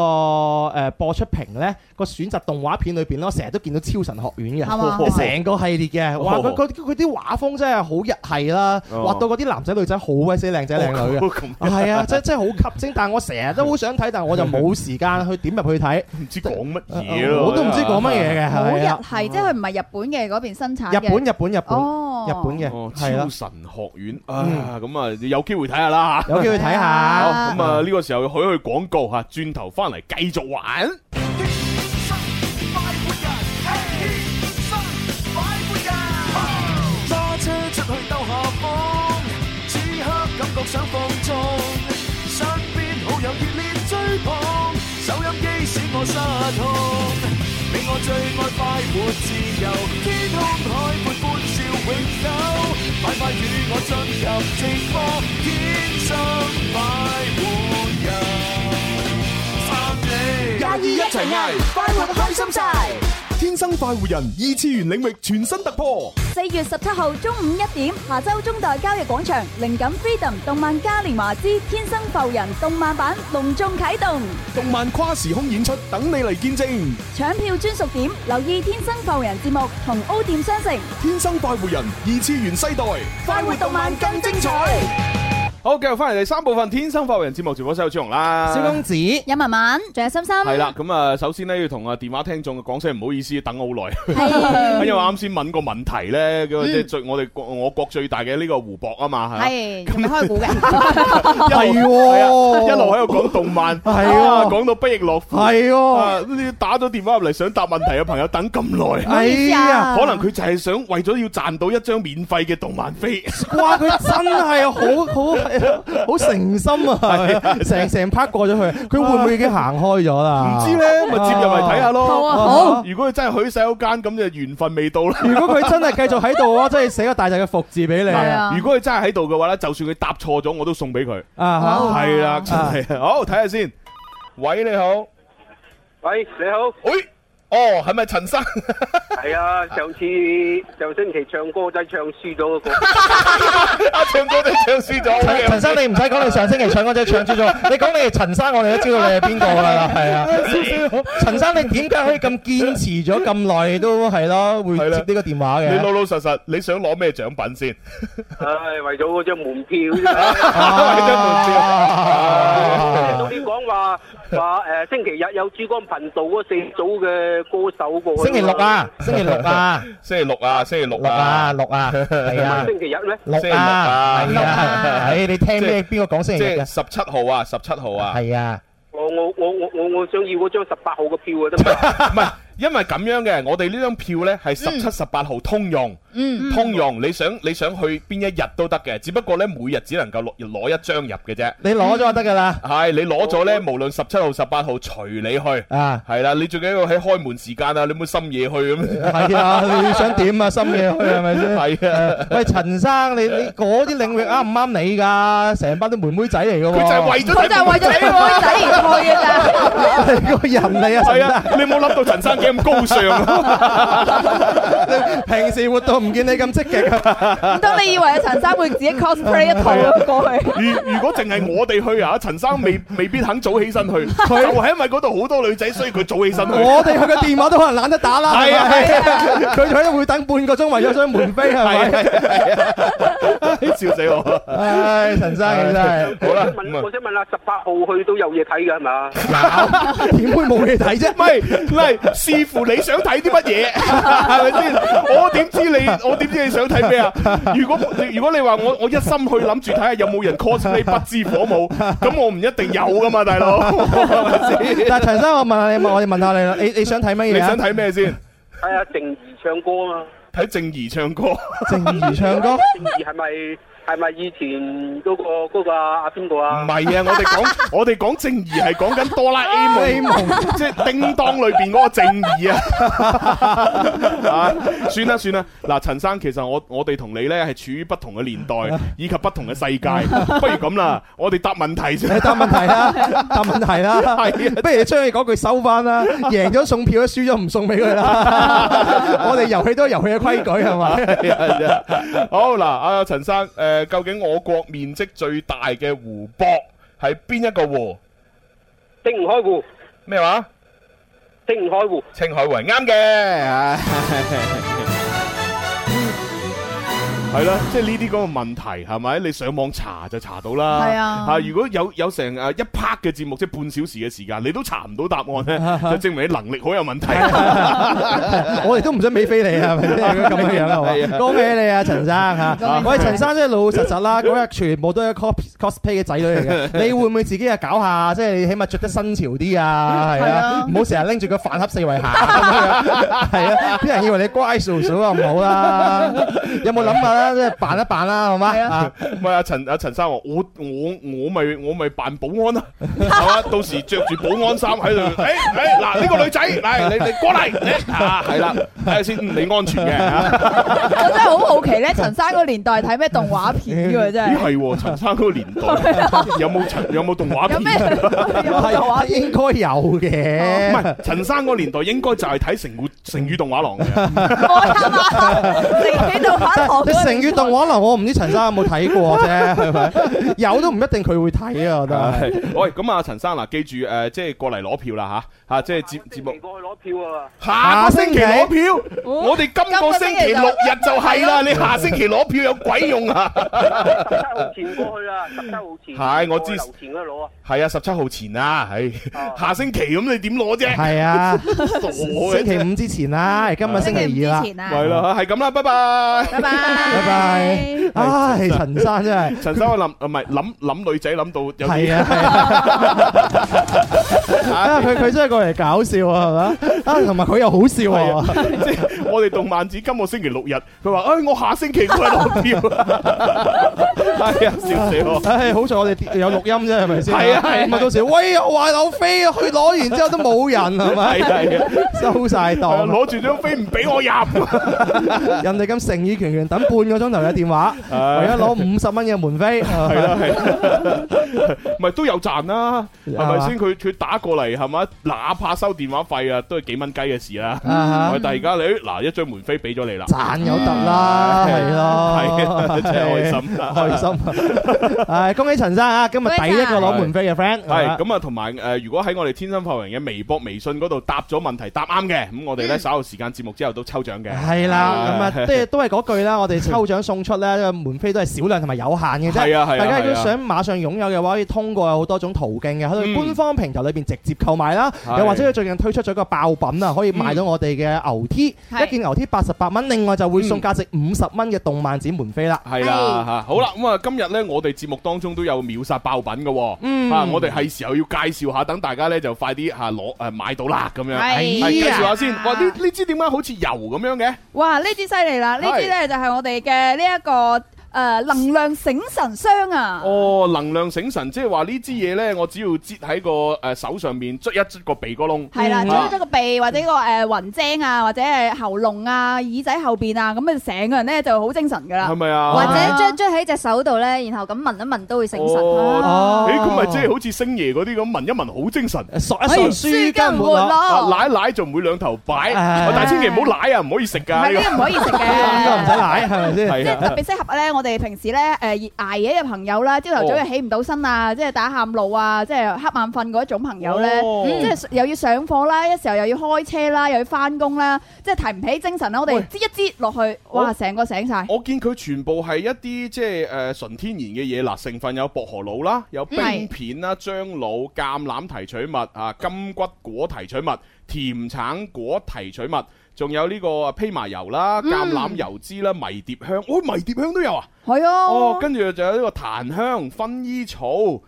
Speaker 5: 誒播出屏咧個選擇動畫片裏邊咯，成日都見到超神學院
Speaker 6: 係嘛
Speaker 5: [laughs] 嘅，成個系列嘅，哇！佢佢佢啲畫風真係好日系啦，
Speaker 4: 哦
Speaker 5: 畫到嗰啲男仔女仔好鬼死靚仔靚女嘅。
Speaker 4: [laughs] 咁
Speaker 5: 係啊，真真係好吸睛，但係我成日都好想睇，但係我就冇時間去點入去睇，
Speaker 4: 唔知講乜嘢咯。
Speaker 5: 我都唔知講乜嘢嘅，係啊，
Speaker 6: 好日系，即係佢唔係日本嘅嗰邊生產嘅。
Speaker 5: 日本日本日本
Speaker 6: 哦。
Speaker 5: 日本
Speaker 4: 哦
Speaker 5: 嘅，係啦
Speaker 4: 超，
Speaker 5: 嗯
Speaker 4: 神學院啊，咁啊有機會睇下啦嚇。
Speaker 5: 有機會睇下。
Speaker 4: 好咁啊，呢個時候去去廣告嚇，轉頭翻嚟繼續玩。
Speaker 8: 揸車出去兜下風，此刻感覺想放縱，身邊好友熱烈追捧，收音機使我失控。你我最愛快活自由，天空海闊歡笑永久，快快與我進入直播，天生快活人，三
Speaker 1: 二
Speaker 8: 你。
Speaker 1: 一齊嗌，快活開心晒。
Speaker 2: 天生快活人，二次元領域全新突破。
Speaker 3: 四月十七號中午一點，下周中代交易廣場靈感 Freedom 動漫嘉年華之天生浮人動漫版隆重啟動，
Speaker 2: 動漫跨時空演出，等你嚟見證。
Speaker 3: 搶票專屬點，留意天生浮人節目同 O 店商城，
Speaker 2: 天生快活人，二次元世代，
Speaker 3: 快活動漫更精彩。
Speaker 4: 好，繼續翻嚟第三部分《天生發育人》節目，直播室有朱紅啦。
Speaker 5: 小公子，
Speaker 6: 有文文。
Speaker 7: 仲有心心，
Speaker 4: 係啦，咁啊，首先呢，要同啊電話聽眾講聲唔好意思，等我好耐，
Speaker 7: 係，
Speaker 4: [laughs] 因為啱先問個問題咧，咁啊即係最我哋國我國最大嘅呢個湖泊啊嘛，
Speaker 6: 係，
Speaker 4: 係
Speaker 6: 仲未開估嘅。
Speaker 4: 啊
Speaker 5: 係喎，
Speaker 4: 一路喺度講動漫，
Speaker 5: [laughs] 係
Speaker 4: 啊，
Speaker 5: 啊
Speaker 4: 講到不亦樂乎，
Speaker 5: 係喎。
Speaker 4: 啊，呢啲打咗電話入嚟想答問題嘅朋友等咁耐。
Speaker 5: 哎呀，
Speaker 4: 可能佢就係想為咗要賺到一張免費嘅動漫飛，
Speaker 5: 哇！佢真係好好好誠心啊，成成 part 過咗去，佢會唔會已經行開咗
Speaker 4: 唔
Speaker 5: 啦？
Speaker 4: 知咧咪接入嚟睇下咯。
Speaker 6: [laughs] 好啊
Speaker 5: 好
Speaker 4: 如果佢真係去洗手間，咁就緣分未到啦。
Speaker 5: 如果佢真係繼續喺度嘅話，真係寫個大隻嘅服字俾你
Speaker 6: 係
Speaker 5: 啊！
Speaker 6: 啊
Speaker 4: 如果佢真係喺度嘅話咧，就算佢答錯咗，我都送俾佢。
Speaker 5: 啊
Speaker 4: 係啦，真係。好睇下先。喂，你好。
Speaker 10: 喂，你好，
Speaker 4: 喂，哦，係咪陳生？ [laughs]
Speaker 10: 系啊，上次上星期唱歌仔唱輸咗嗰個，
Speaker 4: 阿唱歌都唱輸咗。
Speaker 5: 嚇，陳生你唔使講，你上星期唱嗰只唱出咗，你講你係陳生，我哋都知道你係邊個㗎啦，係啊！陳生你點解可以咁堅持咗咁耐都係咯，會
Speaker 4: 係啦
Speaker 5: 接呢個電話
Speaker 4: 你老
Speaker 5: 嘅？
Speaker 4: 老實實，你想攞咩獎品先？
Speaker 10: 唉，為咗嗰張門票
Speaker 4: [laughs]
Speaker 10: 啫。
Speaker 5: 啊
Speaker 10: 早啲講話話诶，誒星期日有珠江頻道嗰四組嘅歌手過去。
Speaker 5: 星期六啊，星期六啊，
Speaker 4: 星期六啊，星期六
Speaker 5: 六啊，，六啊，係
Speaker 10: 嘛，唔
Speaker 5: 啊
Speaker 10: 係。星期日咩？
Speaker 5: 六
Speaker 4: 星期六啊
Speaker 5: 啊，係啊，唉，你聽咩？邊個講星
Speaker 4: 即
Speaker 5: 期日
Speaker 4: 係
Speaker 5: 嘅？
Speaker 4: 十七號啊，十七號啊。
Speaker 5: 係啊，
Speaker 10: 我我我我我我想要嗰張十八號嘅票啊，得唔得？
Speaker 4: 唔係，因為咁樣嘅，我哋呢張票呢
Speaker 5: 嗯
Speaker 4: 係十七、十八號通用，通用。你想你想去邊一日都得嘅，只不過呢，每日只能夠攞攞一張入嘅啫。
Speaker 5: 你攞咗就得㗎啦。
Speaker 4: 係你攞咗呢，無論十七號、十八號，隨你去。
Speaker 5: 啊，
Speaker 4: 係啦，你最緊要喺開門時間啊，你唔好深夜去咁。
Speaker 5: 係啊，你想點啊？深夜去係咪先？
Speaker 4: 係啊，
Speaker 5: 喂，陳生，你你嗰啲領域啱唔啱你㗎？成班都妹妹仔嚟㗎喎。
Speaker 4: 佢就
Speaker 5: [laughs]
Speaker 4: 係為咗睇門仔喎。
Speaker 6: 佢就係為咗睇妹仔而去嘅咋。
Speaker 5: 啊你個人嚟啊，
Speaker 4: 係
Speaker 5: 陳
Speaker 4: 啊，
Speaker 5: [laughs]
Speaker 4: 你冇諗到陳生幾咁高尚 [laughs] 啊！
Speaker 5: 生。平時活動唔見你咁積極啊。
Speaker 6: 唔通你以為阿陳生會自己cosplay一套咁過去？
Speaker 5: 啊
Speaker 4: 如如果淨係我哋去啊，陳生 [laughs] 未未必肯早起身去，就係因為嗰度好多女仔，所以佢早起身去。
Speaker 5: 我哋佢嘅電話都可能懶得打啦。
Speaker 4: 係啊
Speaker 5: 係咪佢喺度會等半個鐘，為咗張門飛係咪？
Speaker 4: 係啊， [laughs] 笑死我！
Speaker 5: 唉，陳生你真係
Speaker 4: 好啦，咁
Speaker 10: 問，
Speaker 4: 啊
Speaker 10: 我想問下，十八號去都有嘢睇㗎係嘛？
Speaker 5: 點會冇嘢睇啫？
Speaker 4: 咪嚟視乎你想睇啲乜
Speaker 5: [laughs]
Speaker 4: 嘢，係咪先？我點知你我點知你想睇咩啊？如果如果你話我我一心去諗住睇下有冇人 cosplay 不知火舞，咁我唔一定有噶嘛，大佬。
Speaker 5: [laughs]
Speaker 4: 係咪先
Speaker 5: 但係陳生，我問下你，我哋問下你啦，你你想睇乜
Speaker 4: 你
Speaker 5: 嘢啊
Speaker 4: 想？睇咩先？
Speaker 10: 睇下靜怡唱歌啊嘛。
Speaker 4: 睇靜怡唱歌，
Speaker 5: 靜怡唱歌，
Speaker 10: 係咪係咪以前嗰個嗰個阿邊個啊？
Speaker 4: 唔係啊！我哋講我哋講正義係講緊哆啦 A 夢，即係叮當裏邊嗰個正義啊！ [laughs] 啊，算啦算啦，嗱，陳生，其實我我哋同你咧係處於不同嘅年代以及不同嘅世界，不如咁啦，我哋答問題先，
Speaker 5: 答問題 [laughs] 啦，答問題啦，不如將佢嗰句收翻啦，贏咗送票，輸咗唔送俾佢 [laughs] 啦。我哋遊戲都係遊戲嘅規矩係嘛？
Speaker 4: 係啊係啊 [laughs] 好嗱，阿陳生，誒，究竟我國面積最大嘅湖泊係邊一個湖？
Speaker 10: 青海湖
Speaker 4: 咩話？
Speaker 10: 青海湖，
Speaker 4: 青海湖係啱嘅。 [laughs] 係啦，即係呢啲嗰個問題係咪？你上網查就查到啦。
Speaker 6: 係啊
Speaker 4: 嚇如果有有成誒一 part 嘅節目，即係半小時嘅時間，你都查唔到答
Speaker 6: [laughs]
Speaker 4: 案咧，就證明你能力好有問題。
Speaker 5: 我哋都唔想俾飛你啊，係咪先咁樣樣啊
Speaker 4: 係
Speaker 5: 係
Speaker 4: 啊
Speaker 5: 嘛？恭喜你啊，陳生嚇！
Speaker 4: 恭喜
Speaker 5: 喂，陳生真係老老實實啦，嗰日全部都係 cos cosplay 嘅仔女嚟嘅。你會唔會自己啊搞下？即係你起碼着得新潮啲啊，係
Speaker 6: 係
Speaker 5: 啊
Speaker 6: 啊，
Speaker 5: 唔好成日拎住個飯盒四圍行咁樣。係啊，啲人以為你乖叔叔啊，唔好啦。有冇諗下咧？即係扮一扮啦，好嘛？啊
Speaker 4: 唔係啊，陳啊陳生話我我我咪我咪扮保安啦，係嘛？
Speaker 6: [laughs]
Speaker 4: 到時着住保安衫喺度，誒誒嗱呢個女仔嚟你你過嚟，你啊係啦，睇下先嗯你安全嘅啊
Speaker 6: 我真係好好奇咧，陳生個年代睇咩動畫片嘅真
Speaker 4: [laughs] 咦
Speaker 6: 係。
Speaker 4: 係喎，陳生嗰個年代有冇陳有冇動畫
Speaker 6: 有咩
Speaker 4: 片？
Speaker 5: 係啊應該有嘅
Speaker 4: 唔。係陳生嗰個年代應該就係睇成語成語動畫廊嘅，
Speaker 6: 啊喺度玩我
Speaker 5: 你啊成語動畫廊，我唔知陳生有冇睇過啫，係咪？有都唔一定佢會睇啊，我覺得係。
Speaker 4: 係喂咁啊陳生嗱，記住誒即係過嚟攞票啦吓，吓即係節節目
Speaker 10: 過去攞票啊！
Speaker 4: 下個星期攞票，我哋今個星期六日就係啦，你下星期攞票有鬼用啊！
Speaker 10: 十七號前過去啊，十七號前
Speaker 4: 係我知
Speaker 10: 過去樓前嗰度攞啊。
Speaker 4: 系啊，十七號前啊，唉，下星期咁你點攞啫？
Speaker 5: 係
Speaker 4: [laughs]
Speaker 5: 啊，
Speaker 4: 傻
Speaker 5: 星期
Speaker 4: 嘅，
Speaker 5: 五之
Speaker 4: [laughs]
Speaker 5: 前啦，今日星期二啦，
Speaker 4: 係啦，係咁啦，拜拜。
Speaker 6: 啊拜
Speaker 5: 拜拜。唉，陳生真係，
Speaker 4: 陳生我諗，唔係諗諗女仔諗到有 [laughs]
Speaker 5: 係
Speaker 4: 啲
Speaker 5: 啊，係啊，啊 [laughs] 佢佢真係過嚟搞笑啊，係嘛？啊，同埋佢又好笑
Speaker 4: 係
Speaker 5: 啊
Speaker 4: 啊，， [laughs] 即係我哋動漫展今個星期六日，佢話：，哎唉，我下星期過去攞票。 [laughs] 係啊，笑死我。
Speaker 5: 唉，好在我哋有錄音啫，係咪先？
Speaker 4: 係啊係啊
Speaker 5: 咁啊，到時喂，我話有飛啊，去攞完之後都冇人，係
Speaker 4: 係啊係啊
Speaker 5: 咪？收晒
Speaker 4: 係啊
Speaker 5: 檔，
Speaker 4: 攞住張飛唔俾我入， [laughs]
Speaker 5: 人哋咁誠意拳拳等半個鐘頭嘅電話，為咗攞五十蚊嘅門飛，係
Speaker 4: 係啦係啦，咪都有賺啦，係啊咪先？佢佢打過嚟係咪？哪怕收電話費啊，都係幾蚊雞嘅事啦。
Speaker 5: 啊
Speaker 4: 喂，但係而家你嗱一張門飛俾咗你啦。
Speaker 5: 賺有得啦， [laughs] 係咯，
Speaker 4: 係真係開心啊 [laughs]
Speaker 5: 開心啊！唉，恭喜陳生啊，今日第一個攞門飛嘅 friend，
Speaker 4: 系咁啊，同埋誒，如果喺我哋天生發人嘅微博、微信嗰度答咗問題答啱嘅，咁我哋咧稍後時間節目之後都抽獎嘅。
Speaker 5: 係啦，咁啊，
Speaker 4: 係
Speaker 5: 即係都係嗰句啦，我哋抽獎送出咧，門飛都係少量同埋有限嘅啫。
Speaker 4: [laughs] 係啊係啊
Speaker 5: 大家如
Speaker 4: 係
Speaker 5: 果
Speaker 4: 啊
Speaker 5: 想馬上擁有嘅話，可以通過有好多種途徑嘅，喺
Speaker 4: 嗯
Speaker 5: 度官方平台裏邊直接購買啦，
Speaker 4: 係
Speaker 5: 又或者佢最近推出咗個爆品啊，可以買到我哋嘅牛 T，
Speaker 6: 係
Speaker 5: 一件牛 T 八十八蚊，另外就會送
Speaker 4: 嗯
Speaker 5: 價值五十蚊嘅動漫展門飛啦。
Speaker 4: 係啦嚇，好啦，咁啊，今日咧我哋節目當中都有秒殺爆品嘅喎，
Speaker 5: 嗯
Speaker 4: 啊，我哋係時候要介紹下，等大家咧就快啲嚇攞誒買到啦咁樣。
Speaker 6: 係啊哎
Speaker 4: 係介紹下先，哇！呢呢支點解好似油咁樣嘅？
Speaker 6: 哇！呢支犀利啦，呢支咧就係我哋嘅呢一個誒能量醒神霜啊。
Speaker 4: 哦，能量醒神，即係話呢支嘢咧，我只要擠喺個誒手上面，捽一捽個鼻哥窿。
Speaker 6: 係啦，
Speaker 4: 嗯
Speaker 6: 遮咗個鼻或者個誒雲精啊，或者係喉嚨啊、耳仔後邊啊，咁啊成個人咧就好精神噶啦
Speaker 4: 係。咪啊？
Speaker 7: 或者
Speaker 5: 啊
Speaker 7: 將捽喺隻手度咧，然後咁聞一聞都會醒神。
Speaker 4: 哦，
Speaker 5: 哦
Speaker 4: 誒咁咪即係好似星爺嗰啲咁，聞一聞好精神。
Speaker 5: 索一索舒筋活絡。
Speaker 4: 啊
Speaker 6: 咯，
Speaker 4: 奶奶就唔會兩頭擺，
Speaker 5: 唉
Speaker 4: 但係千祈唔好奶啊，唔可以食
Speaker 6: 唔
Speaker 4: 㗎
Speaker 6: 係
Speaker 4: 呢
Speaker 6: 呢
Speaker 4: 個。
Speaker 6: 個唔可以食
Speaker 5: 應該唔使
Speaker 6: 嘅。
Speaker 4: [laughs]
Speaker 5: 奶，係咪先？
Speaker 4: 係
Speaker 5: [laughs]
Speaker 6: 即係特
Speaker 4: 啊，
Speaker 6: 別適合咧，我哋平時咧誒捱夜嘅朋友啦，朝頭早又起唔到身
Speaker 5: 哦
Speaker 6: 啊，即係打喊路啊，即係瞌眼瞓嗰一種朋友咧，
Speaker 4: 哦
Speaker 6: 即係又要上課啦，一時候又要開車啦，又要翻工啦，即係提唔起精神啦，我
Speaker 4: 喂
Speaker 6: 哋擠一擠落去，
Speaker 5: 哦
Speaker 6: 哇，成個醒晒。
Speaker 4: [laughs] 我見佢全部係一啲即係誒純天然嘅嘢，嗱成分有薄荷腦啦，有冰片啦、樟腦、橄欖提取物啊、金骨果提取物、甜橙果提取物。仲有呢個呃披麻油啦、橄欖油脂啦、迷迭香，哦，迷迭香都有啊！
Speaker 6: 係啊，
Speaker 4: 哦，跟住就有呢個檀香、薰衣草、誒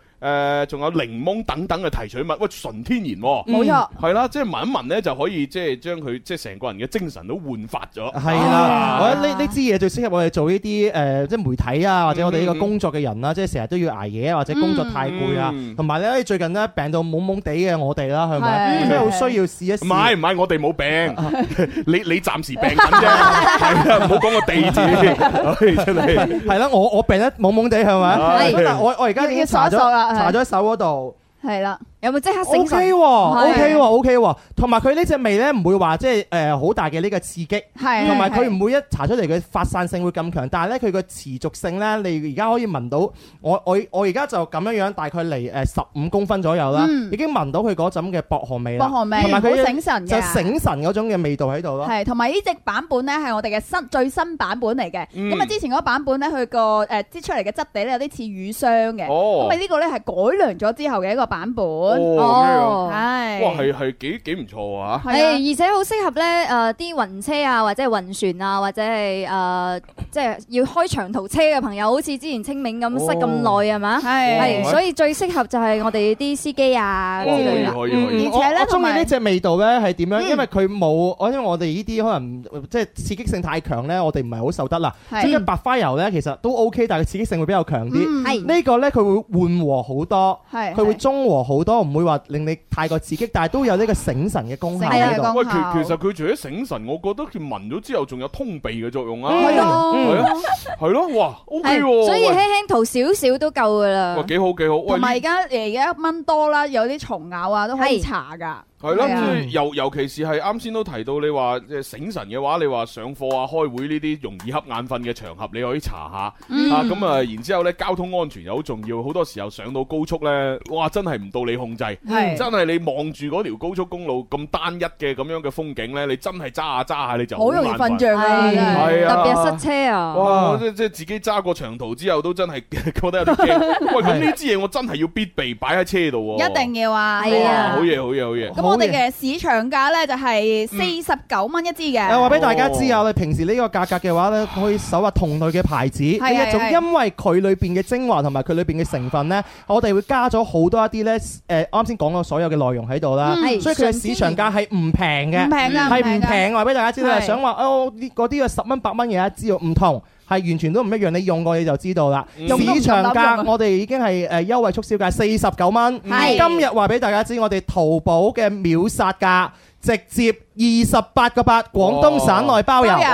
Speaker 4: 仲有檸檬等等嘅提取物，喂，純天然喎，
Speaker 5: 嗯
Speaker 6: 冇錯
Speaker 4: 係啦，即係聞一聞咧就可以即係將佢即係成個人嘅精神都煥發咗，
Speaker 5: 係啊
Speaker 4: 啊
Speaker 5: 啦，我覺得呢呢支嘢最適合我哋做呢啲誒，即係媒體
Speaker 4: 嗯
Speaker 5: 啊，或者我哋呢個工作嘅人啦，即係成日都要捱夜啊，或者工作太攰啊，
Speaker 4: 嗯
Speaker 5: 同埋咧最近咧病到懵懵地嘅我哋啦，係咪？
Speaker 4: 係
Speaker 5: 咩好需要試一
Speaker 4: 唔
Speaker 5: 試？
Speaker 4: 係唔係，我哋冇
Speaker 7: [laughs]
Speaker 4: 病，你你暫時病緊啫，係啊，唔好講個地
Speaker 7: [laughs]
Speaker 4: 址，唉真係。
Speaker 5: 係啦，我我病得懵懵地係咪？
Speaker 4: 係
Speaker 5: 但我我而家已經查
Speaker 6: 要要索
Speaker 5: 咗
Speaker 6: 一索啦係
Speaker 5: 查咗手嗰度。
Speaker 6: 係啦，
Speaker 7: 有冇即刻
Speaker 5: O
Speaker 7: 醒
Speaker 5: K
Speaker 7: 神
Speaker 5: 喎，O K 喎，O K 喎，同埋佢呢只味咧唔會話即係誒好大嘅呢個刺激，
Speaker 6: 係
Speaker 5: 同埋佢
Speaker 6: 係
Speaker 5: 唔會一搽出嚟佢發散性會咁強，但係咧佢個持續性咧，你而家可以聞到我我我而家就咁樣樣大概離誒十五公分左右啦，
Speaker 6: 嗯
Speaker 5: 已經聞到佢嗰陣嘅薄荷味啦，
Speaker 6: 薄荷味
Speaker 5: 同埋
Speaker 6: 好
Speaker 5: 佢
Speaker 6: 醒神㗎
Speaker 5: 就醒神嗰種嘅味道喺度咯。
Speaker 6: 係，同埋呢只版本咧係我哋嘅新最新版本嚟嘅。
Speaker 5: 嗯
Speaker 6: 咁啊，之前嗰個版本咧，佢個誒擠出嚟嘅質地咧有啲似乳霜嘅。
Speaker 4: 哦
Speaker 6: 咁啊，呢個咧係改良咗之後嘅一個版本。
Speaker 4: 哦，咁樣
Speaker 6: 係。
Speaker 4: 哇，係係幾幾唔錯啊！
Speaker 7: 誒，而且好適合咧誒啲雲車啊，或者係雲船啊，或者係誒即係要開長途車嘅朋友，好似之前清明咁塞咁耐係嘛？
Speaker 6: 係
Speaker 7: 係，所以最適合就係我哋啲司機啊之類啦。
Speaker 5: 嗯
Speaker 7: 而且咧
Speaker 5: 我我中意
Speaker 7: 同埋
Speaker 5: 呢只味道咧係點樣？
Speaker 7: 嗯
Speaker 5: 因為佢冇，我因為我哋呢啲可能呃即係刺激性太強咧，我哋唔係好受得啦。
Speaker 6: 係
Speaker 5: 即係白花油咧，其實都 OK，但係佢刺激性會比較強
Speaker 6: 嗯
Speaker 5: 啲。
Speaker 6: 係
Speaker 5: 呢個咧，佢會緩和好多，
Speaker 6: 係
Speaker 5: 佢會中和好多，唔會話令你太過刺激，但係都有呢個醒神嘅功效喺
Speaker 6: 啊
Speaker 5: 度。
Speaker 4: 喂，其其實佢除咗醒神，我覺得佢聞咗之後仲有通鼻嘅作用啊！
Speaker 7: 嗯係咯
Speaker 4: 係啊，係咯，哇，OK 喎，
Speaker 7: 所以
Speaker 4: 喂
Speaker 7: 輕輕塗少少都夠噶
Speaker 4: 哇
Speaker 7: 啦。
Speaker 4: 幾好幾好，喂
Speaker 6: 同埋
Speaker 4: 呢
Speaker 6: 而家而家蚊多啦，有啲蟲咬啊都可以搽㗎。
Speaker 4: 係咯，
Speaker 6: 係啊
Speaker 4: 即係尤尤其是係啱先都提到你話即係醒神嘅話，你話上課啊、開會呢啲容易瞌眼瞓嘅場合，你可以查下
Speaker 6: 嗯
Speaker 4: 啊。咁啊，然之後咧，交通安全又好重要，好多時候上到高速咧，哇，真係唔到你控制，
Speaker 6: 係
Speaker 4: 真係你望住嗰條高速公路咁單一嘅咁樣嘅風景咧，你真係揸下揸下你就
Speaker 6: 好容易
Speaker 4: 眼
Speaker 6: 瞓着啊真係
Speaker 4: 係啊，
Speaker 7: 特別係塞車啊！
Speaker 4: 哇！即即自己揸過長途之後，都真係覺得有啲驚。 [laughs] 喂，咁呢支嘢我真係要必備擺喺車度喎。
Speaker 6: 一定要啊！
Speaker 4: 哇
Speaker 6: 係啊
Speaker 4: 好。嘢，好嘢，好嘢。
Speaker 6: 咁我哋嘅市場價咧就係四十九蚊一支嘅。
Speaker 5: 誒話俾大家知
Speaker 6: 哦
Speaker 5: 啊！我哋平時呢個價格嘅話咧，可以搜下同類嘅牌子呢
Speaker 6: 係
Speaker 5: 一種，
Speaker 6: 係
Speaker 5: 因為佢裏邊嘅精華同埋佢裏邊嘅成分咧，我哋會加咗好多一啲咧誒啱先講嘅所有嘅內容喺度啦，
Speaker 6: 嗯係
Speaker 5: 所以佢嘅市場價係唔平嘅，
Speaker 6: 唔平㗎
Speaker 5: 係
Speaker 6: 唔平
Speaker 5: 唔
Speaker 6: 㗎
Speaker 5: 平。話俾大家知啦，
Speaker 6: 係
Speaker 5: 想話哦呢嗰啲嘅十蚊八蚊嘢一支唔同。係完全都唔一樣，你用過你就知道啦。
Speaker 6: 嗯用都唔
Speaker 5: 市場
Speaker 6: 用得啊嗯
Speaker 5: 價
Speaker 6: 用
Speaker 5: 我哋已經係誒優惠促銷價四十九蚊，
Speaker 6: 係
Speaker 5: 今日話俾大家知，我哋淘寶嘅秒殺價直接二十八個八，廣東省內包
Speaker 6: 哦
Speaker 5: 郵。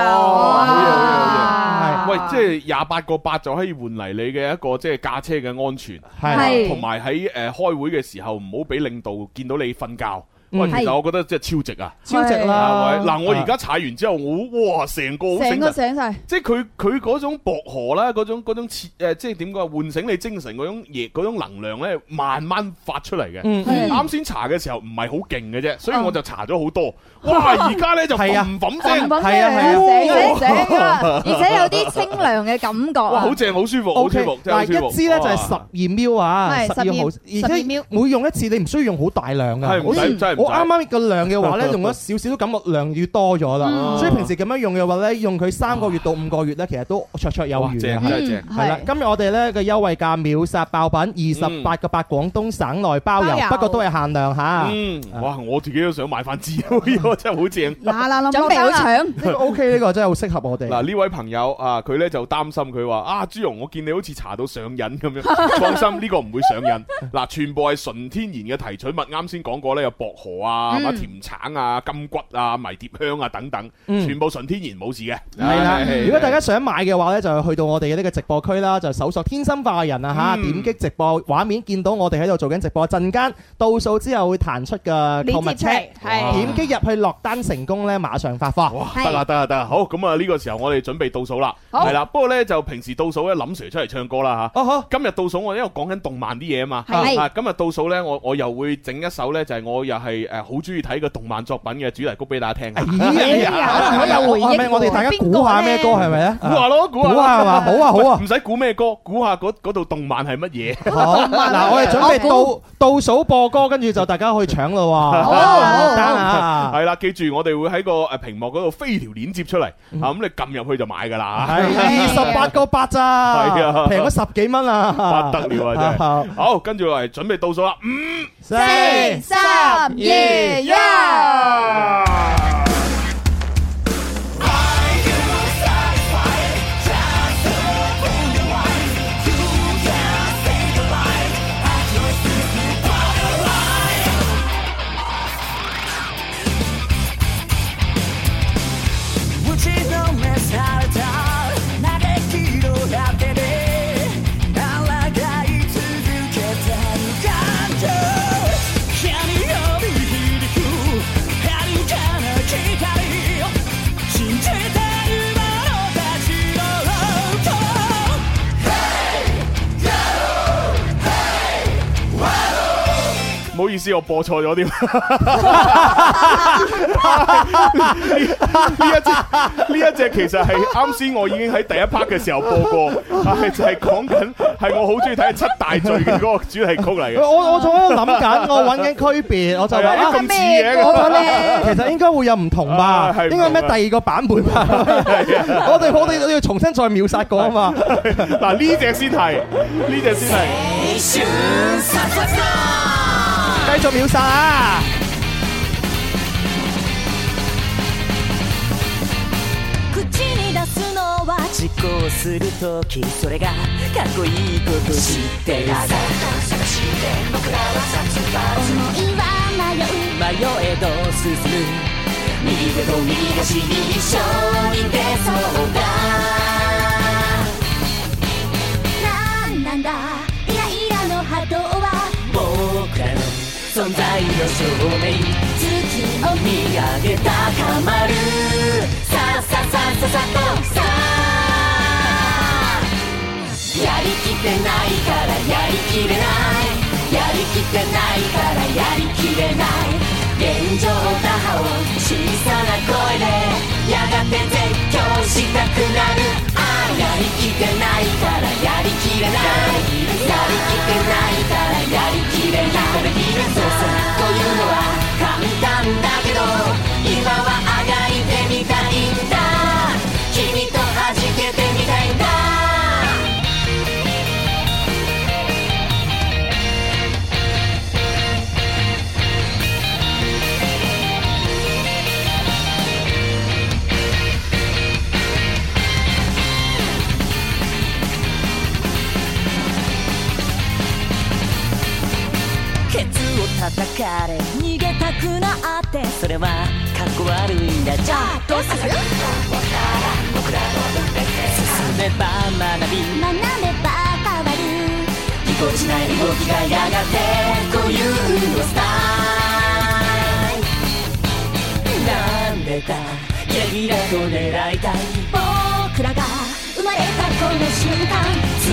Speaker 5: 啊
Speaker 4: 喂，即係廿八個八就可以換嚟你嘅一個即係駕車嘅安全，
Speaker 5: 係
Speaker 4: 同埋喺誒開會嘅時候唔好俾領導見到你瞓覺。喂，
Speaker 5: 嗯
Speaker 4: 其實我覺得即係超值啊！
Speaker 5: 超值啦
Speaker 4: 係咪嗱，我
Speaker 5: 啊
Speaker 4: 而家踩完之後，我哇，成個好
Speaker 6: 成個
Speaker 4: 神
Speaker 6: 醒晒。
Speaker 4: 即係佢佢嗰種薄荷啦，嗰種嗰種切誒，即係點講啊？喚醒你精神嗰種嘢，嗰種能量咧，慢慢發出嚟嘅。
Speaker 5: 嗯嗯
Speaker 4: 啱先查嘅時候唔係好勁嘅啫，所以我就查咗好多。哇！而家咧就
Speaker 5: [laughs] 係啊
Speaker 4: 嘭嘭聲，
Speaker 5: 嘭嘭聲係啊係啊
Speaker 4: 哇
Speaker 5: 醒醒醒啊
Speaker 7: 而且有啲清涼嘅感覺
Speaker 4: 哇
Speaker 7: 啊
Speaker 4: 好！正，好舒服，好舒服，真係好
Speaker 5: 嗱，
Speaker 4: 舒服。
Speaker 5: 一支咧就係十
Speaker 4: 哇
Speaker 5: 二 ml 啊，
Speaker 6: 係
Speaker 5: 12
Speaker 6: 12
Speaker 5: 毫，而且每用一次你唔需要用好大量噶。
Speaker 4: 係唔使
Speaker 5: 好似
Speaker 4: 真係唔使
Speaker 5: 我啱啱個量嘅
Speaker 4: [laughs]
Speaker 5: 話咧，用咗少少都感覺量要多咗啦。
Speaker 4: 嗯
Speaker 5: 所以平時咁樣用嘅話咧，用佢三個月到五個月咧，其實都綽綽有餘啊
Speaker 4: 哇正真係正
Speaker 5: 係啦，今日我哋咧嘅優惠價秒殺爆品二十八個八，廣東省內包
Speaker 6: 包
Speaker 5: 郵，
Speaker 6: 郵
Speaker 5: 不過都係限量嚇。
Speaker 4: 嗯，哇！我自己都想買翻支， [laughs] 呢個真係
Speaker 5: [laughs]
Speaker 4: 好正。
Speaker 6: 嗱嗱臨
Speaker 7: 準備好搶
Speaker 5: 呢個 OK，呢個真係好適合我哋。
Speaker 4: 嗱呢位朋友啊，佢咧就擔心佢話啊朱容，我見你好似搽到上癮咁樣， [laughs] 放心呢個唔會上癮。嗱，全部係純天然嘅提取物，啱先講過咧有薄荷啊、
Speaker 5: 嗯
Speaker 4: 乜甜橙啊、金骨啊、迷迭香啊等等，
Speaker 5: 嗯
Speaker 4: 全部純天然冇事嘅。
Speaker 5: 係啦，
Speaker 4: 係
Speaker 5: 如果大家想買嘅話呢，就去到我哋嘅呢個直播區啦，就搜索天生化人啊嚇，
Speaker 4: 嗯
Speaker 5: 點擊直播畫面，見到我哋喺度做緊直播，陣間倒數之後會彈出嘅購物
Speaker 4: 鏈接
Speaker 5: 車，
Speaker 4: 出嚟係
Speaker 5: 點擊入去落單成功呢，馬上發貨。
Speaker 4: 得啦得啦得啦，好咁啊！呢個時候我哋準備倒數啦，
Speaker 5: 好
Speaker 4: 係啦。不過呢，就平時倒數咧，林 Sir 出嚟唱歌啦
Speaker 5: 吓。
Speaker 4: 今日倒數我因為講緊動漫啲嘢啊嘛，
Speaker 5: 係
Speaker 4: 啊今日倒數呢，我我又會整一首呢，就係我又係哋誒好中意睇嘅動漫作品嘅主題曲俾大家聽。
Speaker 5: 可有回憶係咪我哋大家估下咩歌係咪咧？
Speaker 4: [laughs] 估下咯，估下
Speaker 5: 估下
Speaker 4: [laughs]
Speaker 5: 係嘛好啊好啊
Speaker 4: 唔使估咩歌，估下嗰嗰度動漫係
Speaker 5: [laughs]
Speaker 4: 乜嘢。
Speaker 5: 好嗱，我哋準備倒倒數播歌，跟住就大家去搶啦喎！得啊！
Speaker 4: 系啦，記住我哋會喺個诶屏幕嗰度飛條鏈接出嚟，啊咁你撳入去就買㗎啦。
Speaker 5: 係二十八個八咋，
Speaker 4: 係啊
Speaker 5: 平咗十幾蚊啊！
Speaker 4: [laughs] 不得了啊！真係好，跟住我嚟準備倒數啦，五
Speaker 5: 四三二一。
Speaker 1: 打ちのめされた嘆きの果てで抗い続けた無感情闇より響く遥かな光信じてる者たちの
Speaker 4: 唔好意思，我播錯咗
Speaker 5: [laughs]
Speaker 4: 添。呢一隻呢一隻其實係啱先，我已經喺第一 part 嘅時候播過，係就係講緊係我好中意睇嘅七大罪嘅嗰個主題曲嚟嘅。
Speaker 5: [laughs] 我我仲喺度諗緊，我揾緊區別，我就話
Speaker 4: 係啊
Speaker 5: 啊
Speaker 4: 咁似嘅
Speaker 5: 我覺得其實應該會有唔同吧
Speaker 4: 啊係唔，
Speaker 5: 應
Speaker 4: 同
Speaker 5: 該咩第二個版本吧？我哋我哋都要重新再秒殺過啊嘛！
Speaker 4: 嗱呢只先係，呢只先係。
Speaker 5: 繼續秒殺啊！
Speaker 1: 空口に出すのは実行するときそれがかっこいいこと知ってるさ
Speaker 11: 思いは迷う
Speaker 1: 迷えど進む右手と右足に一緒に出そうだ
Speaker 11: なんなんだイライラの波動は
Speaker 1: 僕らの存在の証明月を見上げ高まるさあさあさあさあさとさあやりきってないからやりきれないやりきってないからやりきれない現状打破を小さな声でやがて絶叫したくなるああやりきってないからやりきれないやりきってないからやりきれないそうさこういうのは簡単だけど今はあがいてみたいんだ君と弾けてみたいんだケツを叩かれ逃げたくなってそれはかっこ悪いんだじゃあどうする進めば学び
Speaker 11: 学べば変わる
Speaker 1: ぎこちない動きがやがて固有のスタイルなんでだゲリラと狙いたい
Speaker 11: 僕らが生まれたこの瞬間
Speaker 1: 強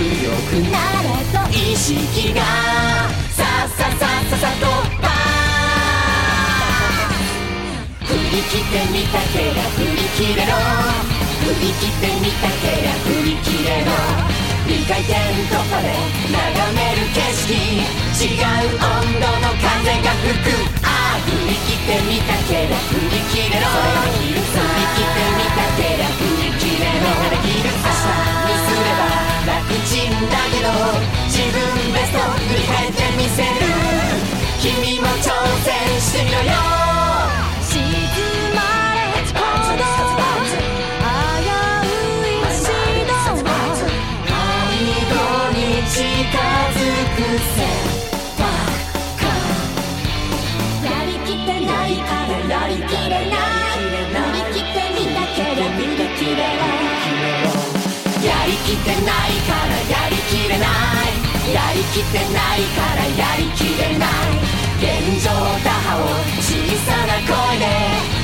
Speaker 1: く
Speaker 11: なれと
Speaker 1: 意識がさあさあさあさあさとば振り切ってみたけりゃ振り切れろ振り切ってみたけりゃ振り切れろ二回転突破で眺める景色違う温度の風が吹くああ振り切ってみたけりゃ振り切れろ振り切ってみたけりゃ振り切れろ明日にすれば楽ちんだけど自分ベスト振り返ってみせる君も挑戦してみろよ
Speaker 11: 静まれ行動危うい指導
Speaker 1: 背後に近づくせ
Speaker 11: やりきってないからやりきれない乗り切ってみたけど見りきれない
Speaker 1: やりきってないからやりきれないやりきってないからやりきれない現状打破を小さな声で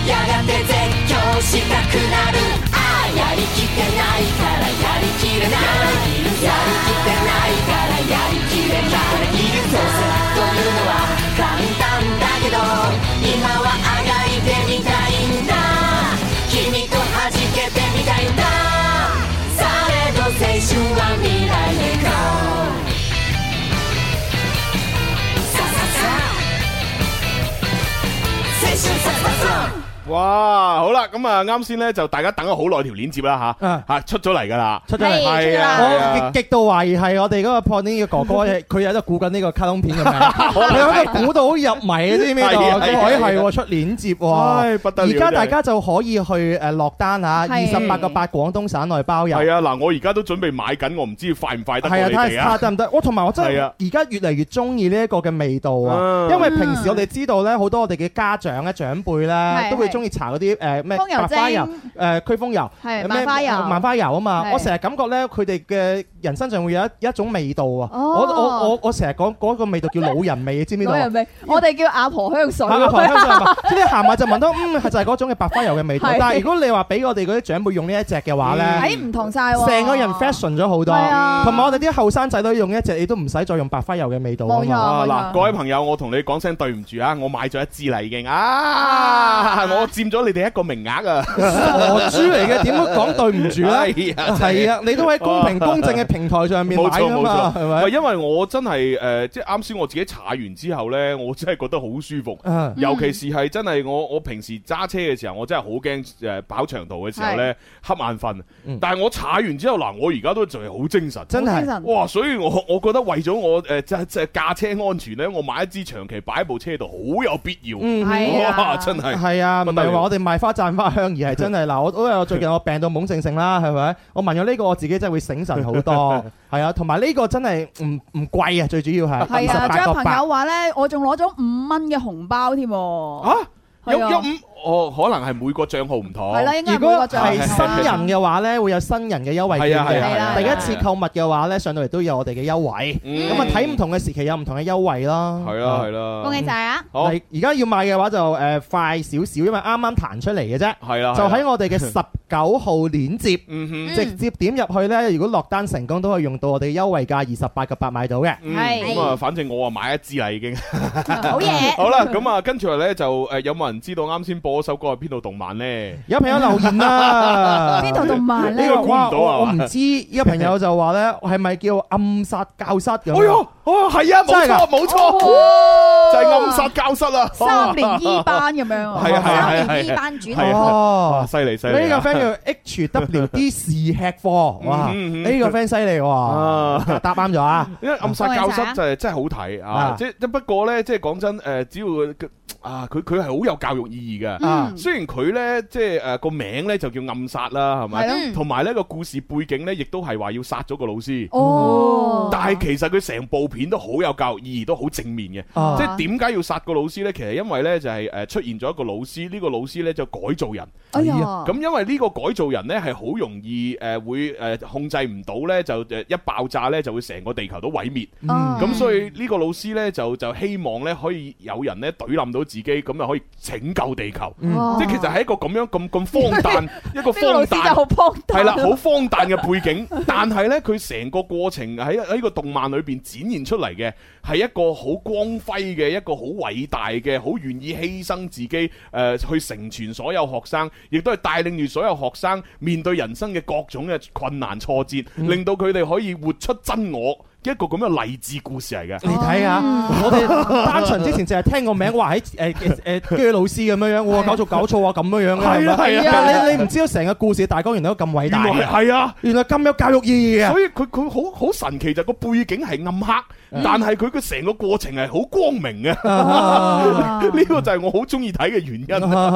Speaker 1: やがて絶叫したくなるああやりきってないからやりきれないやりきってないからやりきれないどうせというのは簡単だけど
Speaker 4: 哇，好啦，咁啊，啱先咧就大家等咗好耐條鏈接啦吓，吓出咗嚟噶啦，
Speaker 5: 啊出咗嚟
Speaker 4: 係啊，係
Speaker 5: 我
Speaker 4: 啊
Speaker 5: 極極度懷疑係我哋嗰個 Pony 嘅哥哥，佢喺度估緊呢個卡通片嘅
Speaker 4: [laughs]
Speaker 5: 名，
Speaker 4: 能
Speaker 5: 佢喺度估到好入迷啊！知唔知道？
Speaker 4: 係啊
Speaker 5: 佢可以
Speaker 4: 係
Speaker 5: 係
Speaker 4: 啊
Speaker 5: 喎出鏈接
Speaker 4: 唉不
Speaker 5: 喎，
Speaker 4: 得了
Speaker 5: 而家
Speaker 4: 真係
Speaker 5: 大家就可以去誒落單嚇，二
Speaker 4: 係
Speaker 5: 十八個八廣東省內包郵。
Speaker 4: 係啊，嗱，我而家都準備買緊，我唔知快唔快得過
Speaker 5: 係啊，
Speaker 4: 你
Speaker 5: 睇
Speaker 4: 哋
Speaker 5: 下
Speaker 4: 啊。
Speaker 5: 得唔得？我同埋我真
Speaker 4: 係
Speaker 5: 係
Speaker 4: 啊
Speaker 5: 而家越嚟越中意呢一個嘅味道啊！
Speaker 4: 嗯
Speaker 5: 因為平時我哋知道咧，好多我哋嘅家啊長咧、長輩咧，
Speaker 6: 係
Speaker 5: 都會中意搽嗰啲誒咩
Speaker 6: 風油
Speaker 5: 白花油
Speaker 6: 精、
Speaker 5: 誒驅風油、呃
Speaker 6: 係萬
Speaker 5: 咩
Speaker 6: 花油
Speaker 5: 萬花油啊嘛！
Speaker 6: 係
Speaker 5: 我成日感覺咧，佢哋嘅人身上會有一一種味道啊！
Speaker 6: 哦
Speaker 5: 我我我我成日講嗰個味道叫老人
Speaker 6: [laughs]
Speaker 5: 味，知唔知道
Speaker 6: 老
Speaker 5: 啊？
Speaker 6: 人味，我哋叫阿婆香水。
Speaker 5: 係個糖
Speaker 6: [laughs]
Speaker 5: 香上即係你行埋就聞到，嗯，係就係嗰種嘅白花油嘅味道
Speaker 6: 係。
Speaker 5: 但係如果你話俾我哋嗰啲長輩用呢一隻嘅話咧
Speaker 6: 哎，，唔同晒喎，
Speaker 5: 成個人 fashion 咗好多，
Speaker 6: 係啊
Speaker 5: 同埋我哋啲後生仔都用一隻，你都唔使再用白花油嘅味道啊
Speaker 4: 啊
Speaker 5: 嘛。
Speaker 4: 嗱，各位朋友，我同你講聲對唔住啊，我買咗一支啦已經啊，我佔咗你哋一個名額啊， [laughs]
Speaker 5: 傻豬嚟嘅，點會講對唔住咧？
Speaker 4: 係啊真
Speaker 5: 係啊，你都喺公平公正嘅平台上面
Speaker 4: 冇
Speaker 5: 買
Speaker 4: 錯
Speaker 5: 㗎
Speaker 4: 冇
Speaker 5: 嘛，係
Speaker 4: 錯，
Speaker 5: 咪
Speaker 4: 喂，？因為我真係誒、呃即係啱先我自己搽完之後呢，我真係覺得好舒服，
Speaker 5: 嗯
Speaker 4: 尤其是係真係我我平時揸車嘅時候，我真係好驚誒跑長途嘅時候呢，瞌眼瞓。但係我搽完之後嗱，我而家都仲係好精神，
Speaker 5: 真係好精神
Speaker 4: 哇！所以我我覺得為咗我誒即係即係駕車安全呢，我買一支長期擺喺部車度好有必要。
Speaker 5: 嗯係啊
Speaker 4: 哇！真
Speaker 5: [laughs]
Speaker 4: 係
Speaker 5: 係啊，唔
Speaker 4: 不得
Speaker 5: 係
Speaker 4: 了
Speaker 5: 話我哋賣花讚花香，而係真係嗱，我都
Speaker 4: [laughs]
Speaker 5: 有最近我病到懵盛盛啦，係咪？我聞咗呢個我自己真係會醒神好
Speaker 4: [laughs]
Speaker 5: 多，係啊，同埋呢個真係唔唔貴啊，最主要係
Speaker 6: 係啊，
Speaker 5: 28
Speaker 6: 張
Speaker 5: 個
Speaker 6: 朋
Speaker 5: 八
Speaker 6: 友話咧，我仲攞咗五蚊嘅紅包添喎。
Speaker 4: 啊，有
Speaker 6: 係啊
Speaker 4: 有五哦，可能係每個帳號唔同。
Speaker 6: 係啦應該
Speaker 5: 如
Speaker 6: 每個
Speaker 5: 果
Speaker 6: 帳號
Speaker 5: 係新人嘅話咧，會有新人嘅優惠券
Speaker 4: 係啊係啊係啊
Speaker 5: 嘅。
Speaker 4: 係
Speaker 5: 第
Speaker 4: 啊
Speaker 5: 一次購物嘅話咧，上到嚟都有我哋嘅優惠。
Speaker 4: 嗯
Speaker 5: 咁啊，睇唔同嘅時期有唔同嘅優惠啦。
Speaker 4: 係啦係啦恭喜
Speaker 6: 晒啊！
Speaker 4: 好
Speaker 5: 嗱而家要買嘅話就誒快少少，因為啱啱彈出嚟嘅啫。
Speaker 4: 啊係啦係啦 Ừ
Speaker 5: 就喺我
Speaker 4: [laughs]
Speaker 5: 哋嘅十九號鏈接，
Speaker 4: 嗯
Speaker 5: 直接點入去咧。如果落單成功，都可以用到我哋優惠價二十八個八買到嘅。
Speaker 4: 嗯
Speaker 5: 係
Speaker 4: 咁啊，反正我啊買一支啦已
Speaker 5: [laughs]
Speaker 4: 經。
Speaker 5: 好嘢
Speaker 4: 好啦，咁啊，跟住咧就誒，有冇人知道啱先播嗰首歌係邊度動漫咧？
Speaker 5: 有朋友留言
Speaker 4: [laughs]
Speaker 5: 啦，
Speaker 4: 邊度動漫呢
Speaker 5: 呢個
Speaker 4: 我估唔到啊
Speaker 5: 哇我我唔知，有朋友就話咧，係咪叫暗殺教室咁？哎
Speaker 4: 呦，哦係啊，冇
Speaker 5: 真係㗎
Speaker 4: 錯冇錯，就係暗殺教
Speaker 5: [laughs]
Speaker 4: 室啦，
Speaker 6: 三年 E 班咁樣啊，
Speaker 4: [laughs] 係啊係啊係啊係啊係啊
Speaker 5: 哦
Speaker 4: 哇犀利犀利啊！
Speaker 5: 呢個 friend 叫 HWD 是吃貨，哇！
Speaker 4: 嗯嗯嗯
Speaker 5: 呢個 friend 犀利喎，答啱咗啊！
Speaker 4: 因為暗殺教室就係真係好睇啊
Speaker 5: 啊！
Speaker 4: 即即不過咧，即係講真誒，只要佢啊，佢佢係好有教育意義嘅。
Speaker 5: 嗯
Speaker 4: 雖然佢咧即係誒個名咧就叫暗殺啦，係
Speaker 5: 係咯
Speaker 4: 咪？同埋呢個故事背景咧，亦都係話要殺咗個老師。
Speaker 5: 哦
Speaker 4: 但係其實佢成部片都好有教育意義，都好正面嘅。
Speaker 5: 啊
Speaker 4: 即係點解要殺個老師咧？其實因為咧就係誒出現咗一個老師，呢個老師咧就改造人。
Speaker 6: 哎呀
Speaker 5: 哦
Speaker 4: 咁因為呢個改造人咧係好容易誒會誒控制唔到咧，就誒一爆炸咧就會成個地球都毀滅。
Speaker 5: 嗯
Speaker 4: 咁所以呢個老師咧就就希望咧可以有人咧懟冧到自己，咁就可以拯救地球。
Speaker 5: 嗯哇
Speaker 4: 即係其實係一個咁樣咁咁
Speaker 6: [laughs]
Speaker 4: 荒誕一個
Speaker 6: 哦呢個老
Speaker 4: 荒
Speaker 6: 師真係好
Speaker 4: 誕。
Speaker 6: 荒誕，
Speaker 4: 係啦，好荒誕嘅背景， [laughs] 但係呢，佢成個過程喺喺個動漫裏邊展現出嚟嘅，係一個好光輝嘅，一個好偉大嘅，好願意犧牲自己誒、呃去成全所有學生，亦都係帶領住所有學生面對人生嘅各種嘅困難挫折，
Speaker 6: 嗯
Speaker 4: 令到佢哋可以活出真我，一個咁嘅勵志故事嚟嘅。
Speaker 5: 你睇下，我哋單純之前淨係聽個名，話喺誒誒誒居老師咁樣樣，哇搞錯搞錯啊咁樣樣嘅
Speaker 4: 係啊
Speaker 5: 咪
Speaker 4: 係啊
Speaker 5: 但你你唔知道成個故事大綱原來都咁偉大
Speaker 4: 原來係係啊，
Speaker 5: 原來咁有教育意義啊！
Speaker 4: 所以佢佢好好神奇就係個背景係暗黑，但係佢嘅成個過程係好光明嘅。 [laughs]
Speaker 5: 啊
Speaker 4: 呢個就係我好中意睇嘅原因。
Speaker 5: 好啊好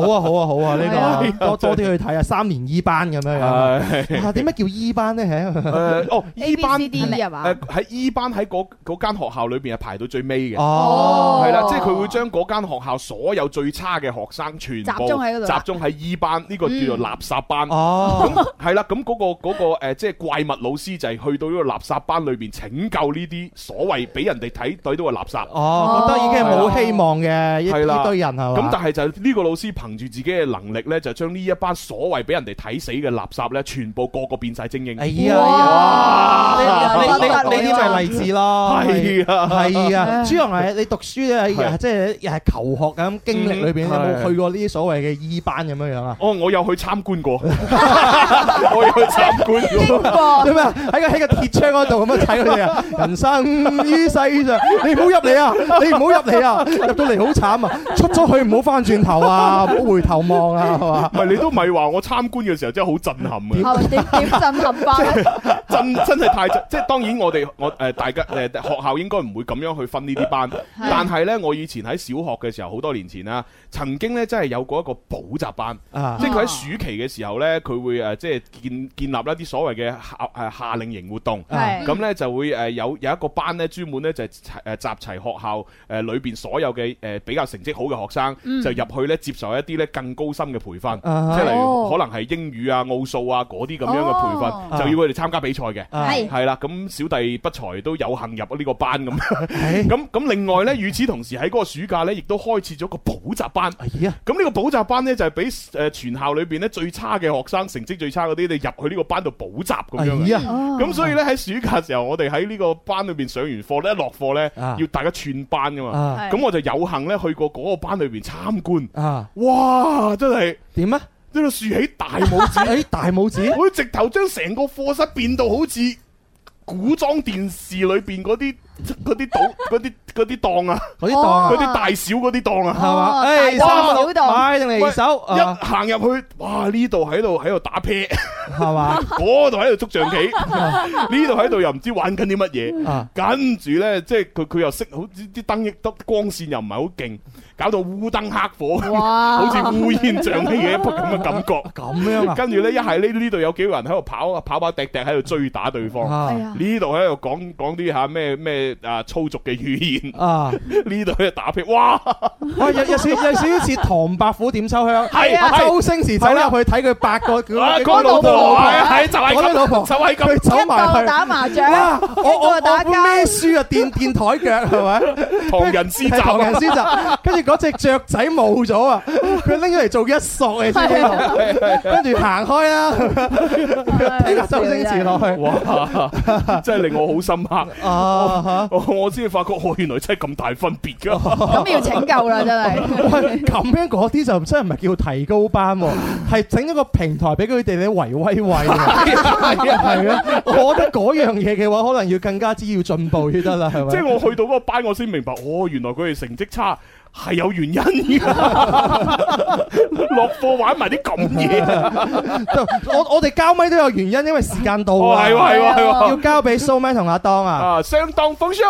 Speaker 5: 啊好啊！
Speaker 4: 係啊
Speaker 5: 呢個多多啲去睇啊，三年 E 班咁樣樣。
Speaker 4: 係
Speaker 5: 啊，點解叫 E 班咧？
Speaker 4: 誒 [laughs] 哦，E 班
Speaker 6: A B C D 係嘛
Speaker 4: 誒喺 E 班喺嗰嗰間學校裏邊係排到最尾嘅。
Speaker 5: 哦
Speaker 4: 係啦，即係佢會將嗰間學校所有最差嘅學生全部
Speaker 6: 集中喺嗰度
Speaker 4: 集中喺 E 班呢個叫做
Speaker 5: 嗯
Speaker 4: 垃圾班。
Speaker 5: 哦
Speaker 4: 咁係啦，咁嗰個嗰個誒即係怪物老師就係去到呢個垃圾班裏邊拯救呢啲所謂俾人哋睇睇到嘅垃圾。
Speaker 5: 哦，覺得已經係冇希望嘅一
Speaker 4: 係啦
Speaker 5: 一堆人係嘛？
Speaker 4: 咁但係就呢個老師憑住自己嘅能力呢，就將呢一班所謂俾人哋睇死嘅垃圾呢，全部個個變晒精英。
Speaker 5: 哎呀
Speaker 4: 哇
Speaker 5: 呢呢啲咪例子咯，
Speaker 4: 係啊 [laughs]
Speaker 5: 係啊，朱紅係你讀書咧，係即係又係求學咁經歷裏邊，
Speaker 4: 嗯
Speaker 5: 你有冇
Speaker 4: 係
Speaker 5: 去過呢啲所謂嘅醫班咁樣樣啊？ [laughs]
Speaker 4: 哦，我有去參觀 [laughs] 過，我有去參觀過。
Speaker 5: 點啊？喺個喺個鐵窗嗰度咁樣睇佢
Speaker 4: [laughs]
Speaker 5: 哋啊！人生於世上，你唔好入嚟啊！你唔好入嚟啊！入到嚟好慘啊！出咗去唔好翻轉頭啊！唔好回頭望啊，係嘛？
Speaker 4: 唔係你都唔係話我參觀嘅時候真係好震撼嘅，
Speaker 6: 係點點震撼
Speaker 4: [laughs]
Speaker 6: 法咧？
Speaker 4: 真真係太震！即係當然我哋我誒大家誒學校應該唔會咁樣去分呢啲班，但係呢，我以前喺小學嘅時候好多年前啦，曾經呢真係有過一個補習班，
Speaker 5: 啊
Speaker 4: 即係佢喺暑期嘅時候呢，佢會誒即係建建立一啲所謂嘅夏誒夏令營活動，
Speaker 5: 係
Speaker 4: 咁呢就會誒有有一個班呢專門呢就係齊誒集齊學校誒裏邊所有嘅誒比較成績好嘅學生，
Speaker 5: 嗯
Speaker 4: 就入去呢接受一啲呢更高深嘅培訓，
Speaker 5: 啊
Speaker 4: 即係例如
Speaker 5: 哦
Speaker 4: 可能係英語啊、奧數啊嗰啲咁樣嘅培訓，
Speaker 5: 哦
Speaker 4: 就要佢哋參加比賽嘅。
Speaker 5: 啊係
Speaker 4: 係啦，咁小弟不才都有幸入呢個班咁。
Speaker 5: 哎
Speaker 4: 咁咁另外呢，與此同時喺嗰個暑假呢，亦都開設咗個補習班。
Speaker 5: 咁呢
Speaker 4: 個補習班呢，就係俾誒全校裏邊呢最差嘅學生，成績最差嗰啲，你入去呢個班度補習咁樣啊
Speaker 5: 哎呀
Speaker 4: 嘅。咁所以呢，喺暑假時候，我哋喺呢個班裏邊上完課呢，一落課呢，
Speaker 5: 啊
Speaker 4: 要大家串班噶嘛
Speaker 5: 啊。
Speaker 4: 咁我就有幸呢，去過嗰個班裏邊參觀。
Speaker 5: 啊！
Speaker 4: 哇！真係
Speaker 5: 點啊？
Speaker 4: 呢度豎起大拇指，
Speaker 5: 誒大拇 [laughs] 指，
Speaker 4: 佢直頭將成個課室變到好似古裝電視裏邊嗰啲嗰啲賭嗰啲嗰啲檔啊，
Speaker 5: 嗰啲檔啊
Speaker 4: 嗰啲大小嗰啲檔啊，
Speaker 5: 係嘛哦誒大小三十六檔買定離手
Speaker 4: 喂
Speaker 5: 啊
Speaker 4: 一行入去，哇！呢度喺度喺度打
Speaker 5: [laughs]
Speaker 4: 啤，
Speaker 5: 係嘛？
Speaker 4: 嗰度喺度捉象
Speaker 5: [laughs]
Speaker 4: 棋，
Speaker 5: 啊
Speaker 4: 呢度喺度又唔知玩緊啲乜
Speaker 5: 啊
Speaker 4: 嘢，跟住咧即係佢佢又熄好似啲燈亦得光線又唔係好勁，搞到烏燈黑火，[laughs]
Speaker 5: 哇
Speaker 4: 好似烏煙瘴氣嘅一咁嘅感
Speaker 5: [laughs]
Speaker 4: 覺。
Speaker 5: 咁樣啊
Speaker 4: 跟住呢，一係呢呢度有幾個人喺度跑啊跑跑趯趯喺度追打對方，
Speaker 5: 啊 [laughs] 哎呀
Speaker 4: 呢度喺度講講啲嚇咩咩啊粗俗嘅語言，
Speaker 5: 啊！
Speaker 4: 呢度喺度打屁，哇！
Speaker 5: 哇！有有少有少少似唐伯虎點秋香，
Speaker 4: 係啊係
Speaker 5: 阿周星馳走入去睇佢八個
Speaker 4: 啊
Speaker 5: 嗰
Speaker 4: 嗰老婆
Speaker 5: 啊
Speaker 4: 係係就係咁
Speaker 5: 嗰啲老婆
Speaker 4: 就係咁
Speaker 5: 佢走埋
Speaker 4: 一
Speaker 5: 去
Speaker 4: 個打麻
Speaker 6: 雀
Speaker 5: 哇我
Speaker 6: 一個
Speaker 5: 我我
Speaker 6: 打交
Speaker 5: 本咩書啊？墊墊台腳係 [laughs] 咪？
Speaker 4: 唐人啊詩集
Speaker 5: 係唐人詩集，跟住嗰只雀仔冇咗啊！佢拎咗嚟做一索你知唔知
Speaker 4: 係
Speaker 5: 道
Speaker 4: 啊係係
Speaker 5: 跟住行開啊啦， [laughs] 睇個周星馳落去。
Speaker 4: 哇！ [laughs] 真係令我好深刻
Speaker 5: 啊！
Speaker 4: 我我先至發覺，我原來真係咁大分別㗎。
Speaker 6: 咁要拯救啦，真係。
Speaker 4: [laughs]
Speaker 5: 喂， [laughs] 咁樣嗰啲就真係唔係叫提高班 [laughs] 喎，係整一個平台俾佢哋咧維威喂喎。 [laughs] 係啊，係啊，我覺得嗰樣嘢嘅話，可能要更加之要進步先得啦，係咪？
Speaker 4: 即係我去到嗰個班，我先明白，哦，原來佢哋成績差係有原因嘅。落課玩埋啲咁嘢，
Speaker 5: 我我哋交咪都有原因，因為時間到
Speaker 4: 哦
Speaker 5: 啊，
Speaker 4: 係喎係喎係喎
Speaker 5: 要交俾蘇咪同阿當
Speaker 4: [laughs]
Speaker 5: 啊。
Speaker 4: 啊，相當豐收。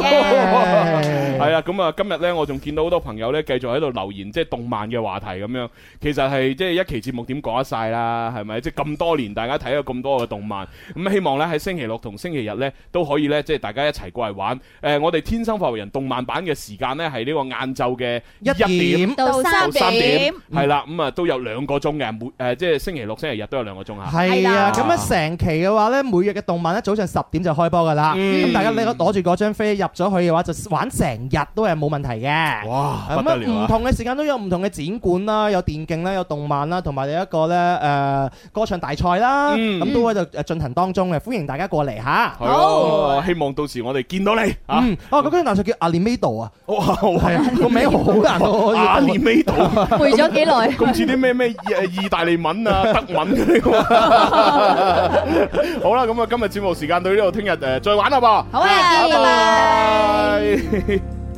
Speaker 4: 係啊，咁啊，今日呢，我仲見到好多朋友呢，繼續喺度留言，即係動漫嘅話題咁樣。其實係即係一期節目點講得晒啦，係咪？即係咁多年，大家睇咗咁多嘅動漫，咁希望呢，喺星期六同星期日呢，都可以呢，即係大家一齊過嚟玩。誒，我哋天生發育人動漫版嘅時間呢，係呢個晏晝嘅
Speaker 5: 一點
Speaker 4: 到
Speaker 5: 到
Speaker 4: 三
Speaker 5: 三
Speaker 4: 點
Speaker 5: 點，
Speaker 4: 係啦，咁啊都有兩個鐘嘅，每誒即係星期六、星期日都有兩個鐘啊。
Speaker 5: 係啊，咁啊成期嘅話咧，每日嘅動漫咧早上十點就開波噶啦。
Speaker 4: 嗯
Speaker 5: 咁大家你攞住嗰張飛入咗去嘅話，就玩成日都係冇問題嘅。
Speaker 4: 哇不
Speaker 5: 咁
Speaker 4: 得
Speaker 5: 啊
Speaker 4: 了啊
Speaker 5: 唔同嘅時間都有唔同嘅展館啦，有電競啦，有動漫啦，同埋有一個咧誒歌唱大賽啦，
Speaker 4: 嗯
Speaker 5: 咁都喺度呃誒進行當中嘅，歡迎大家過嚟嚇。
Speaker 4: 係咯，希望到時我哋見到你啊！哦
Speaker 5: 嗯，哦，嗰張大賽叫阿連美度啊，
Speaker 4: 係
Speaker 5: 啊，個名好難讀 [laughs]
Speaker 4: 阿連美度
Speaker 7: 背咗幾耐
Speaker 4: 咁似啲咩咩誒意大利文 [laughs] 啊、德文嗰啲喎。好啦，啊呃
Speaker 7: 啊
Speaker 4: 咁啊，今日節目時間到呢度，聽日誒再玩啦噃。
Speaker 11: 好啊拜拜
Speaker 4: 拜拜。